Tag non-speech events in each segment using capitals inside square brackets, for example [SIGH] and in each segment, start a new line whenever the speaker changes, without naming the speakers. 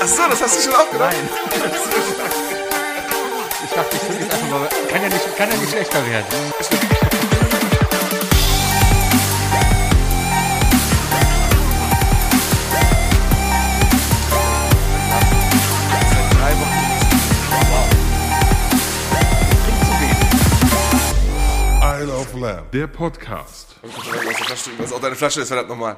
Ach so, das hast du schon auch gedacht?
Nein. Ich dachte, ich tue jetzt einfach mal. Kann ja nicht, kann ja nicht schlechter werden.
Seit drei Wochen. Wow. Bringt zu wenig.
Isle of Lamb, der Podcast.
Ich muss mal gucken, was die Flasche- Was auch deine Flasche ist, verdammt nochmal.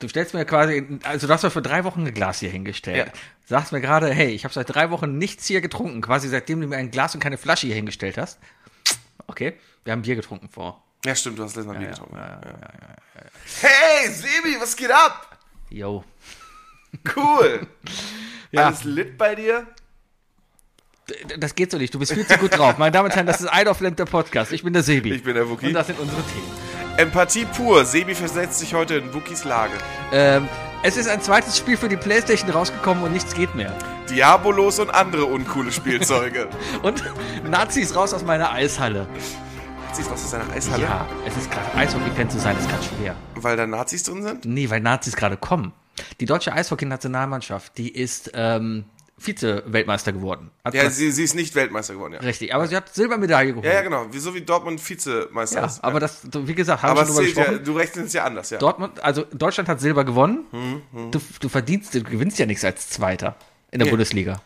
Du stellst mir quasi, also du hast mir vor drei Wochen ein Glas hier hingestellt.
Ja.
Sagst mir gerade, hey, ich habe seit drei Wochen nichts hier getrunken, quasi seitdem du mir ein Glas und keine Flasche hier hingestellt hast. Okay, wir haben Bier getrunken vor.
Ja, stimmt, du hast letztes Mal Bier getrunken. Hey, Sebi, was geht ab?
Yo.
Cool.
[LAUGHS] Ja.
Alles lit bei dir?
D- Das geht so nicht, du bist viel zu gut drauf. Meine Damen und Herren, das ist Eid of Lamp, der Podcast. Ich bin der Sebi.
Ich bin der Wookie.
Und das sind unsere Themen.
Empathie pur. Sebi versetzt sich heute in Bukis Lage.
Ähm, es ist ein zweites Spiel für die Playstation rausgekommen und nichts geht mehr.
Diabolos und andere uncoole
[LAUGHS]
Spielzeuge.
Und Nazis raus aus meiner Eishalle.
Nazis raus aus seiner Eishalle?
Ja, es ist gerade Eishockey-Fan zu sein, ist ganz schwer.
Weil da Nazis drin sind?
Nee, weil Nazis gerade kommen. Die deutsche Eishockey-Nationalmannschaft, die ist ähm, Vize-Weltmeister geworden. Hat
Ja,
das-
sie, sie ist nicht Weltmeister geworden, ja.
richtig, aber sie hat Silbermedaille geholt.
Ja, ja, genau. Wie- So wie Dortmund Vizemeister
Ja,
ist.
aber das, wie gesagt, haben
aber
wir
es
schon drüber
zählt ja,
gesprochen.
du rechnest es ja anders, ja.
Dortmund, also Deutschland hat Silber gewonnen.
Hm,
Du, du verdienst, du gewinnst ja nichts als Zweiter in der Bundesliga.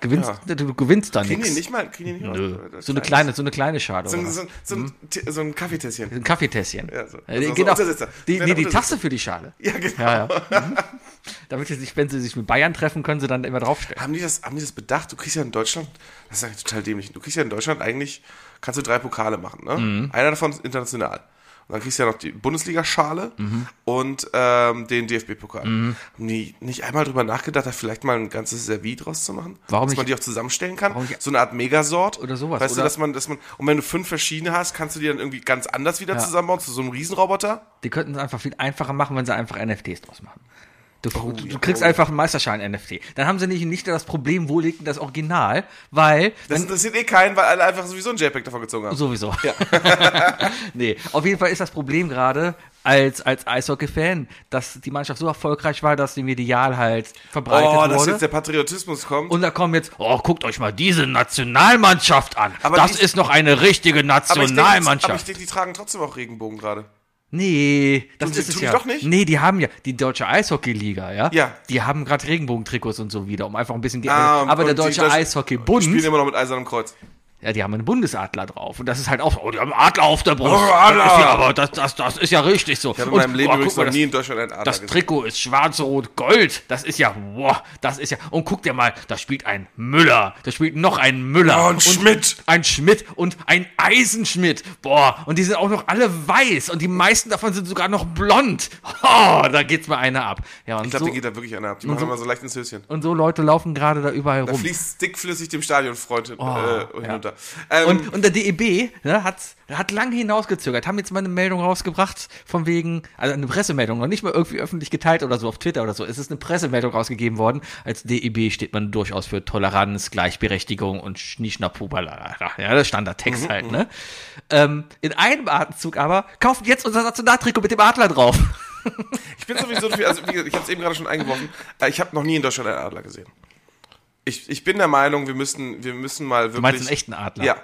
Gewinnst, du, du gewinnst da
Kriegen die
nichts.
nicht mal? Kriegen die nicht
Nö.
mal?
So eine kleine, so eine kleine Schade.
So, ein-
oder? Hm?
so, ein- so, ein T- so ein Kaffeetässchen.
Ein Kaffeetässchen.
Ja, so.
Äh,
Also so
genau.
Untersitzer.
Die,
Wenn der
nee, die
Untersitzer-
Tasse für die Schale.
[LAUGHS] Ja, genau.
Ja, ja. Mhm. Damit sie sich, wenn sie sich mit Bayern treffen, können sie dann immer draufstellen.
Haben die, das, haben die das bedacht? Du kriegst ja in Deutschland, das ist eigentlich total dämlich, du kriegst ja in Deutschland eigentlich, kannst du drei Pokale machen, ne?
Mhm.
Einer davon ist international. Und dann kriegst du ja noch die Bundesliga-Schale
Mhm.
und ähm, den DFB-Pokal. Haben die nicht einmal drüber nachgedacht, da vielleicht mal ein ganzes Servi draus zu machen?
Warum
Dass man
nicht-
die auch zusammenstellen kann?
warum nicht-
So eine Art Megasort?
Oder sowas,
Weißt
oder-
du, dass man, dass man, und wenn du fünf verschiedene hast, kannst du die dann irgendwie ganz anders wieder zusammenbauen, zu so einem Riesenroboter?
Die könnten es einfach viel einfacher machen, wenn sie einfach NFTs draus machen. Du,
Oh,
du, du kriegst einfach einen Meisterschein-NFT. Dann haben sie nicht, nicht das Problem, wo liegt denn das Original, weil
Das interessiert eh keinen, weil alle einfach sowieso ein JPEG davon gezogen haben.
Sowieso. [LAUGHS] nee, auf jeden Fall ist das Problem gerade als, als Eishockey-Fan, dass die Mannschaft so erfolgreich war, dass sie medial halt verbreitet
Oh, dass jetzt
wurde.
der Patriotismus kommt.
Und da kommen jetzt, oh, guckt euch mal diese Nationalmannschaft an.
Aber
das
die-
ist noch eine
Aber
richtige
ich denke, aber ich
Nationalmannschaft.
denke, die tragen trotzdem auch Regenbogen gerade.
nee, das
Tun sie-
ist es
tun die
ja.
doch nicht?
Nee, die haben ja, die deutsche Eishockey-Liga, ja?
Ja.
Die haben gerade Regenbogentrikots und so wieder, um einfach ein bisschen...
Ah, und-
aber der
und die-
deutsche
das- Die spielen
Eishockey-Bund,
immer noch mit eisernem Kreuz.
Ja, die haben einen Bundesadler drauf. Und das ist halt auch, oh, die haben einen Adler auf der Brust.
Oh, Adler!
Das ist ja, aber das, das, das ist ja richtig so.
Ich habe in
Und,
meinem Leben
oh,
übrigens
guck mal,
noch nie in Deutschland einen Adler
Das, das
gesehen.
Trikot ist schwarz-rot-gold. Das ist ja, wow, das ist ja. Und guck dir mal, da spielt ein Müller. Da spielt noch ein Müller.
Oh, ein Schmidt.
Ein Schmidt und ein Eisenschmidt. Boah, und die sind auch noch alle weiß. Und die meisten davon sind sogar noch blond. [LAUGHS] Oh, da geht's mal einer ab. Ja, und,
Ich glaube,
so,
den geht da wirklich einer ab. Die machen immer so leicht ins Höschen.
und so Leute laufen gerade da überall
Da
rum. Oh,
fließt dickflüssig dem Stadion Freund hin, äh, hinunter. Ähm,
Und, und der DEB ne, hat, hat lange hinausgezögert, haben jetzt mal eine Meldung rausgebracht, von wegen, also eine Pressemeldung, noch nicht mal irgendwie öffentlich geteilt oder so auf Twitter oder so. Es ist eine Pressemeldung rausgegeben worden. Als DEB steht man durchaus für Toleranz, Gleichberechtigung und Schnischnapubalala. Ja, der Standardtext halt, ne? Ähm, in einem Atemzug aber, kauft jetzt unser Nationaltrikot mit dem Adler drauf. [LAUGHS]
ich bin sowieso dafür, also wie gesagt, ich habe es eben gerade schon eingeworfen, äh, ich habe noch nie in Deutschland einen Adler gesehen. Ich, ich bin der Meinung, wir müssen, wir müssen mal wirklich. Du
meinst einen echten Adler?
Ja.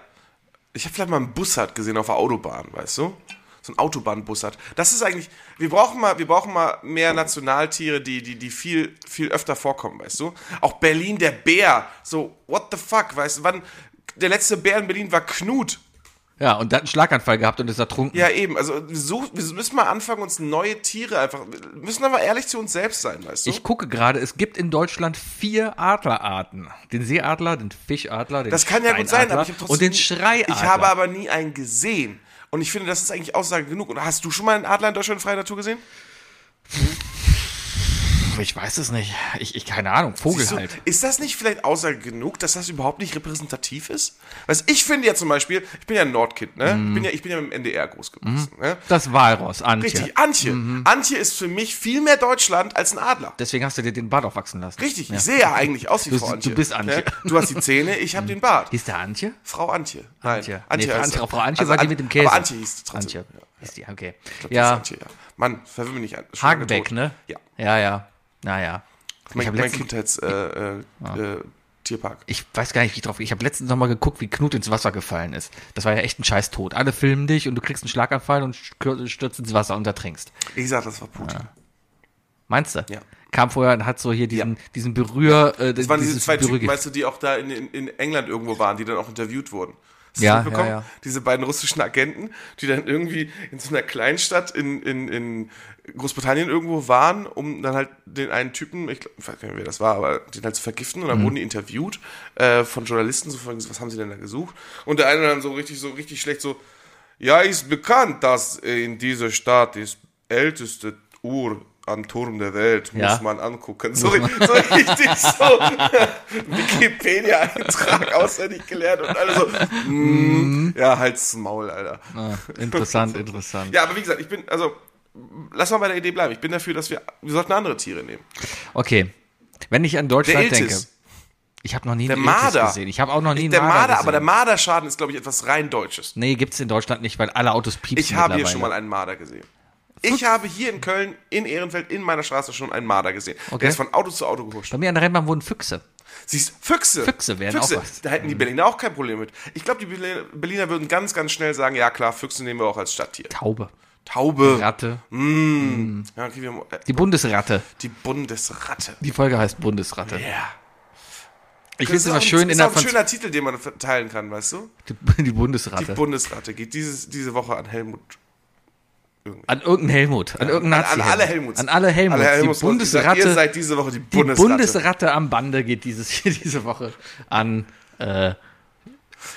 Ich habe vielleicht mal einen Bussard gesehen auf der Autobahn, weißt du? So ein Autobahnbussard. Das ist eigentlich. Wir brauchen mal, wir brauchen mal mehr Nationaltiere, die, die, die viel, viel öfter vorkommen, weißt du? Auch Berlin, der Bär. So, what the fuck, weißt du? Wann, der letzte Bär in Berlin war Knut.
Ja, und der hat einen Schlaganfall gehabt und ist ertrunken.
Ja, eben. Also so, wir müssen mal anfangen, uns neue Tiere einfach. Wir müssen aber ehrlich zu uns selbst sein, weißt du?
Ich gucke gerade, es gibt in Deutschland vier Adlerarten. Den Seeadler, den Fischadler, den
das kann ja gut sein,
Steinadler
aber ich habe trotzdem.
und den
nie-
Schreiadler.
Ich habe aber nie einen gesehen. Und ich finde, das ist eigentlich Aussage genug. Und hast du schon mal einen Adler in Deutschland in freier Natur gesehen?
ich weiß es nicht. Ich, ich keine Ahnung, Vogel
Siehst du,
halt.
Ist das nicht vielleicht Aussage genug, dass das überhaupt nicht repräsentativ ist? Weißt du, ich finde ja zum Beispiel, ich bin ja ein Nordkind, ne? Ich, bin ja, ich bin ja mit dem NDR groß gewachsen.
Mhm.
Ne?
Das Walross, Antje.
Richtig, Antje.
Mhm.
Antje ist für mich viel mehr Deutschland als ein Adler.
Deswegen hast du dir den Bart aufwachsen lassen.
Richtig,
Ja.
ich sehe ja eigentlich aus wie
Du-
Frau
du
Antje.
bist Antje.
Ne? Du hast die Zähne, ich habe den Bart.
Hieß der Antje?
Frau Antje. Nein,
Antje.
Antje
nee,
heißt
Antje
sie.
Frau Antje
Also
war die
An-
mit dem Käse.
Aber Antje hieß sie trotzdem.
Antje. Hieß die, okay.
Das ist
ja, ne?
Antje, ja. Mann, verwirr mich nicht an. schon lange
Hagenbeck,
tot.
ne?
Ja.
Ja, ja. Naja.
Mein,
hab
mein
letztens-
Kindheitstierpark. Äh, äh, äh, Tierpark.
ich weiß gar nicht, wie ich drauf. Ich habe letztens noch mal geguckt, wie Knut ins Wasser gefallen ist. Das war ja echt ein scheiß Tod. Alle filmen dich und du kriegst einen Schlaganfall und stür- stürzt ins Wasser und ertrinkst.
ich sag, das war Putin.
Meinst du?
Ja.
Kam vorher und hat so hier diesen, diesen Berühr. Äh,
Das waren diese zwei Typen, weißt du, die auch da in, in, in England irgendwo waren, die dann auch interviewt wurden. Hast du
Ja,
das mitbekommen?
ja, ja.
Diese beiden russischen Agenten, die dann irgendwie in so einer Kleinstadt in, in, in Großbritannien irgendwo waren, um dann halt den einen Typen, ich, glaub, ich weiß gar nicht, wer das war, aber den halt zu vergiften.
Mhm.
Und dann wurden die interviewt äh, von Journalisten, so von, was haben sie denn da gesucht? Und der eine dann so richtig, so richtig schlecht so, ja, ist bekannt, dass in dieser Stadt ist älteste Uhr am Turm der Welt, muss
Ja.
man angucken. So, so richtig so Wikipedia-Eintrag auswendig gelernt und alle so, mm, ja, halt's Maul, Alter.
Ah,
[LAUGHS]
interessant, interessant.
Ja, aber wie gesagt, ich bin, also, lass mal bei der Idee bleiben. Ich bin dafür, dass wir, wir sollten andere Tiere nehmen.
Okay. Wenn ich an
Der
Deutschland denke,
Iltis,
ich habe noch nie
der
einen Iltis
Marder.
gesehen. Ich habe auch noch nie einen
der
Marder,
Marder,
gesehen.
aber der Marderschaden ist, glaube ich, etwas rein Deutsches.
Nee, gibt's in Deutschland nicht, weil alle Autos piepsen
Ich habe hier
mittlerweile.
schon mal einen Marder gesehen. Ich habe hier in Köln, in Ehrenfeld, in meiner Straße schon einen Marder gesehen.
Okay.
Der ist von Auto zu Auto gehuscht.
Bei mir an der Rennbahn wurden Füchse.
Siehst du, Füchse.
Füchse wären
Füchse.
auch was. Mhm.
Da hätten die Berliner auch kein Problem mit. Ich glaube, die Berliner- Berliner würden ganz, ganz schnell sagen, ja klar, Füchse nehmen wir auch als Stadttier.
Taube,
Taube.
Ratte,
Ja, okay, wir haben, äh,
die Bundesratte.
die Bundesratte.
Die Folge heißt Bundesratte.
Ja.
Ich finde es immer
auch ein-
schön
ist
in
auch
der
ein schöner Titel, den man verteilen kann, weißt du?
[LAUGHS] die, die
Die
Bundesratte.
Bundesratte geht dieses, diese Woche an Helmut.
an irgendeinen Helmut, an irgendeinen
an, an alle Helmuts.
An alle Helmuts.
Helmuts
die
raus. Ihr sagt,
Bundesratte,
Ihr seid diese Woche die
die
Bundesratte.
Bundesratte am Bande geht dieses, [LAUGHS] diese Woche an äh,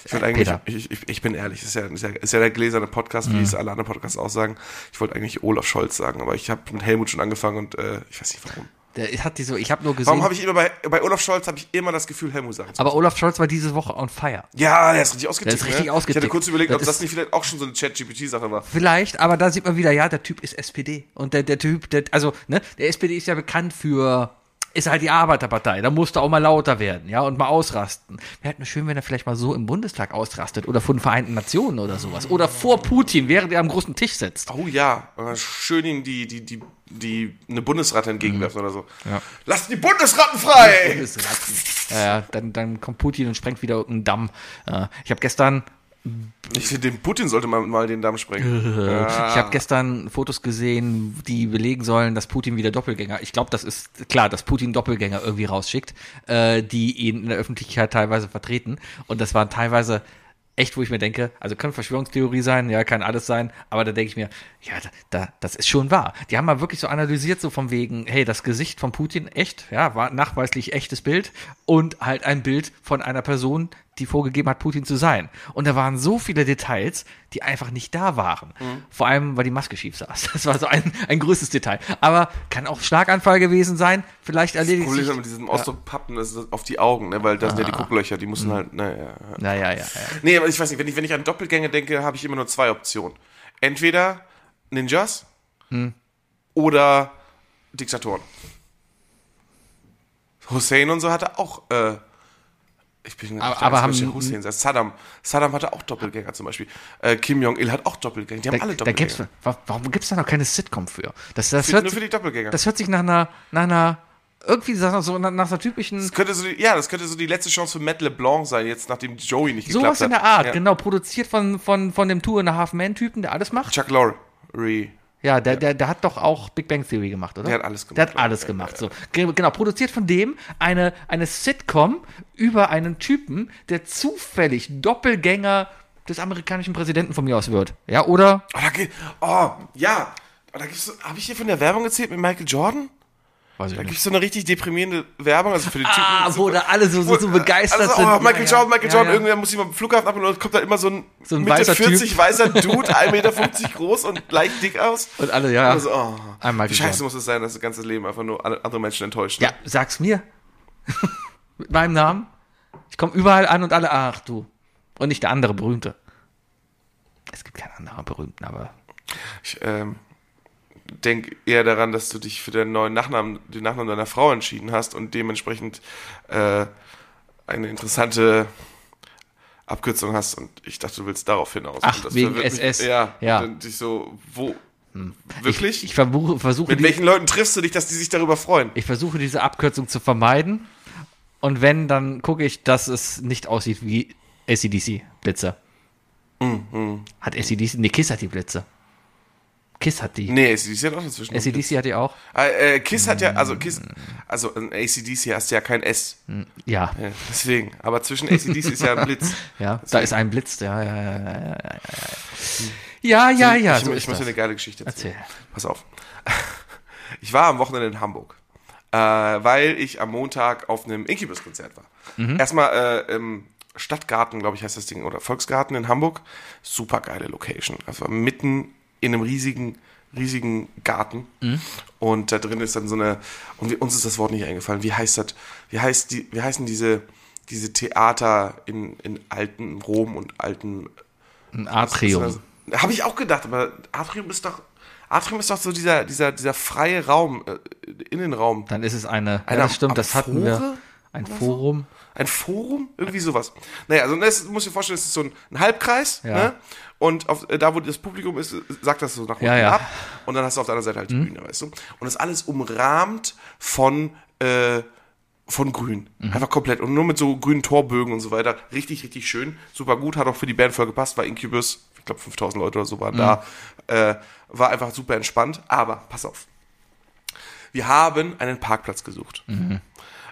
Ich, wollte eigentlich,
Peter. Mhm.
ich, ich, ich bin ehrlich, ist ja, ist, ja, ist ja der gläserne Podcast, wie es alle anderen Podcasts auch sagen. Ich wollte eigentlich Olaf Scholz sagen, aber ich habe mit Helmut schon angefangen und äh, ich weiß nicht warum.
der hat die so, ich habe nur gesehen.
Warum habe ich immer bei, bei Olaf Scholz habe ich immer das Gefühl, Helmut sagen zu
aber Olaf Scholz war diese Woche on fire.
Ja, der ist richtig ausgetickt.
Der ist richtig
ne? Ich
ausgetickt.
hatte kurz überlegt,
Das
ob das
ist-
nicht vielleicht auch schon so eine Chat-GPT-Sache war.
Vielleicht, aber da sieht man wieder, ja, der Typ ist SPD. Und der, der Typ, der, also, ne, der SPD ist ja bekannt für, ist halt die Arbeiterpartei. Da musste auch mal lauter werden, ja, und mal ausrasten. Wäre halt nur schön, wenn er vielleicht mal so im Bundestag ausrastet oder vor den Vereinten Nationen oder sowas. Oder vor Putin, während er am großen Tisch sitzt.
Oh ja, Und dann schön ihm die, die, die, die eine Bundesratte entgegenwerfen
Mhm.
oder so. Ja. Lasst die Bundesratten
[LAUGHS]
frei!
Bundesratten. Ja, ja, dann, dann kommt Putin und sprengt wieder irgendeinen Damm. Ja, ich habe gestern,
Ich finde, dem Putin sollte man mal den Damm
[LAUGHS]
sprengen.
ich habe gestern Fotos gesehen, die belegen sollen, dass Putin wieder Doppelgänger. Ich glaube, das ist klar, dass Putin Doppelgänger irgendwie rausschickt, äh, die ihn in der Öffentlichkeit teilweise vertreten. Und das waren teilweise echt, wo ich mir denke, also kann Verschwörungstheorie sein, ja, kann alles sein, aber da denke ich mir, ja, da, da, das ist schon wahr. Die haben mal wirklich so analysiert, so von wegen, hey, das Gesicht von Putin echt, ja, war nachweislich echtes Bild und halt ein Bild von einer Person, die vorgegeben hat, Putin zu sein. Und da waren so viele Details, die einfach nicht da waren.
Mhm.
Vor allem, weil die Maske schief saß. Das war so ein, ein größtes Detail. Aber kann auch Schlaganfall gewesen sein, vielleicht
Das
erledigt
Problem ist
sich...
ja mit diesem Ausdruckpappen, das ist auf die Augen, ne? weil da sind ja
Ah.
die Gucklöcher, die
Mhm.
müssen halt, naja. Ja.
Naja, ja, ja.
Nee, aber ich weiß nicht, wenn ich, wenn ich an Doppelgänge denke, habe ich immer nur zwei Optionen. Entweder Ninjas
Hm.
oder Diktatoren. Hussein und so hatte auch, äh, ich bin
Aber-
ich
aber
weiß nicht,
haben-
wer Hussein sagt. Saddam. Saddam hatte auch Doppelgänger zum Beispiel. Äh, Kim Jong-il hat auch Doppelgänger. Die haben
Da,
alle
da
Doppelgänger.
gibt's, wa- warum gibt es da noch keine Sitcom für? Das, das
für,
hört
nur
sich-
für die Doppelgänger. Das,
Das hört sich nach einer, nach einer irgendwie nach so nach, nach einer typischen
könnte so die, ja, das könnte so die letzte Chance für Matt LeBlanc sein, jetzt nachdem Joey nicht geklappt hat.
sowas in der Art,
Ja.
genau, produziert von von von dem Two and a Half Man Typen, der alles macht.
Chuck Lorre.
Ja, der, der der hat doch auch Big Bang Theory gemacht, oder?
Der hat alles gemacht,
Der hat
ja.
alles gemacht, so. Ge- Genau, produziert von dem eine eine Sitcom über einen Typen, der zufällig Doppelgänger des amerikanischen Präsidenten von mir aus wird. Ja, oder
Oh, da geht, oh ja. Oh, da gibt's, habe ich dir von der Werbung erzählt mit Michael Jordan?
weiß ich
Da gibt es so eine richtig deprimierende Werbung, also für die Typen.
Ah, wo da alle so, so, so begeistert
also,
sind.
Oh, Michael
Ja, ja.
Jordan, Michael
Ja,
Jordan,
ja.
irgendwer muss ihn mal am Flughafen abholen und dann kommt da immer so ein,
So ein
Mitte
weißer Typ.
40 weißer Dude, 1,50 Meter groß und leicht dick aus.
Und alle, ja.
Also, oh,
Ein Michael
wie scheiße
Jordan.
muss es sein, dass das ganze Leben einfach nur alle- andere Menschen enttäuscht. ne?
Ja, sag's mir. [LAUGHS] Mit meinem Namen. Ich komme überall an und alle, ach du. Und nicht der andere berühmte. Es gibt keinen anderen berühmten, aber
Ich ähm, denk eher daran, dass du dich für den neuen Nachnamen, den Nachnamen deiner Frau entschieden hast und dementsprechend äh, eine interessante Abkürzung hast. Und ich dachte, du willst darauf hinaus.
Ach,
und das
wegen
verwirrt mich-
SS.
ja,
Ja. Hm.
Und dann dich so, wo, Wirklich?
Ich, ich versuche, versuche,
Mit
die,
welchen Leuten triffst du dich, dass die sich darüber freuen?
ich versuche diese Abkürzung zu vermeiden. Und wenn, dann gucke ich, dass es nicht aussieht wie ACDC-Blitzer.
Mhm.
Hat ACDC? Nee, Kiss hat die Blitze. Kiss hat die.
Nee, ACDC hat auch dazwischen.
ACDC hat die auch?
Äh, äh, Kiss hat ja, also Kiss,
Hm.
also ein ACDC hast ja kein S.
Ja.
Ja, Deswegen, aber zwischen ACDC ist ja ein
[LAUGHS]
Blitz.
Ja, da ist ein Blitz. Ja, ja, ja, ja, ja, ja, ja, ja, ja,
Hm. ich
so
ich muss dir
ist das.
eine geile Geschichte erzählen.
Erzähl.
Pass auf. [LAUGHS] Ich war am Wochenende in Hamburg, äh, weil ich am Montag auf einem Incubus-Konzert war.
Mhm.
Erstmal äh, im Stadtgarten, glaube ich, heißt das Ding, oder Volksgarten in Hamburg. Super geile Location. Also mitten in einem riesigen, riesigen Garten.
Mhm.
Und da drin ist dann so eine, und wir- uns ist das Wort nicht eingefallen. Wie heißt das? Wie, heißt die, wie heißen diese, diese Theater in, in alten Rom und alten
Ein Atrium.
habe ich auch gedacht, aber Atrium ist doch Atrium ist doch so dieser dieser dieser freie Raum, äh, Innenraum,
Dann ist es eine, ja,
Eine
das stimmt, das hatten wir.
Amphore
Ein
oder so?
Forum.
ein Forum, irgendwie sowas. Naja, also das muss ich vorstellen, es ist so ein, ein Halbkreis,
Ja.
ne? Und auf, äh, da, wo das Publikum ist, äh, sagt das so nach unten
Ja, Mhm. ja.
ab. Und dann hast du auf der anderen Seite halt die Bühne, weißt du? Und das ist alles umrahmt von äh, von grün.
Mhm.
Einfach komplett. Und nur mit so grünen Torbögen und so weiter. Richtig, richtig schön. Super gut. Hat auch für die Band voll gepasst. War Incubus. Ich glaube, 5000 Leute oder so
Mhm.
waren da. Äh, war einfach super entspannt. Aber, pass auf. Wir haben einen Parkplatz gesucht.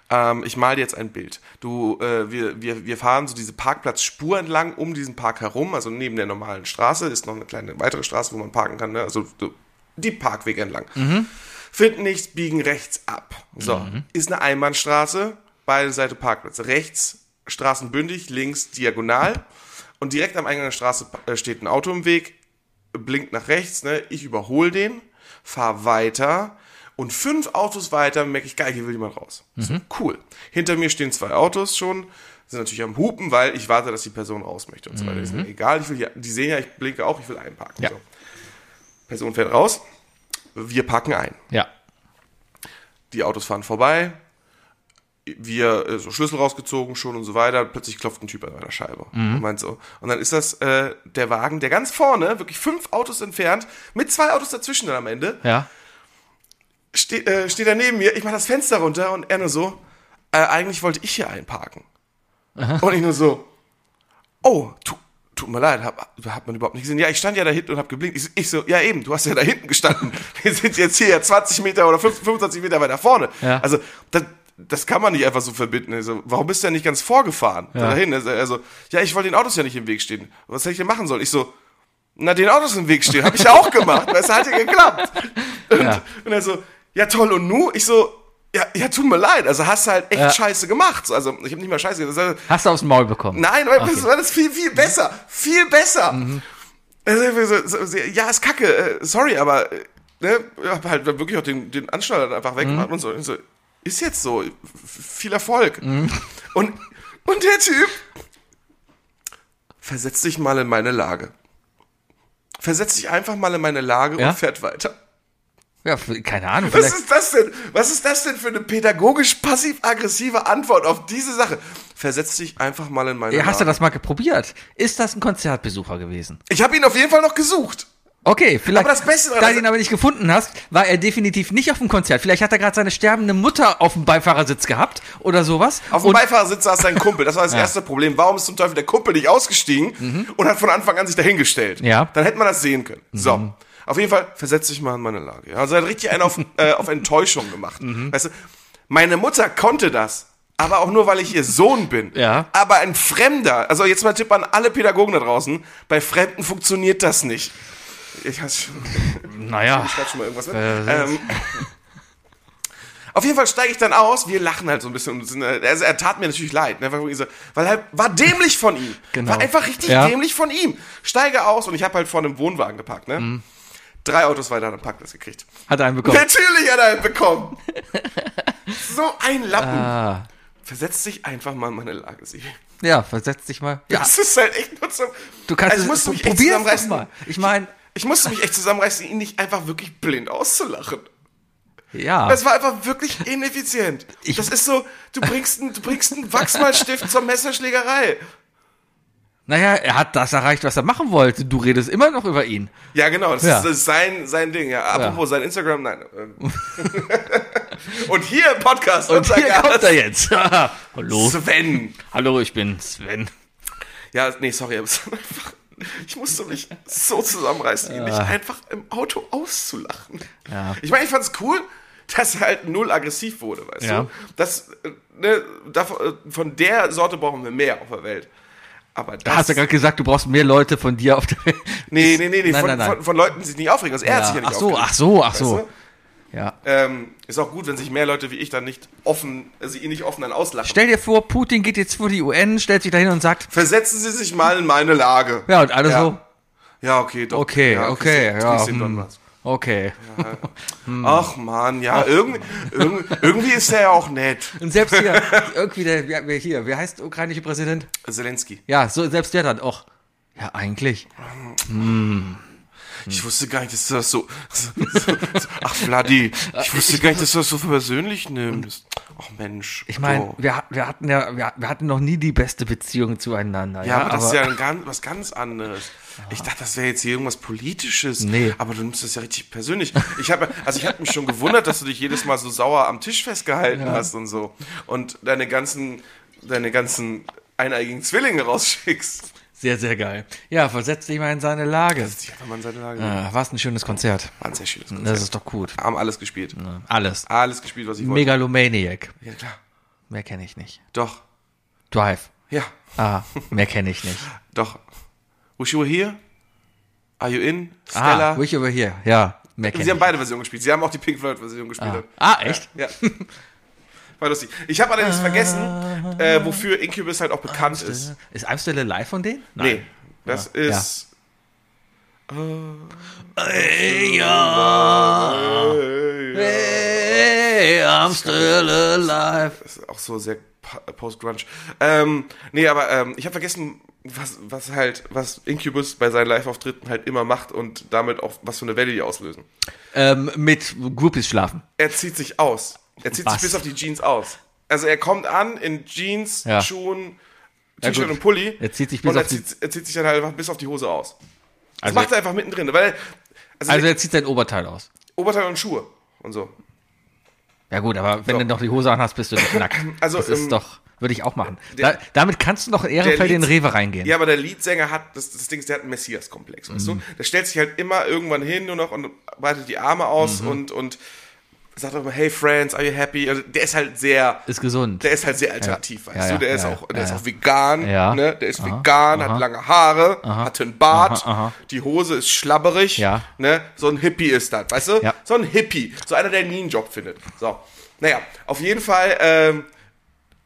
Ähm, ich mal dir jetzt ein Bild. Du, äh, wir, wir, wir fahren so diese Parkplatzspur entlang um diesen Park herum. Also neben der normalen Straße ist noch eine kleine weitere Straße, wo man parken kann. Ne? Also so die Parkwege entlang finden nichts, biegen rechts ab. So, ist eine Einbahnstraße, beide Seiten Parkplätze. Rechts straßenbündig, links diagonal. Und direkt am Eingang der Straße äh, steht ein Auto im Weg, blinkt nach rechts, ne? ich überhole den, fahr weiter und fünf Autos weiter merke ich, geil, hier will jemand raus. So, cool. Hinter mir stehen zwei Autos schon, sind natürlich am Hupen, weil ich warte, dass die Person raus möchte und so weiter. Ist mir egal, ich will hier, die sehen ja, ich blinke auch, ich will einparken.
Ja.
So. Person fährt raus, wir parken ein.
Ja.
Die Autos fahren vorbei. Wir äh, so Schlüssel rausgezogen schon und so weiter. Plötzlich klopft ein Typ an meiner Scheibe. Und meint so. Und dann ist das äh, der Wagen, der ganz vorne, wirklich fünf Autos entfernt, mit zwei Autos dazwischen dann am Ende,
Ja.
steht, äh, steht er neben mir. Ich mache das Fenster runter und er nur so. Äh, eigentlich wollte ich hier einparken. Und ich nur so. Oh, tu, tut mir leid, hab, hat man überhaupt nicht gesehen. Ja, ich stand ja da hinten und hab geblinkt. Ich, so- ich so, ja eben, du hast ja da hinten gestanden. Wir sind jetzt hier ja 20 Meter oder 5 25 Meter weiter vorne.
Ja.
Also, das, das kann man nicht einfach so verbinden. Also, warum bist du denn nicht ganz vorgefahren dahin? Also, also, ja, ich wollte den Autos ja nicht im Weg stehen. Was hätte ich denn machen sollen? Ich so, na, den Autos im Weg stehen, habe ich ja auch gemacht. Das hat ja geklappt. Und,
Ja.
und er so, ja toll, und nu? Ich so, ja, ja, tut mir leid. Also hast du halt echt
Ja.
scheiße gemacht. So, Also ich habe nicht mal scheiße gemacht. Das heißt,
Hast du aufs Maul bekommen?
Nein, weil das war das viel, viel besser. Viel besser.
Mhm.
Also, ich so, so, so, ja, ist kacke. Äh, sorry, aber äh, ne, ich hab halt wirklich auch den, den Anschnall dann
Mhm.
einfach weggemacht und so. Und so. Ist jetzt so. F- Viel Erfolg.
Mhm.
Und, und der Typ, versetz dich mal in meine Lage. Versetz dich einfach mal in meine Lage
Ja?
und fährt weiter.
Ja, f- keine Ahnung.
Was
Vielleicht,
ist das denn? Was ist das denn für eine pädagogisch passiv-aggressive Antwort auf diese Sache? Versetz dich einfach mal in meine
ja, hast du
Lage.
das mal geprobiert? Ist das ein Konzertbesucher gewesen?
Ich habe ihn auf jeden Fall noch gesucht.
Okay, vielleicht.
Aber das Beste daran
da
ist-
du ihn aber nicht gefunden hast, war er definitiv nicht auf dem Konzert. Vielleicht hat er gerade seine sterbende Mutter auf dem Beifahrersitz gehabt oder sowas.
Auf dem
und
Beifahrersitz saß sein Kumpel. Das war das erste Problem. Warum ist zum Teufel der Kumpel nicht ausgestiegen und hat von Anfang an sich dahingestellt?
Mhm. Ja. Mhm.
Dann hätte man das sehen können. So. Auf jeden Fall versetz dich mal in meine Lage. Ja, Also er hat richtig einen
[LAUGHS]
auf, äh, auf Enttäuschung gemacht.
Mhm.
Weißt du, meine Mutter konnte das. Aber auch nur, weil ich ihr Sohn bin.
Ja.
Aber ein Fremder, also jetzt mal Tipp an alle Pädagogen da draußen, bei Fremden funktioniert das nicht. Ich hasse schon.
naja.
Ich schreib schon mal irgendwas mit. Ähm, [LAUGHS] auf jeden Fall steige ich dann aus, wir lachen halt so ein bisschen. und sind, äh, Also er tat mir natürlich leid, ne? weil, ich so- weil halt war dämlich von ihm.
Genau.
War einfach richtig
Ja.
dämlich von ihm. Steige aus und ich habe halt vor einem Wohnwagen geparkt, ne?
Mhm.
Drei Autos weiter hat er einen Parkplatz gekriegt.
Hat er einen bekommen.
Natürlich hat er einen
[LAUGHS]
bekommen. so ein Lappen.
Ah.
Versetz dich einfach mal in meine Lage, sie.
Ja, versetz dich mal. Ja,
Das ist halt echt nur so.
du kannst
Also ich
es.
musste mich echt
Probier es doch
zusammenreißen.
mal. Ich meine,
Ich musste mich echt zusammenreißen, ihn nicht einfach wirklich blind auszulachen.
ja.
Das war einfach wirklich ineffizient. das ist so, du bringst einen, du bringst einen Wachsmalstift zur Messerschlägerei.
Naja, er hat das erreicht, was er machen wollte. Du redest immer noch über ihn.
Ja, genau, das,
Ja.
Ist, das ist sein, sein Ding. Ja. Apropos sein Instagram, nein. ähm. [LAUGHS] und hier im Podcast,
Und
unser
hier
Gast,
kommt er jetzt. [LAUGHS] Hallo.
Sven.
Hallo, ich bin Sven.
Ja, nee, sorry, aber es war einfach- ich musste mich so zusammenreißen, ihn nicht einfach im Auto auszulachen.
Ah. Ja.
Ich meine, ich fand's cool, dass er halt null aggressiv wurde, weißt
Ja.
du? Das, äh, ne, davon, äh, von der Sorte brauchen wir mehr auf der Welt. Aber das,
Da hast du gerade gesagt, du brauchst mehr Leute von dir auf der Welt.
nee, nee, nee, nee
Nein,
von,
nein, nein.
Von, von Leuten, die sich nicht aufregen. Also er hat sich ja
ja.
nicht
Ach so,
aufgeregt.
ach so, ach so.
Weißt
Ja.
Ähm, ist auch gut, wenn sich mehr Leute wie ich dann nicht offen, also ihn nicht offen dann auslachen.
Stell dir vor, Putin geht jetzt vor die UN, stellt sich dahin und sagt,
Versetzen Sie sich mal in meine Lage.
ja, und alle
Ja.
so,
Ja, okay, doch.
okay,
ja,
okay,
Christi-
ja,
Christi
hm,
Donbass.
okay.
Ach man, ja, irgendwie,
[LAUGHS]
irgendwie, irgendwie ist er ja auch nett.
Und selbst hier, [LAUGHS] irgendwie der, wer, wer hier, wer heißt der ukrainische Präsident?
Zelensky.
Ja, so, selbst der dann auch. Ja, eigentlich.
Ich wusste gar nicht, dass du das so. [LAUGHS] so, so ach, Vladi,
Äh,
ich wusste gar nicht, dass du das so persönlich nimmst. Ach Mensch. Oh.
Ich meine,
so.
wir, hat- wir hatten ja, wir, wir hatten noch nie die beste Beziehung zueinander.
Ja,
Ja,
aber das ist ja ein ganz, was ganz anderes. Ich dachte, das wäre jetzt hier irgendwas Politisches.
Nee.
Aber du nimmst das ja richtig persönlich. Ich habe, also ich habe mich schon gewundert, dass du dich jedes Mal so sauer am Tisch festgehalten hast und so. Und deine ganzen, deine ganzen eineigigen Zwillinge rausschickst.
sehr, sehr geil. Ja, versetz dich mal in seine Lage.
Das ist einfach mal in seine Lage.
Ah, war es ein schönes Konzert.
War ein sehr schönes Konzert.
Das ist doch gut.
Haben alles gespielt.
Alles.
Alles gespielt, was ich wollte.
Megalomaniac.
Ja, klar.
Mehr kenne ich nicht.
Doch.
Drive.
Ja,
Ah, mehr kenne ich nicht.
doch. Wish you were here. Are you in? Stella.
Ah, Wish Over Here. Ja, mehr kenne
Sie
ich.
haben beide Versionen gespielt. Sie haben auch die Pink Floyd-Version gespielt.
Ah, Ah, echt?
Ja. [LAUGHS] War lustig. Ich habe allerdings vergessen, äh, wofür Incubus halt auch bekannt ist.
Ist I'm Still Alive von denen?
Nee, das
Ja.
ist. äh,
Hey, ja. Hey, I'm Still Alive.
Das ist auch so sehr pa- Post-Grunge. Ähm, nee, aber ähm, ich habe vergessen, was, was halt, was Incubus bei seinen Live-Auftritten halt immer macht und damit auch was für eine Welle die auslösen.
Ähm, mit Groupies schlafen.
Er zieht sich aus. Er zieht
Was?
sich bis auf die Jeans aus. Also er kommt an in Jeans,
Ja.
Schuhen,
Ja,
T-Shirt
gut.
und Pulli.
Er zieht sich bis
und er
auf die-
zieht, er zieht sich dann halt einfach bis auf die Hose aus. Das
Also-
macht er einfach mittendrin, weil also,
Also er zieht sein Oberteil aus.
Oberteil und Schuhe und so.
Ja gut, aber wenn du noch die Hose anhast, bist du nicht nackt.
[CLEARS THROAT] Also,
das ist
ähm,
doch, würde ich auch machen.
der-
da, damit kannst du noch in Ehrenfeld
der
in den
Lied-
Rewe reingehen.
Ja, aber der Leadsänger hat das, das Ding, ist, der hat einen Messias-Komplex, weißt
Mhm.
du? Der stellt sich halt immer irgendwann hin nur noch und breitet die Arme aus
Mhm.
und und sagt auch immer Hey Friends, are you happy? Also der ist halt sehr
Ist gesund.
der ist halt sehr alternativ,
Ja,
weißt
ja,
du? Der
ja,
ist
ja,
auch, der
ja,
ist
ja.
auch vegan,
Ja.
ne? Der ist vegan, hat lange Haare, hat einen Bart,
Aha, aha.
die Hose ist schlabberig,
Ja.
ne? So ein Hippie ist das, weißt du?
Ja.
So ein Hippie, so einer, der nie einen Job findet. So, naja, auf jeden Fall ähm,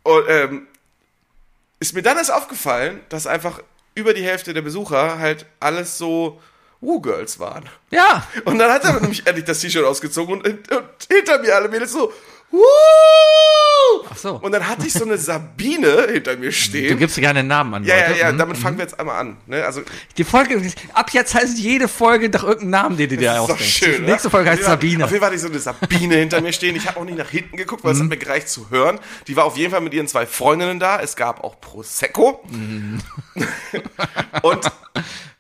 und, ähm, ist mir dann erst aufgefallen, dass einfach über die Hälfte der Besucher halt alles so Woo-Girls waren.
Ja,
Und dann hat er [LAUGHS] nämlich endlich das T-Shirt ausgezogen und, und, hinter mir alle Mädels so, Woo!
Ach so.
Und dann hatte ich so eine Sabine hinter mir
Mhm. du
stehen.
gibst gerne einen Namen an,
ja, ja,
Leute.
ja,
Mhm.
damit fangen wir jetzt einmal an. Ne? Also,
Die Folge, ab jetzt heißt jede Folge doch irgendeinen Namen, den du dir
das ist doch
ausdenkst.
schön. oder?
Die nächste
Also-
Folge heißt
Auf jeden Fall-
Sabine.
Auf jeden Fall hatte ich so eine Sabine hinter mir stehen. Ich habe auch nicht nach hinten geguckt, weil
Mhm.
es hat mir gereicht zu hören. Die war auf jeden Fall mit ihren zwei Freundinnen da. Es gab auch Prosecco.
Mhm.
[LAUGHS] Und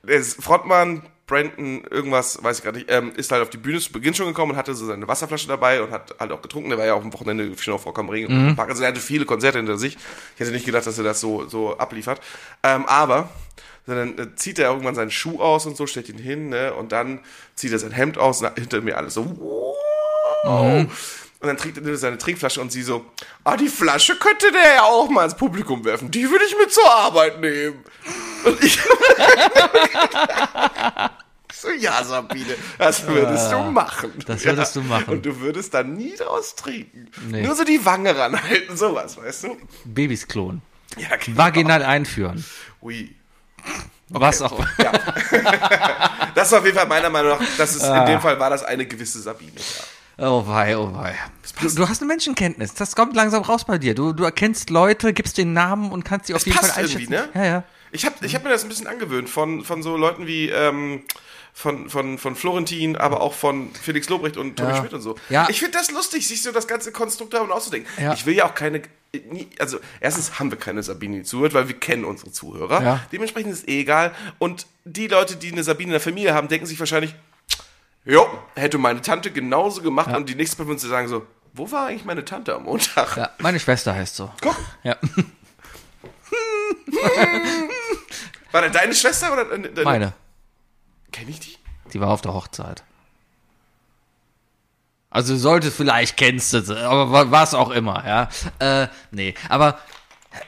der Frontmann, Brandon, irgendwas, weiß ich gerade nicht, ähm, ist halt auf die Bühne zu Beginn schon gekommen und hatte so seine Wasserflasche dabei und hat halt auch getrunken. Der war ja auch am Wochenende schon auf vollkommen Regen im Park. Also er hatte viele Konzerte hinter sich. Ich hätte nicht gedacht, dass er das so, so abliefert. Ähm, aber dann äh, zieht er irgendwann seinen Schuh aus und so, stellt ihn hin, ne? Und dann zieht er sein Hemd aus und hinter mir alles so. Und dann trinkt er seine Trinkflasche und sie so, ah, die Flasche könnte der ja auch mal ins Publikum werfen. Die würde ich mit zur Arbeit nehmen. Und ich [LAUGHS] so, ja, Sabine, das würdest du machen.
Ah, das
ja.
würdest du machen.
Und du würdest dann nie draus trinken.
Nee.
Nur so die Wange ranhalten, sowas, weißt du?
Babys klonen.
Ja, genau.
Vaginal einführen.
Ui.
Was auch.
[LAUGHS] Das war auf jeden Fall meiner Meinung nach, das ist,
Ah.
in dem Fall war das eine gewisse Sabine. Ja.
Oh wei, oh wei. Du, du hast eine Menschenkenntnis. Das kommt langsam raus bei dir. Du, du erkennst Leute, gibst den Namen und kannst sie auf jeden
passt
Fall einschätzen.
irgendwie, ne?
Ja, ja.
Ich habe ich hab mir das ein bisschen angewöhnt von, von so Leuten wie ähm, von, von, von Florentin, aber auch von Felix Lobrecht und Tommy Schmidt und so.
Ja.
Ich finde das lustig, sich so das ganze Konstrukt davon auszudenken.
Ja.
Ich will ja auch keine nie- also erstens haben wir keine Sabine, die zuhört, weil wir kennen unsere Zuhörer.
Ja.
Dementsprechend ist es eh egal. Und die Leute, die eine Sabine in der Familie haben, denken sich wahrscheinlich, jo, hätte meine Tante genauso gemacht und die nächste Person zu sagen so, wo war eigentlich meine Tante am Montag?
Ja, meine Schwester heißt so.
Guck,
Ja, [LAUGHS]
war das deine Schwester oder deine? deine-
meine.
Kenn ich die?
Die war auf der Hochzeit. Also sollte vielleicht kennst du, sie, aber wa- was auch immer, ja. Äh, nee, aber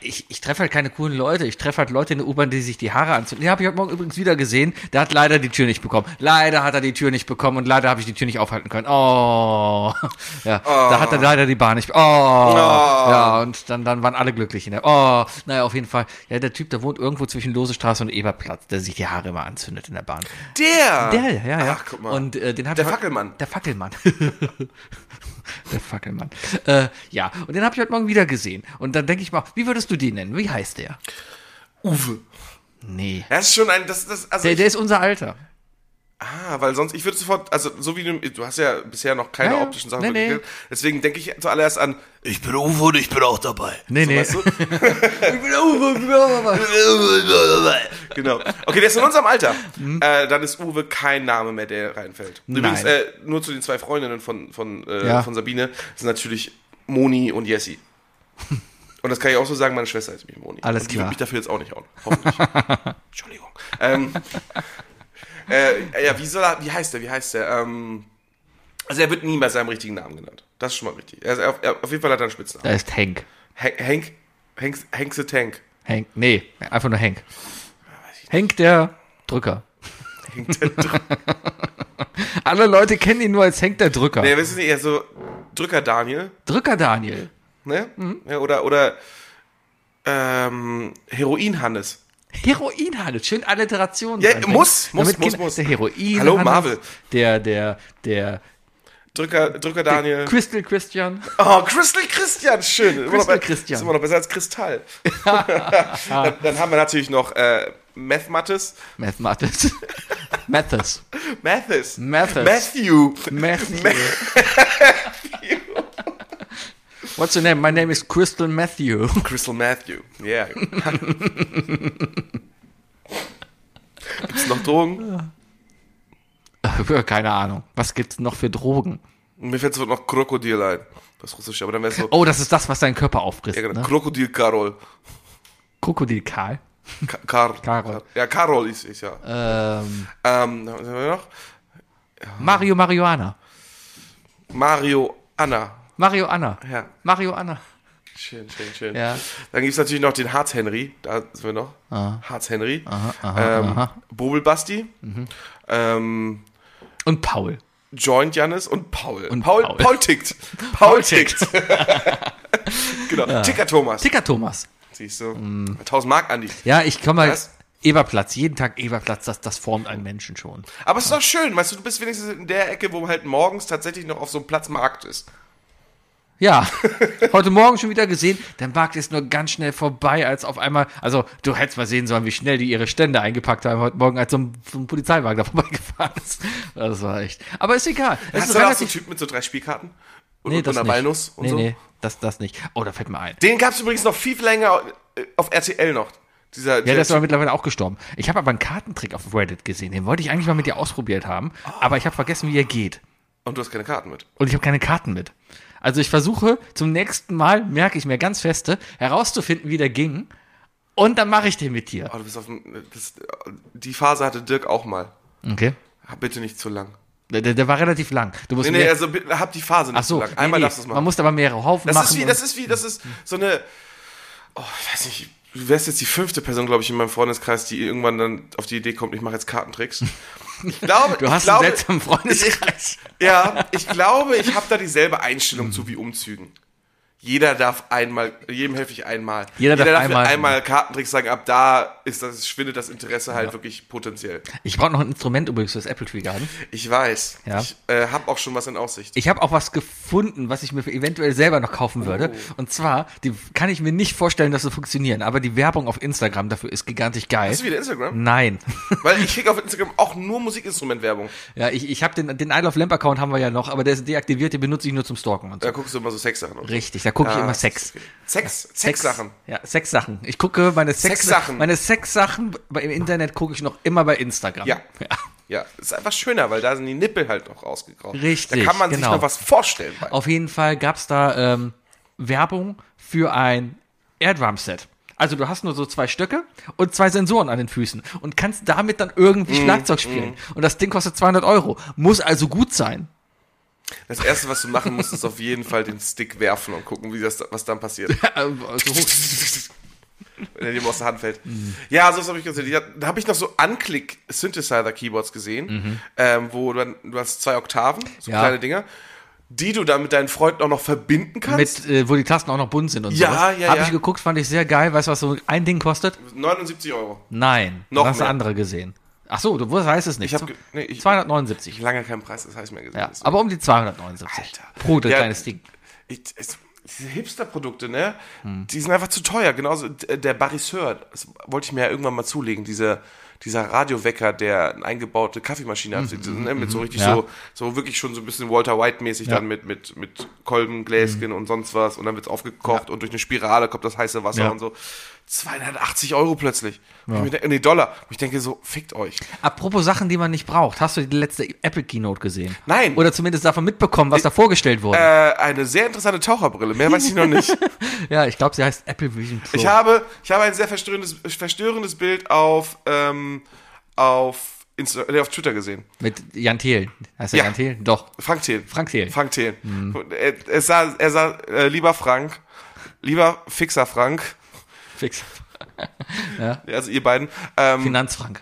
ich, ich treffe halt keine coolen Leute. Ich treffe halt Leute in der U-Bahn, die sich die Haare anzünden. Die habe ich heute Morgen übrigens wieder gesehen. Der hat leider die Tür nicht bekommen. Leider hat er die Tür nicht bekommen und leider habe ich die Tür nicht aufhalten können. Oh, [LAUGHS] ja. Da hat er leider die Bahn nicht. Oh, ja. Und dann, dann waren alle glücklich in der. Oh, naja, auf jeden Fall. Ja, der Typ, der wohnt irgendwo zwischen Losestraße und Eberplatz, der sich die Haare immer anzündet in der Bahn.
Der!
Der, ja, ja.
Ah. Ach, guck mal.
Und äh, den hab
Der
ich heut-
Fackelmann.
Der Fackelmann. [LAUGHS] der Fackelmann. Äh, ja, und den habe ich heute Morgen wieder gesehen. Und dann denke ich mal, wie würdest du den nennen? Wie heißt der?
Uwe.
Nee.
Das ist schon ein, das, das, also
Der,
ich-
der ist unser Alter.
Ah, weil sonst, ich würde sofort, also so wie du, du hast ja bisher noch keine
Ja, ja.
optischen Sachen
Nee,
wirklich
nee.
gekriegt. deswegen denke ich zuallererst an, ich bin Uwe und ich bin auch dabei.
Nee, nee.
Weißt du? genau. Okay, der ist in unserem Alter. Äh, dann ist Uwe kein Name mehr, der reinfällt. Übrigens,
Hm. Nein.
äh, nur zu den zwei Freundinnen von, von, äh,
Ja.
von Sabine, das sind natürlich Moni und Jessi. Und das kann ich auch so sagen, meine Schwester heißt nämlich Moni.
Alles
und die
klar.
wird mich dafür jetzt auch nicht hauen. Hoffentlich.
[LAUGHS]
Entschuldigung. Ähm, äh, ja, wie soll er, wie heißt er, wie heißt er? Ähm, also er wird nie bei seinem richtigen Namen genannt. Das ist schon mal richtig. Er ist, auf, er, auf jeden Fall hat er einen Spitznamen.
Da ist Henk.
Hen- Henk, Henk, Henk the Tank.
Henk. Nee, einfach nur Henk. Henk der Drücker.
Henk der Drücker.
[LAUGHS] Alle Leute kennen ihn nur als Henk der Drücker.
nee, wissen Sie, eher so Drücker Daniel,
Drücker Daniel.
ne?
Mhm.
Ja, oder, oder, ähm, Heroin Hannes.
Heroinhandel, schön Alliteration.
Ja,
sein.
muss, muss,
Damit
muss,
geht-
muss.
Der Heroin.
Hallo, Marvel.
Der, der, der
Drücker, Drücker Daniel.
Crystal Christian.
Oh, Crystal Christian, schön. Immer noch
Crystal
be-
Christian.
Ist immer noch besser als
[LAUGHS]
Kristall. [LAUGHS] dann, dann haben wir natürlich noch, äh, Meth Mattes. [LAUGHS]
Math Mathis. Mathis.
Mathis.
Mathis.
Matthew.
Matthew. [LAUGHS] What's your name? My name is Crystal Matthew. [LAUGHS]
Crystal Matthew. Yeah. [LAUGHS] Gibt's noch Drogen?
Keine Ahnung. Was gibt's noch für Drogen?
Mir fällt sofort noch Krokodil ein. Das russische, aber dann wär's so.
Oh, das ist das, was dein Körper aufrisst.
ja, genau.
ne?
Krokodil Karol.
Krokodil Karl.
Ka Kar
Karol.
Ja, Karol ist, ist ja.
Ähm,
Ähm, was haben wir noch?
Mario Marihuana.
Mario Anna.
Mario Anna.
Ja.
Mario Anna.
Schön, schön, schön.
Ja.
Dann gibt's natürlich noch den Harz Henry. Da sind wir noch. Harz Henry.
aha, Mhm.
ähm,
aha.
Bobel Basti. Ähm,
Und Paul.
Joint Jannis und Paul.
Und
Paul, Paul.
Paul. [LAUGHS]
tickt. Paul tickt. [LAUGHS] genau. Ticker Thomas.
Ticker Thomas.
Siehst du?
Mhm.
1000 Mark, Andi.
Ja, ich komme halt.
Was?
Eberplatz, jeden Tag Eberplatz, das, das formt einen Menschen schon.
Aber es ist doch schön, weißt du, du bist wenigstens in der Ecke, wo halt morgens tatsächlich noch auf so einem Platz Markt ist. [LAUGHS]
Ja, heute Morgen schon wieder gesehen, der Markt ist nur ganz schnell vorbei, als auf einmal, also du hättest mal sehen sollen, wie schnell die ihre Stände eingepackt haben heute Morgen, als so ein, so ein Polizeiwagen da [LAUGHS] vorbeigefahren ist. Das war echt. Aber ist egal.
Hast
Es ist
du da auch so einen
relativ,
Typ mit so drei Spielkarten? Und,
nee,
und
das
einer
nicht.
Walnuss und
nee,
so?
nee, das, das nicht. Oh, da fällt mir ein.
Den gab es übrigens noch viel länger äh, auf RTL noch. Dieser,
Ja,
dieser
der ist aber mittlerweile auch gestorben. Ich habe aber einen Kartentrick auf Reddit gesehen, den wollte ich eigentlich mal mit dir ausprobiert haben,
Ah.
aber ich habe vergessen, wie er geht.
und du hast keine Karten mit.
und ich habe keine Karten mit. Also ich versuche zum nächsten Mal, merke ich mir ganz feste, herauszufinden, wie der ging. Und dann mache ich den mit dir.
Oh, du bist auf dem, das, die Phase hatte Dirk auch mal.
Okay.
Hab Bitte nicht zu lang.
Der, der, der war relativ lang. Du musst
Nee, nee,
mehr-
also bitte, hab die Phase nicht
Ach so,
zu lang. Einmal
nee, nee.
darfst du es machen.
Man muss aber mehrere Haufen
Das
machen.
ist wie,
und-
das ist wie, das ist so eine, oh, ich weiß nicht, du wärst jetzt die fünfte Person, glaube ich, in meinem Freundeskreis, die irgendwann dann auf die Idee kommt, ich mache jetzt Kartentricks.
[LAUGHS]
Ich glaube,
du hast
ich glaube,
einen seltsamen Freundeskreis.
ja, ich glaube, ich habe da dieselbe Einstellung zu wie Umzügen. Jeder darf einmal, jedem helfe ich einmal.
Jeder darf einmal-
einmal Kartentricks sagen, ab da ist das, schwindet das Interesse halt wirklich potenziell.
Ich brauche noch ein Instrument übrigens fürs Apple Tree Garden.
Ich weiß.
Ja.
Ich äh, habe auch schon was in Aussicht.
Ich habe auch was gefunden, was ich mir eventuell selber noch
Oh.
kaufen würde. Und zwar, die kann ich mir nicht vorstellen, dass sie funktionieren, aber die Werbung auf Instagram dafel ist gigantisch geil.
Hast du wieder Instagram?
Nein.
Weil ich krieg auf Instagram auch nur Musikinstrumentwerbung.
Ja, ich, ich habe den, den Isle of Lamp Account haben wir ja noch, aber der ist deaktiviert, den benutze ich nur zum Stalken und so.
Äh, Da guckst du immer so Sex an. und so.
Richtig, da gucke ich
Ah,
immer Sex.
Sex,
Sex-
Sexsachen.
Ja, Sexsachen. Ich gucke meine Sex
Sexsachen.
Meine Sexsachen bei- im Internet gucke ich noch immer bei Instagram.
Ja. Ja, ist einfach schöner, weil da sind die Nippel halt noch ausgegraut.
Richtig,
Da kann man
genau.
sich noch was vorstellen. Bei.
Auf jeden Fall gab es da ähm, Werbung für ein Airdrum-Set. Also du hast nur so zwei Stöcke und zwei Sensoren an den Füßen und kannst damit dann irgendwie
Mhm,
Schlagzeug spielen. Und das Ding kostet 200 Euro. Muss also gut sein. [LAUGHS]
Das erste, was du machen musst, ist auf jeden Fall den Stick werfen und gucken, wie das, was dann passiert.
Ähm, also hoch-
wenn er dem aus der Hand fällt.
Mhm.
Ja, so habe ich gesehen. Ja, Da habe ich noch so Anklick-Synthesizer-Keyboards gesehen, ähm, wo du, dann, du hast zwei Oktaven, so
Mhm. Ja.
kleine Dinger, die du dann mit deinen Freunden auch noch verbinden kannst.
mit, äh, wo die Tasten auch noch bunt sind und
Ja,
sowas.
ja,
Hab
ja.
ich geguckt, fand ich sehr geil. Weißt du, was so ein Ding kostet?
79 Euro.
Nein.
Noch
du hast
mehr.
andere gesehen. Ach so, du weißt es nicht.
Ich habe
So-
nee, ich,
279.
lange keinen Preis, das heißt mir gesagt.
Ja,
deswegen.
aber um die 279.
Alter.
Pro das
Ja.
kleines Ding.
ich, es- diese Hipster-Produkte, ne?
Hm.
Die sind einfach zu teuer. Genauso d- äh, der Barisseur, das wollte ich mir ja irgendwann mal zulegen, dieser, dieser Radiowecker, der eine eingebaute Kaffeemaschine hat, so, ne? mit so richtig
Hm. Ja.
so, so wirklich schon so ein bisschen Walter White-mäßig dann mit, mit, mit Kolben,
Hm.
Gläschen und sonst was und dann wird's aufgekocht und durch eine Spirale kommt das heiße Wasser
Ja.
und so. 280 Euro plötzlich. Ja. Ich mir, denk- nee, Dollar. Und ich denke so, fickt euch.
Apropos Sachen, die man nicht braucht. Hast du die letzte Apple Keynote gesehen?
Nein.
Oder zumindest davon mitbekommen, was da vorgestellt wurde?
Äh, eine sehr interessante Taucherbrille, mehr weiß ich noch nicht.
ja, ich glaube, sie heißt Apple Vision Pro.
Äh. Ich habe, ich habe ein sehr verstörendes, verstörendes Bild auf, ähm, auf, Insta nee, auf Twitter gesehen.
Mit Jan Thelen. Heißt er
Ja.
Jan Thelen? Doch.
Frank Thelen.
Frank Thelen. Mhm.
Frank Thelen. Er, er sah, er sah äh, lieber Frank, lieber Fixer Frank,
Fix.
also ihr beiden, ähm,
Finanzfrank.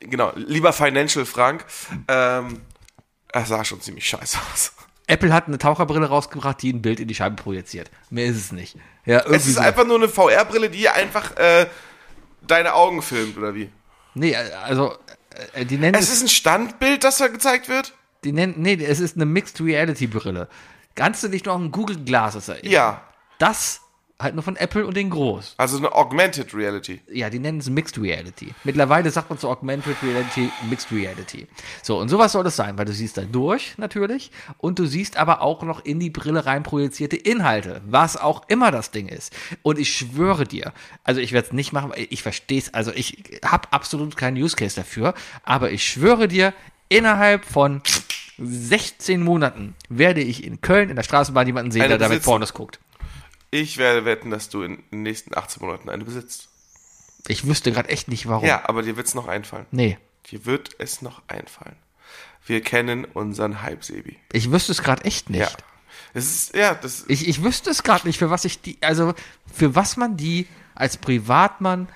genau, lieber Financial Frank. Ähm, er sah schon ziemlich scheiße aus.
Apple hat eine Taucherbrille rausgebracht, die ein Bild in die Scheibe projiziert. Mehr ist es nicht. Ja, irgendwie
Es ist
so.
einfach nur eine VR-Brille, die einfach äh, deine Augen filmt, oder wie?
Nee, also äh, die nennen
Es ist ein Standbild, das da gezeigt wird?
Die nennen, nee, es ist eine Mixed Reality Brille. Kannst du nicht noch ein Google Glasses erinnern?
Ja.
Das halt nur von Apple und den groß.
Also eine Augmented Reality.
Ja, die nennen es Mixed Reality. Mittlerweile sagt man zu Augmented Reality Mixed Reality. So, und sowas soll das sein, weil du siehst da durch natürlich und du siehst aber auch noch in die Brille rein projizierte Inhalte, was auch immer das Ding ist. Und ich schwöre dir, also ich werde es nicht machen, weil ich verstehe es, also ich habe absolut keinen Use Case dafür, aber ich schwöre dir, innerhalb von 16 Monaten werde ich in Köln in der Straßenbahn jemanden sehen,
Eine
der damit
besitzen.
Pornos guckt.
Ich werde wetten, dass du in den nächsten 18 Monaten eine besitzt.
Ich wüsste gerade echt nicht warum.
Ja, aber dir wird's noch einfallen.
Nee.
Dir wird es noch einfallen. Wir kennen unseren Hype, Sebi.
Ich wüsste es gerade echt nicht.
Ja. Es ist, ja, das,
Ich, ich wüsste es gerade nicht, für was ich die, also für was man die als Privatmann,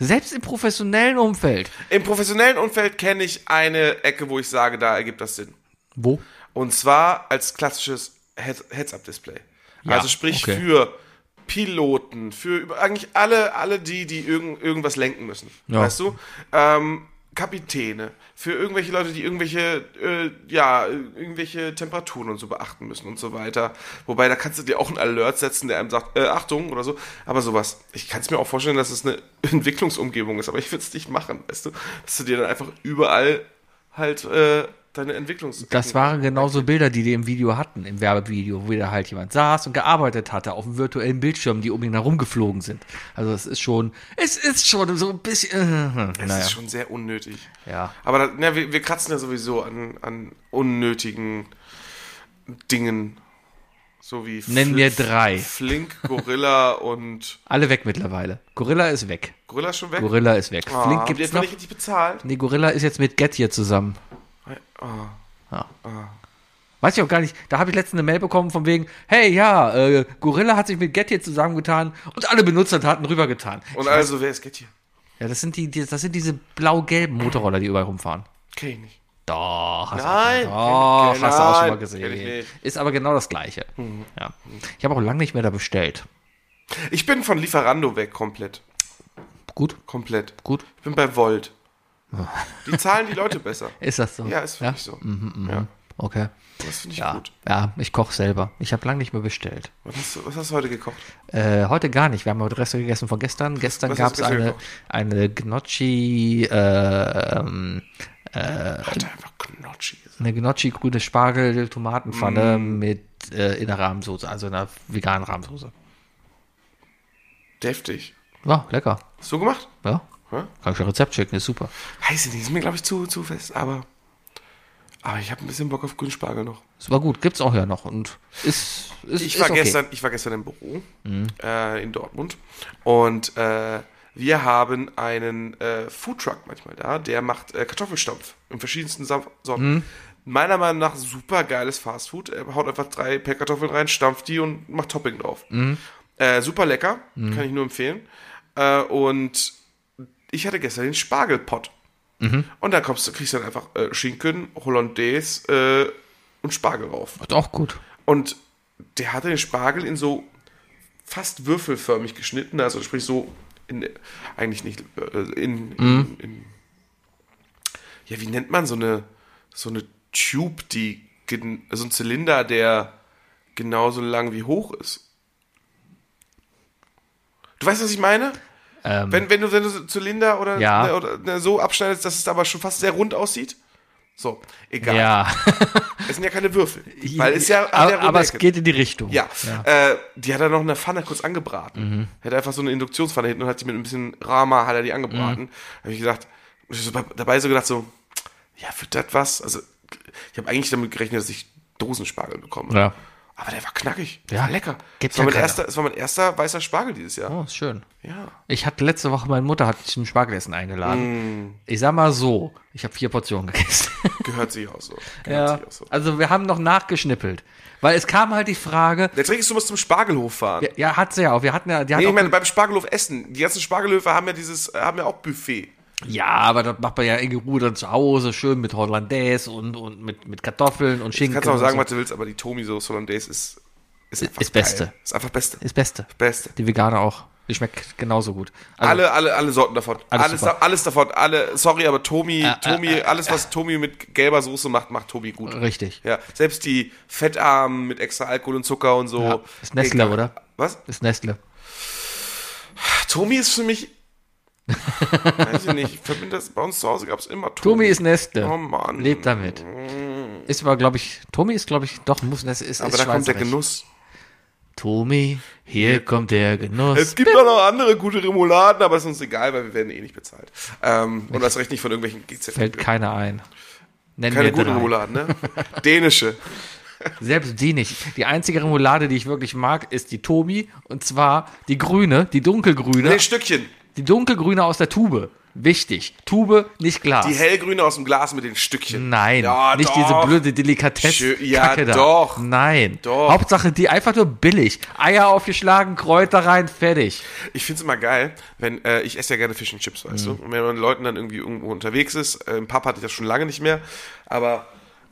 selbst im professionellen Umfeld.
im professionellen Umfeld kenne ich eine Ecke, wo ich sage, da ergibt das Sinn.
Wo?
Und zwar als klassisches Head- Heads-Up-Display.
Ja,
also sprich
okay.
für Piloten, für über- eigentlich alle, alle die, die irgend, irgendwas lenken müssen.
Ja.
Weißt du? Ähm, Kapitäne, für irgendwelche Leute, die irgendwelche, äh, ja, irgendwelche Temperaturen und so beachten müssen und so weiter. Wobei, da kannst du dir auch einen Alert setzen, der einem sagt, äh, Achtung oder so. Aber sowas. Ich kann es mir auch vorstellen, dass es eine [LAUGHS] Entwicklungsumgebung ist, aber ich würde es nicht machen, weißt du? Dass du dir dann einfach überall halt äh, deine Entwicklungs...
Das waren genauso Bilder, die die im Video hatten, im Werbevideo, wo da halt jemand saß und gearbeitet hatte auf dem virtuellen Bildschirm, die um ihn herum geflogen sind. Also es ist schon, es ist schon so ein bisschen. Äh,
Das
naja.
ist schon sehr unnötig.
Ja.
Aber da, na, wir, wir kratzen ja sowieso an, an unnötigen Dingen. So wie
Nennen
Fl-
wir drei.
Flink, Gorilla und
Alle weg mittlerweile. Gorilla ist weg.
Gorilla ist schon weg.
Gorilla ist weg.
Ah,
Flink
haben die
gibt's
etwa
noch.
nicht richtig bezahlt.
Nee, Gorilla ist jetzt mit Get hier zusammen.
Ah.
Weiß ich auch gar nicht. Da habe ich letztens eine Mail bekommen von wegen, hey ja, äh, Gorilla hat sich mit Getty zusammengetan und alle Benutzerdaten rübergetan.
Und also, wer ist Get hier?
Ja, das sind die, die das sind diese blau-gelben Motorroller, die überall rumfahren.
Kenn ich nicht.
Doch, hast
Nein,
du auch,
kenn-
doch, hast du auch
nein,
schon mal
kenn ich
gesehen.
nicht. Mhm.
Ist aber genau das gleiche. Ja. Ich habe auch lange nicht mehr da bestellt.
Ich bin von Lieferando weg, komplett.
Gut,
Komplett.
gut.
Ich bin bei
[LAUGHS]
Volt. Die zahlen die Leute besser.
Ist das so?
Ja, ist für mich so. ja,
Okay.
das finde ich
Mhm, Ja,
gut.
ja ich koche selber. Ich habe lange nicht mehr bestellt.
Was hast, du, was hast du heute gekocht?
Äh, heute gar nicht. Wir haben heute Reste gegessen von gestern. Gestern
was
gab
hast
es
du gestern
eine, eine Gnocchi, äh, ähm,
Hat er einfach Knotschi gesagt. Mm.
eine Gnocchi grüne Spargel Tomatenpfanne mit mit äh, in der Rahmensoße, also in der veganen Rahmensoße.
Deftig.
Ja, lecker.
So gemacht?
Ja.
Ja.
Kann ich ein Rezept schicken, ist super.
Weiß ich nicht, ist mir, glaube ich, zu, zu fest, aber, aber ich habe ein bisschen Bock auf Grünspargel noch.
Ist aber gut, gibt's auch ja noch und ist, ist
Ich
ist
war,
okay.
gestern, ich war gestern im Büro äh, in Dortmund und äh, wir haben einen äh, Foodtruck manchmal da, der macht äh, Kartoffelstampf in verschiedensten Sa- Sorten.
Mhm.
Meiner Meinung nach super geiles Fastfood. Er haut einfach drei Pack Kartoffeln rein, stampft die und macht Topping drauf.
Mhm.
Äh, super lecker, kann ich nur empfehlen. Äh, und ich hatte gestern den Spargelpot.
Mhm.
Und dann kommst du, kriegst dann einfach äh, Schinken, Hollandaise äh, und Spargel drauf.
Ist auch gut.
Und der hatte den Spargel in so fast würfelförmig geschnitten, also sprich so in, eigentlich nicht, äh, in,
Mhm.
in, in, ja, wie nennt man so eine, so eine Tube, die, gen- so ein Zylinder, der genauso lang wie hoch ist. Du weißt, was ich meine?
Ähm,
Wenn, wenn du, wenn du so Zylinder oder, ne,
Ja.
oder, oder so abschneidest, dass es aber schon fast sehr rund aussieht. So, egal.
ja.
Es sind ja keine Würfel. Weil es ja hat ja
aber,
runde
aber es
Ecken.
geht in die Richtung.
Ja, Äh, die hat er noch in der Pfanne kurz
Mhm.
angebraten. Er hat einfach so eine Induktionspfanne hinten und hat die mit ein bisschen Rama hat er die angebraten.
Mhm.
Habe ich gesagt, und ich so bei- dabei so gedacht so, ja, wird das was? Also ich habe eigentlich damit gerechnet, dass ich Dosenspargel bekomme.
Ja.
Aber der war knackig. Der
Ja,
war lecker.
gibt's
das, war
ja
mein
keiner.
erster, das war mein erster weißer Spargel dieses Jahr.
Oh, ist schön.
Ja.
Ich hatte letzte Woche, meine Mutter hat mich zum Spargelessen eingeladen.
Mm.
Ich sag mal so, ich habe vier
[LAUGHS]
Portionen gegessen.
Gehört sich auch so. Gehört
ja.
sich auch so.
Also wir haben noch nachgeschnippelt. Weil es kam halt die Frage,
Der Trick ist, du musst zum Spargelhof fahren.
ja, ja hat sie ja auch, wir hatten ja, die hat
Nee,
auch,
ich meine, beim Spargelhof essen. Die ganzen Spargelhöfe haben ja dieses, haben ja auch Buffet.
ja, aber das macht man ja in Ruhe dann zu Hause, schön mit Hollandaise und, und mit, mit Kartoffeln und Schinken.
Kannst du auch sagen,
und
was du willst, aber die Tomi-Sauce Hollandaise ist, ist einfach
Ist
geil.
Beste.
Ist einfach Beste.
so. Ist Beste.
Beste.
Die Veganer auch. Die schmeckt genauso gut. Also,
alle, alle, alle Sorten davon.
Alles
Alles,
super.
da- alles davon. Alle, sorry, aber Tomi,
Äh,
Tomi, alles, was Tomi mit gelber Soße macht, macht Tomi gut.
Richtig.
Ja, selbst die Fettarmen mit extra Alkohol und Zucker und so.
Ja, ist Nestle,
Egal.
oder?
Was?
Ist Nestle.
Tomi ist für
[LAUGHS]
mich. weiß ich nicht. Ich verbinde das. Bei uns zu Hause gab es immer Tomi.
Tomi ist ne- Nestle.
Oh Mann.
Lebt damit. Ist aber, glaube ich, Tomi ist, glaube ich, doch, muss Nestle, ist
aber
ist
da kommt der
schweizerisch.
Genuss.
Tomi, hier kommt der Genuss.
Es gibt auch noch andere gute Remouladen, aber ist uns egal, weil wir werden eh nicht bezahlt. Ähm, und das recht nicht von irgendwelchen GZ.
Fällt keiner ein. Nennen
Keine
wir
guten
drei.
Remouladen, ne? Dänische.
Selbst die nicht. Die einzige Remoulade, die ich wirklich mag, ist die Tomi. Und zwar die grüne, die dunkelgrüne.
Nee, Stückchen.
Die dunkelgrüne aus der Tube. Wichtig. Tube, nicht Glas.
Die hellgrüne aus dem Glas mit den Stückchen.
Nein,
Ja,
nicht
doch.
diese blöde Delikatesse.
Schö- ja, doch.
Nein.
Doch.
Hauptsache die einfach nur billig. Eier aufgeschlagen, Kräuter rein, fertig.
Ich find's immer geil, wenn äh, ich esse ja gerne Fish and Chips, weißt du? Und wenn man mit Leuten dann irgendwie irgendwo unterwegs ist, äh, im Pub hatte ich das schon lange nicht mehr, aber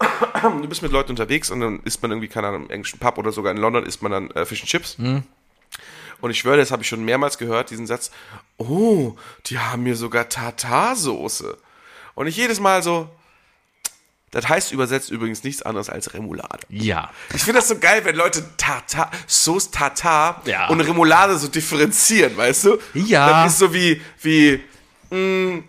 [CLEARS THROAT] du bist mit Leuten unterwegs und dann isst man irgendwie, keine Ahnung, im englischen Pub oder sogar in London isst man dann äh, Fish and Chips. Und ich schwöre, das habe ich schon mehrmals gehört, diesen Satz, oh, die haben hier sogar Tartarsoße. Und ich jedes Mal so, das heißt übersetzt übrigens nichts anderes als Remoulade.
Ja.
Ich finde das so geil, wenn Leute Tartar, Sauce Tartar
Ja.
und Remoulade so differenzieren, weißt du?
Ja.
Das ist so wie, wie,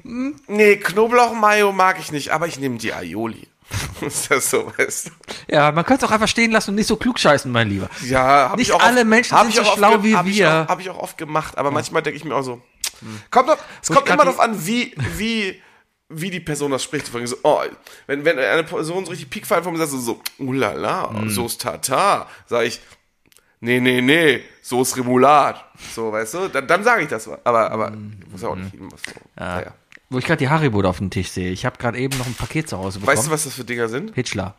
mm, nee, Knoblauchmayo mag ich nicht, aber ich nehme die Aioli. [LAUGHS] ist das so, weißt du?
Ja, man könnte es auch einfach stehen lassen und nicht so klugscheißen, mein Lieber.
Ja, hab
Nicht
ich auch
alle
oft,
Menschen
hab
sind
ich
so
auch oft
schlau
ge-
wie
hab Ich
wir. Hm.
auch, hab ich auch oft gemacht, aber manchmal denke ich mir auch so, kommt doch, es kommt
grad
immer
die-
darauf an, wie, wie, wie die Person das spricht. Von wegen So, oh, wenn, wenn eine Person so richtig piekfein von mir sagt, so, so ulala,
Hm.
Soße Tatar, sage ich, nee, nee, nee, Soße Remoulade. So, weißt du, dann, dann sage ich das. Aber, aber
Hm.
muss ja auch nicht jedem was so. Naja.
Wo ich gerade die Haribo da auf dem Tisch sehe. Ich habe gerade eben noch ein Paket zu Hause bekommen.
Weißt du, was das für Dinger sind?
Hitchler.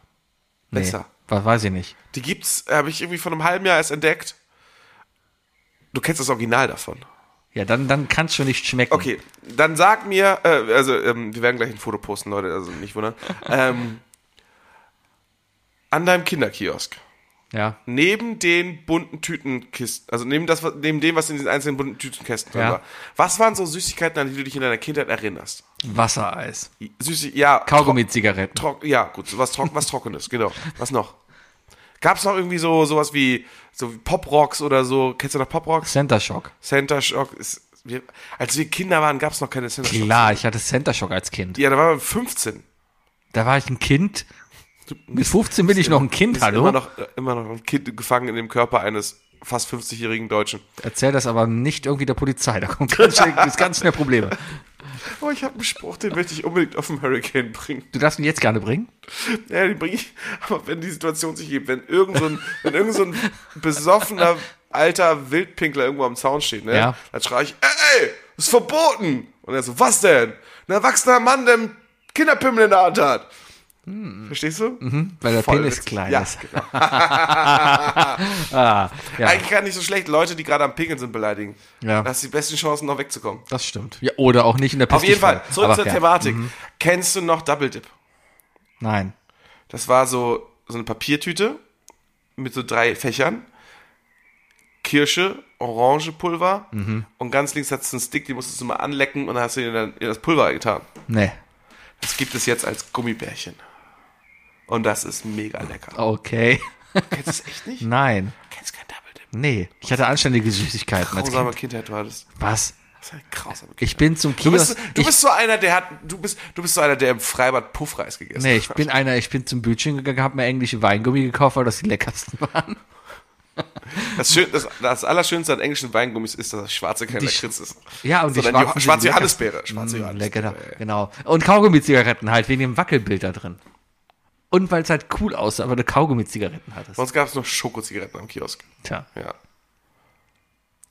Nee,
Besser.
Was weiß ich nicht.
Die gibt's, habe ich irgendwie vor einem halben Jahr erst entdeckt. Du kennst das Original davon.
Ja, dann, dann kann es schon nicht schmecken.
Okay, dann sag mir, äh, also ähm, wir werden gleich ein Foto posten, Leute, also nicht wundern. ähm, an deinem Kinderkiosk,
Ja.
neben den bunten Tütenkisten, also neben, das, was- neben dem, was in diesen einzelnen bunten Tütenkästen drin
Ja.
war, was waren so Süßigkeiten, an die du dich in deiner Kindheit erinnerst?
Wassereis.
Süßig, ja.
Kaugummi-Zigaretten.
Trock, ja, gut, so was, trock, was Trockenes, genau. Was noch? Gab's noch irgendwie so sowas wie, so wie Poprocks oder so? Kennst du noch Poprocks?
Center Shock.
Center Shock ist. Wir, als wir Kinder waren, gab's noch keine Center Shock.
Klar, ich hatte Center Shock als Kind.
Ja, da waren wir 15.
Da war ich ein Kind Mit 15 bin ich noch ein Kind,
bist immer
hallo?
noch, äh, immer noch ein Kind gefangen in dem Körper eines fast 50-jährigen Deutschen.
Erzähl das aber nicht irgendwie der Polizei, da kommt ganz schnell, gibt's ganz schnell Probleme.
Oh, ich habe einen Spruch, den möchte ich unbedingt auf den Hurricane bringen.
Du darfst ihn jetzt gerne bringen.
Ja, den bringe ich, [LAUGHS] aber wenn die Situation sich gibt, wenn irgend so ein, wenn irgend so ein besoffener alter Wildpinkler irgendwo am Zaun steht, ne,
Ja.
dann schreie ich, ey, ey, ist verboten! Und er so, was denn? Ein erwachsener Mann, der einen Kinderpimmel in der Hand hat.
Hm.
Verstehst du?
Weil der
Voll
Penis
witzig.
klein
Ja,
ist.
genau.
[LAUGHS]
[LAUGHS]
Ah, ja,
Eigentlich gar nicht so schlecht, Leute, die gerade am Pinkeln sind, beleidigen.
Ja.
Das hast die besten Chancen, noch wegzukommen.
das stimmt. Ja, oder auch nicht in der Piste.
Auf jeden Fall, zurück
Aber
zur
ja. Mhm.
Thematik. Kennst du noch Double Dip?
Nein.
Das war so, so eine Papiertüte mit so drei Fächern. Kirsche, Orangepulver
Mhm.
und ganz links hat es einen Stick, den musstest du mal anlecken und dann hast du dir dann in das Pulver getan.
Nee.
Das gibt es jetzt als Gummibärchen. Und das ist mega lecker.
Okay.
Kennst du es echt nicht?
Nein.
Kennst kein Double Dip?
Nee. Ich hatte anständige Süßigkeiten. Als kind.
Grausame Kindheit war das.
Was?
Das ist eine grausame Kindheit.
Ich bin zum
Du
Kiosk.
bist, du bist so einer, der hat, du bist, du bist so einer, der im Freibad Puffreis gegessen
ich, nee,
hat.
ich bin einer, ich bin zum Bütchen gegangen, hab mir englische Weingummi gekauft, weil das die leckersten waren.
Das, Schön, das, das Allerschönste an englischen Weingummis ist, dass das schwarze kein
Die
Lakritz ist.
Ja, und die
Sondern die
schwarzen
schwarze
sind lecker.
Johannisbeere. Schwarze
Mm,
Johannisbeere.
lecker, genau. Und Kaugummi-Zigaretten halt, wegen dem Wackelbild da drin. Und weil es halt cool aussah, weil du Kaugummi-Zigaretten hattest.
Sonst gab es noch Schokozigaretten am Kiosk.
Tja.
Ja.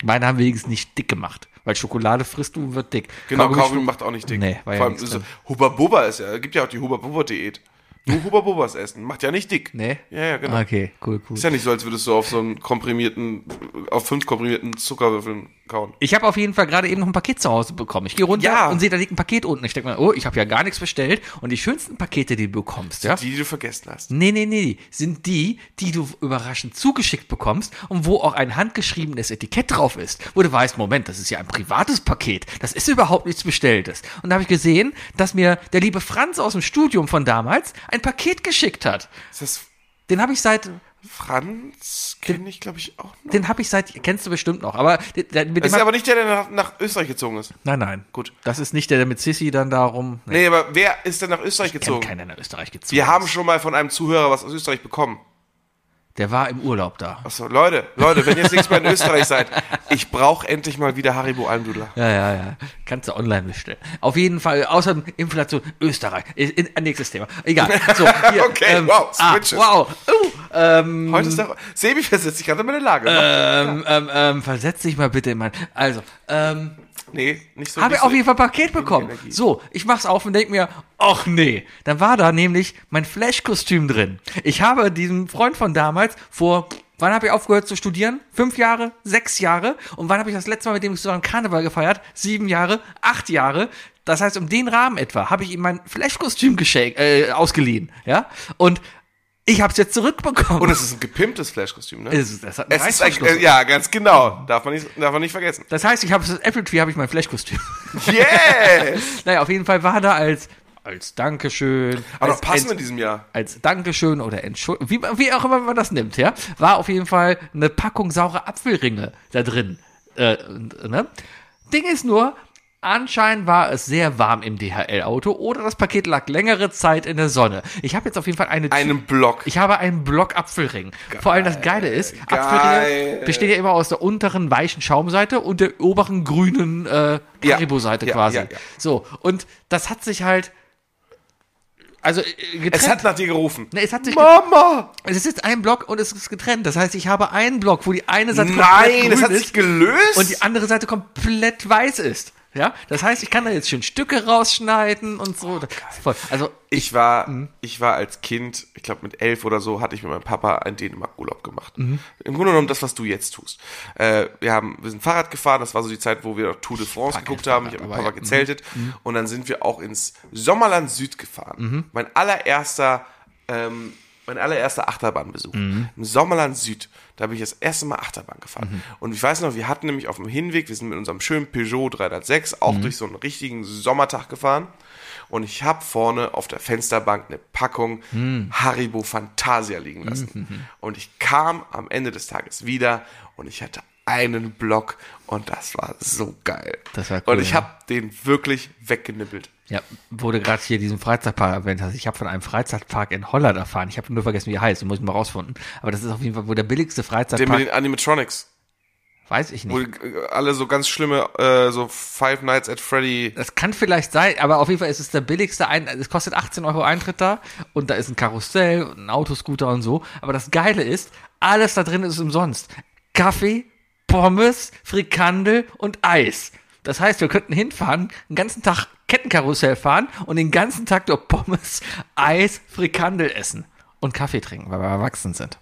Meine haben wenigstens nicht dick gemacht, weil Schokolade frisst du und wird dick.
Genau, Kaugummi,
schmeckt-
macht auch nicht dick.
Nee, war ja
Vor allem
nichts
so
drin.
Huba Buba ist ja, gibt ja auch die Huba Buba Diät. Nur Huba Bubas essen, macht ja nicht dick.
Nee? Ah.
Ja, ja, genau.
Okay, cool, cool.
Ist ja nicht so, als würdest du auf so einen komprimierten, auf fünf komprimierten Zuckerwürfeln kauen.
Ich habe auf jeden Fall gerade eben noch ein Paket zu Hause bekommen. Ich gehe runter
Ja.
und sehe, da liegt ein Paket unten. Ich denke mir, oh, ich habe ja gar nichts bestellt. Und die schönsten Pakete, die du bekommst, ja?
Die, die du vergessen hast.
Nee, nee, nee, sind die, die du überraschend zugeschickt bekommst und wo auch ein handgeschriebenes Etikett drauf ist, wo du weißt, Moment, das ist ja ein privates Paket, das ist überhaupt nichts Bestelltes. Und da habe ich gesehen, dass mir der liebe Franz aus dem Studium von damals ein Paket geschickt hat.
Ist das
Den habe ich seit,
Franz?
Hm.
Kenne ich, glaube ich, auch noch.
den habe ich seit, kennst du bestimmt noch, aber der- der- mit
Das
dem
ist
hab-
aber nicht der, der nach, nach Österreich gezogen ist.
nein, nein,
Gut.
das ist nicht der, der mit Sissy dann darum.
Nee, aber wer ist denn nach Österreich
Kennt
gezogen?
keiner in Österreich gezogen.
Wir haben schon mal von einem Zuhörer was aus Österreich bekommen.
Der war im Urlaub da.
Achso, Leute, Leute, wenn ihr jetzt nichts mehr in Österreich
[LAUGHS]
seid, ich brauche endlich mal wieder Haribo Almdudler.
Ja, ja, ja. Kannst du online bestellen. Auf jeden Fall, außer Inflation, Österreich. In, in, nächstes Thema. Egal.
[LAUGHS]
So, hier,
Okay, wow,
ah,
switches.
wow. Uh, ähm,
Heute ist der. Sebi versetzt sich gerade in meine Lage.
ähm, ähm, ähm, versetz dich mal bitte in mein. Also, ähm,
nee, nicht so.
habe
nicht
ich auf
so.
jeden Fall ein Paket bekommen.
Energie.
So, ich mach's auf und denk mir, ach nee. Dann war da nämlich mein Flash-Kostüm drin. Ich habe diesem Freund von damals vor. Wann habe ich aufgehört zu studieren? Fünf Jahre? Sechs Jahre? Und wann habe ich das letzte Mal mit dem zusammen Karneval gefeiert? Sieben Jahre? Acht Jahre? Das heißt, um den Rahmen etwa habe ich ihm mein Flash-Kostüm geschenk- äh, ausgeliehen. Ja? Und ich habe es jetzt zurückbekommen. [LAUGHS]
Und es ist ein gepimptes Flash-Kostüm, ne?
es, es hat einen
Es ist ein,
Reißverschluss.
äh, ja, ganz genau. Darf man nicht, darf man nicht vergessen.
Das heißt, ich habe das Apple Tree, habe ich mein Flash-Kostüm. [LAUGHS]
Yes!
Naja, auf jeden Fall war da als, als Dankeschön.
Aber
als,
doch passend in
als,
diesem Jahr.
als Dankeschön oder Entschuldigung, wie, wie auch immer man das nimmt, ja, war auf jeden Fall eine Packung saure Apfelringe da drin. Äh, und, ne? Ding ist nur, anscheinend war es sehr warm im DHL-Auto oder das Paket lag längere Zeit in der Sonne. Ich habe jetzt auf jeden Fall eine
Einem Block.
ich habe einen Block Apfelring. Vor allem das Geile ist,
Geil.
Apfelringe bestehen ja immer aus der unteren weichen Schaumseite und der oberen grünen äh,
Ja.
Haribo-Seite
Ja,
quasi.
ja, ja.
So, und das hat sich halt. Also, äh, getrennt.
es hat nach dir gerufen.
Ne, es hat sich.
Mama!
Es ist jetzt ein Block und es ist getrennt. Das heißt, ich habe einen Block, wo die eine Seite
Nein, es
grün
hat
ist
sich gelöst.
und die andere Seite komplett weiß ist. Ja, das heißt, ich kann da jetzt schön Stücke rausschneiden und
Oh,
so. Voll. Also,
Ich war, ich war als Kind, ich glaube mit elf oder so, hatte ich mit meinem Papa einen Dänemark-Urlaub gemacht.
Mhm.
Im Grunde genommen das, was du jetzt tust. Äh, wir haben, wir sind Fahrrad gefahren, das war so die Zeit, wo wir noch Tour de France
kein
geguckt haben. Ich
Fahrrad,
habe mit
aber
Papa
ja. Mhm.
gezeltet und dann sind wir auch ins Sommerland Süd gefahren. Mein allererster, ähm, mein allererster Achterbahnbesuch.
Mhm.
Im Sommerland Süd, da bin ich das erste Mal Achterbahn gefahren. Und ich weiß noch, wir hatten nämlich auf dem Hinweg, wir sind mit unserem schönen Peugeot 306
Mhm.
auch durch so einen richtigen Sommertag gefahren. Und ich habe vorne auf der Fensterbank eine Packung
Mhm.
Haribo Fantasia liegen lassen. Und ich kam am Ende des Tages wieder und ich hatte einen Block und das war so geil.
Das war cool,
und ich
ja.
habe den wirklich weggenippelt.
Ja, wurde gerade hier diesen Freizeitpark erwähnt. hast. ich habe von einem Freizeitpark in Holland erfahren. Ich habe nur vergessen, wie er heißt. Den muss ich mal rausfinden. Aber das ist auf jeden Fall wohl der billigste
Den mit den
Freizeitpark.
Animatronics.
Weiß ich
Wo
nicht.
äh, alle so ganz schlimme, äh, so Five Nights at [LAUGHS] Freddy. Oh,
Das kann vielleicht sein, aber auf jeden Fall ist es der billigste. Ein es kostet 18 Euro Eintritt da und da ist ein Karussell und ein Autoscooter und so. Aber das Geile ist, alles da drin ist umsonst. Kaffee, Pommes, Frikandel und Eis. Das heißt, wir könnten hinfahren, den ganzen Tag Kettenkarussell fahren und den ganzen Tag nur Pommes, Eis, Frikandel essen und Kaffee trinken, weil wir erwachsen sind.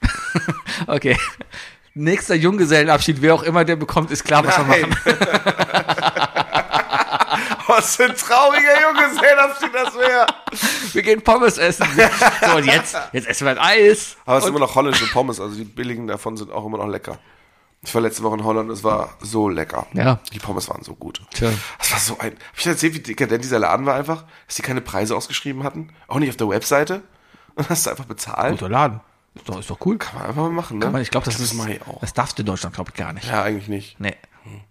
[LAUGHS] okay. Nächster Junggesellenabschied, wer auch immer der bekommt, ist klar, was wir machen.
Nein. Was für ein trauriger Junge, Sehnabschied das wäre.
Wir gehen Pommes essen. [LAUGHS] So, und jetzt, jetzt essen wir ein Eis.
Aber es sind immer noch holländische Pommes, also die billigen davon sind auch immer noch lecker. Ich war letzte Woche in Holland, es war so lecker.
Ja.
Die Pommes waren so gut.
Tja.
Das war so ein. Hab ich dir erzählt, wie dekadent dieser Laden war einfach? Dass die keine Preise ausgeschrieben hatten? Auch nicht auf der Webseite? [LAUGHS] Und hast du einfach bezahlt?
Guter Laden. Ist doch, ist doch cool.
Kann man einfach mal machen, ne?
Aber ich glaube, das, ist,
mache ich auch.
das darfst du in Deutschland, glaube ich, gar nicht.
Ja, Hm. eigentlich nicht.
Nee.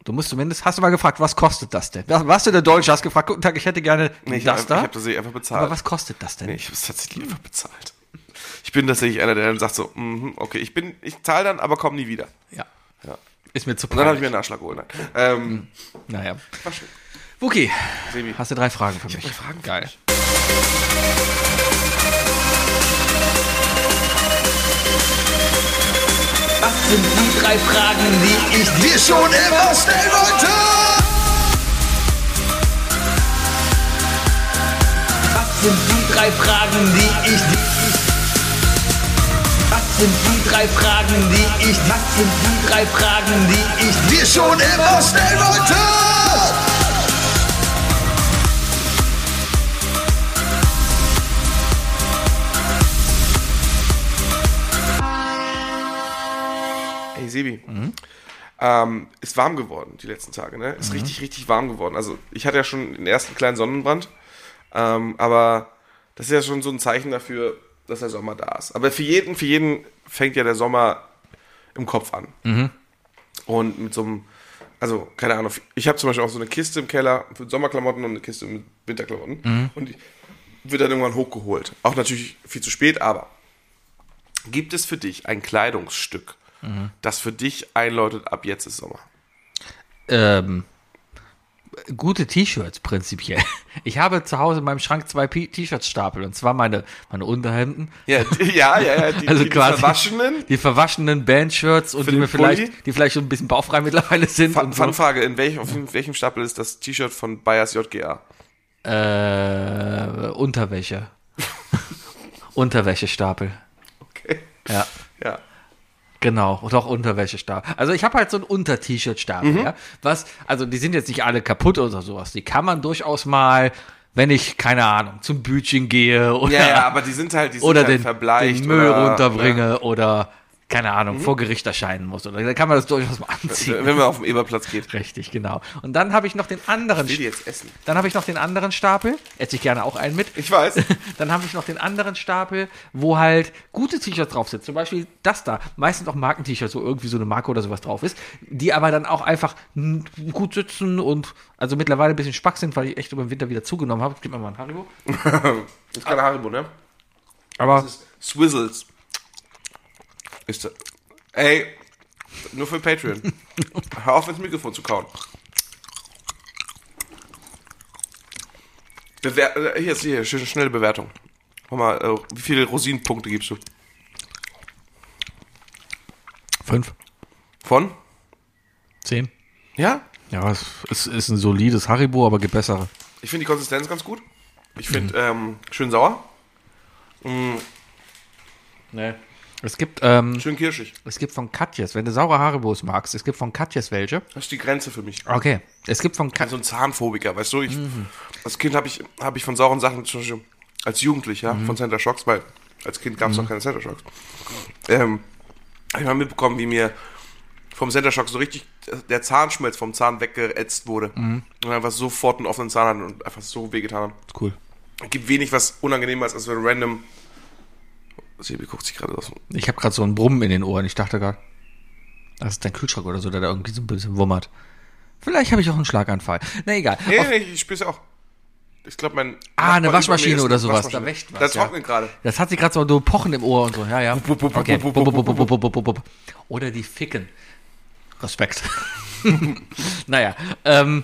Du musst zumindest, hast du mal gefragt, was kostet das denn? Was- Warst du der Deutsche, hast gefragt, guten Tag, ich hätte gerne
Nee, ich
das
hab,
da.
Ich habe das nicht einfach bezahlt.
aber was kostet das denn?
Nee, ich habe es tatsächlich einfach bezahlt. Ich bin tatsächlich einer, der dann sagt so, mhm, okay, ich bin, ich zahle dann, aber komm nie wieder.
Ja.
Ja.
Ist mir zu
Und dann habe ich
peinlich.
mir einen Nachschlag geholt. Nein. Ähm,
Naja.
war schön.
Wookie,
Sebi.
hast du drei Fragen für mich?
drei Fragen für
Geil.
Was sind die drei Fragen, die ich dir schon immer stellen wollte? Was sind die drei Fragen, die ich dir... Was sind die drei Fragen, die ich... Was sind die drei Fragen, die ich dir schon immer stellen wollte?
Ey, Sebi. Ähm, ist warm geworden die letzten Tage, ne? Ist richtig, richtig warm geworden. Also, ich hatte ja schon den ersten kleinen Sonnenbrand. Ähm, aber das ist ja schon so ein Zeichen dafür, dass der Sommer da ist. Aber für jeden, für jeden fängt ja der Sommer im Kopf an. Und mit so einem, also, keine Ahnung, ich habe zum Beispiel auch so eine Kiste im Keller für Sommerklamotten und eine Kiste mit Winterklamotten. Und die wird dann irgendwann hochgeholt. Auch natürlich viel zu spät, aber gibt es für dich ein Kleidungsstück, das für dich einläutet, ab jetzt ist Sommer?
Ähm, gute T-Shirts prinzipiell. [LAUGHS] Ich habe zu Hause in meinem Schrank zwei P- T-Shirts-Stapel und zwar meine, meine Unterhemden.
Ja, [LAUGHS] die, ja, ja, ja, die,
Also
die
quasi
verwaschenen.
Die verwaschenen Band-Shirts und
Für
die
den
mir vielleicht,
Pulli?
die vielleicht schon ein bisschen bauchfrei mittlerweile sind.
Fa-
und so.
Fanfrage, in welchem, auf welchem Stapel ist das T-Shirt von Bayers JGA?
Äh, Unterwäsche. [LAUGHS] Unterwäschestapel.
Okay.
Ja.
Ja.
Genau, und auch Unterwäschestapel. Also ich habe halt so einen Unter-T-Shirt-Stapel,
Mhm.
ja. Was, also die sind jetzt nicht alle kaputt oder sowas. Die kann man durchaus mal, wenn ich, keine Ahnung, zum Bütchen gehe oder,
ja, ja, aber die sind halt, die sind
oder
halt
den,
verbleicht.
den Müll
oder, Mhm.
runterbringe oder, keine Ahnung, vor Gericht erscheinen muss. Oder dann kann man das durchaus mal anziehen.
Ja, wenn man auf den Eberplatz geht.
Richtig, genau. Und dann habe ich noch den anderen
Ich will die
St-
jetzt essen.
dann habe ich noch den anderen Stapel, esse ich gerne auch einen mit. [LAUGHS]
Ich weiß.
Dann habe ich noch den anderen Stapel, wo halt gute T-Shirts drauf sind. Zum Beispiel das da. Meistens auch Marken-T-Shirts, wo irgendwie so eine Marke oder sowas drauf ist. Die aber dann auch einfach n- gut sitzen und also mittlerweile ein bisschen spack sind, weil ich echt über den Winter wieder zugenommen habe. Gib mir mal ein Haribo.
Das ist keine Haribo, ne?
Aber
Swizzles. Ist das. Ey, nur für Patreon.
[LAUGHS]
Hör auf, ins Mikrofon zu kauen. Bewer äh, hier ist hier, schöne schnelle Bewertung. Mach mal, äh, wie viele Rosinenpunkte gibst du?
fünf,
Von?
zehn.
Ja?
Ja, es ist, ein solides Haribo, aber gibt bessere.
Ich finde die Konsistenz ganz gut. Ich finde
[CLEARS THROAT]
ähm, schön sauer,
Nee. Es gibt, ähm,
schön kirschig.
es gibt von Katjes, wenn du saure Haribos magst, es gibt von Katjes welche.
Das ist die Grenze für mich.
Okay. Es gibt von
bin
Katjes.
so ein Zahnphobiker, weißt du? Ich, Als Kind habe ich, hab ich von sauren Sachen, zum Beispiel als Jugendlicher, von Center Shocks, weil als Kind gab es noch keine Center Shocks, ähm, habe ich mal mitbekommen, wie mir vom Center Shock so richtig der Zahnschmelz vom Zahn weggeätzt wurde. Und einfach sofort einen offenen Zahn hatten und einfach so wehgetan haben.
Cool.
Es gibt wenig, was unangenehmer ist, als wenn random. Sebi guckt sich gerade aus.
Ich habe gerade so ein Brummen in den Ohren. Ich dachte gerade, das ist dein Kühlschrank oder so, der da irgendwie so ein bisschen wummert. Vielleicht habe ich auch einen Schlaganfall. Na egal.
Nee,
Auf,
nee, ich spür's auch. Ich glaube, mein.
ah,
Nachbar
eine
über mir
Waschmaschine
ist
oder sowas. Da
Waschmaschine.
wäscht was.
Das
ja.
trocknet gerade.
Das hat sie gerade so so Pochen im Ohr und so. Ja, ja. Okay. Bup, bup, bup, bup, bup, bup, bup. Oder die Ficken. Respekt. [LAUGHS] naja. Ähm,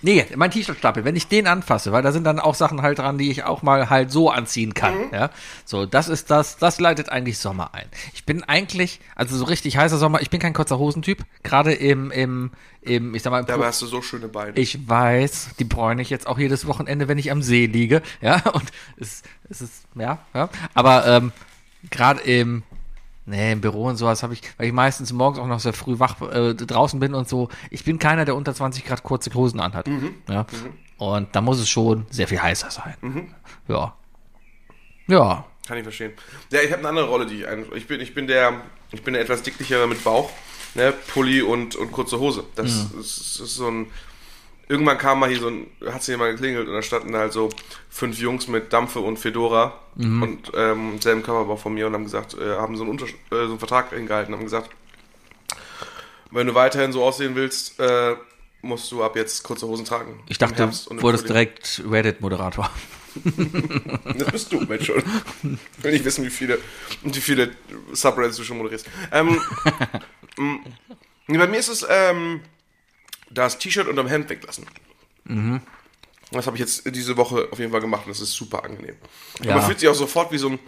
nee, mein T-Shirt-Stapel, wenn ich den anfasse, weil da sind dann auch Sachen halt dran, die ich auch mal halt so anziehen kann. Ja? So, das ist das, das leitet eigentlich Sommer ein. Ich bin eigentlich, also so richtig heißer Sommer, ich bin kein kurzer Hosentyp. Gerade im, im, im, ich sag mal, im
Dabei hast du so schöne Beine.
ich weiß, die bräune ich jetzt auch jedes Wochenende, wenn ich am See liege. Ja, [LAUGHS] und es, es ist, ja, ja. Aber ähm, gerade im, nee, im Büro und sowas habe ich, weil ich meistens morgens auch noch sehr früh wach äh, draußen bin und so, ich bin keiner, der unter 20 Grad kurze Hosen anhat. Ja. Und da muss es schon sehr viel heißer sein. Ja. Ja.
Kann ich verstehen. Ja, ich habe eine andere Rolle, die ich ein. Ich bin, ich bin der, ich bin der etwas dicklichere mit Bauch, ne, Pulli und, und kurze Hose. Das ist, ist so ein. Irgendwann kam mal hier so ein, hat sich jemand geklingelt und da standen halt so fünf Jungs mit Dampfe und Fedora
Mhm.
und ähm, selben Körperbau von mir und haben gesagt, äh, haben so einen, Untersch äh, so einen Vertrag hingehalten, haben gesagt, wenn du weiterhin so aussehen willst, äh, musst du ab jetzt kurze Hosen tragen.
Ich
Im
dachte,
Herbst und
du
im
wurdest
Frühling.
direkt Reddit-Moderator.
Das bist du, Mensch, schon. Ich will nicht wissen, wie viele, wie viele Subreddits du schon moderierst. Ähm, mm, nee, bei mir ist es ähm, das T-Shirt unterm Hemd weglassen.
Mhm.
Das habe ich jetzt diese Woche auf jeden Fall gemacht und das ist super angenehm.
Ja.
Man fühlt sich auch sofort wie so ein.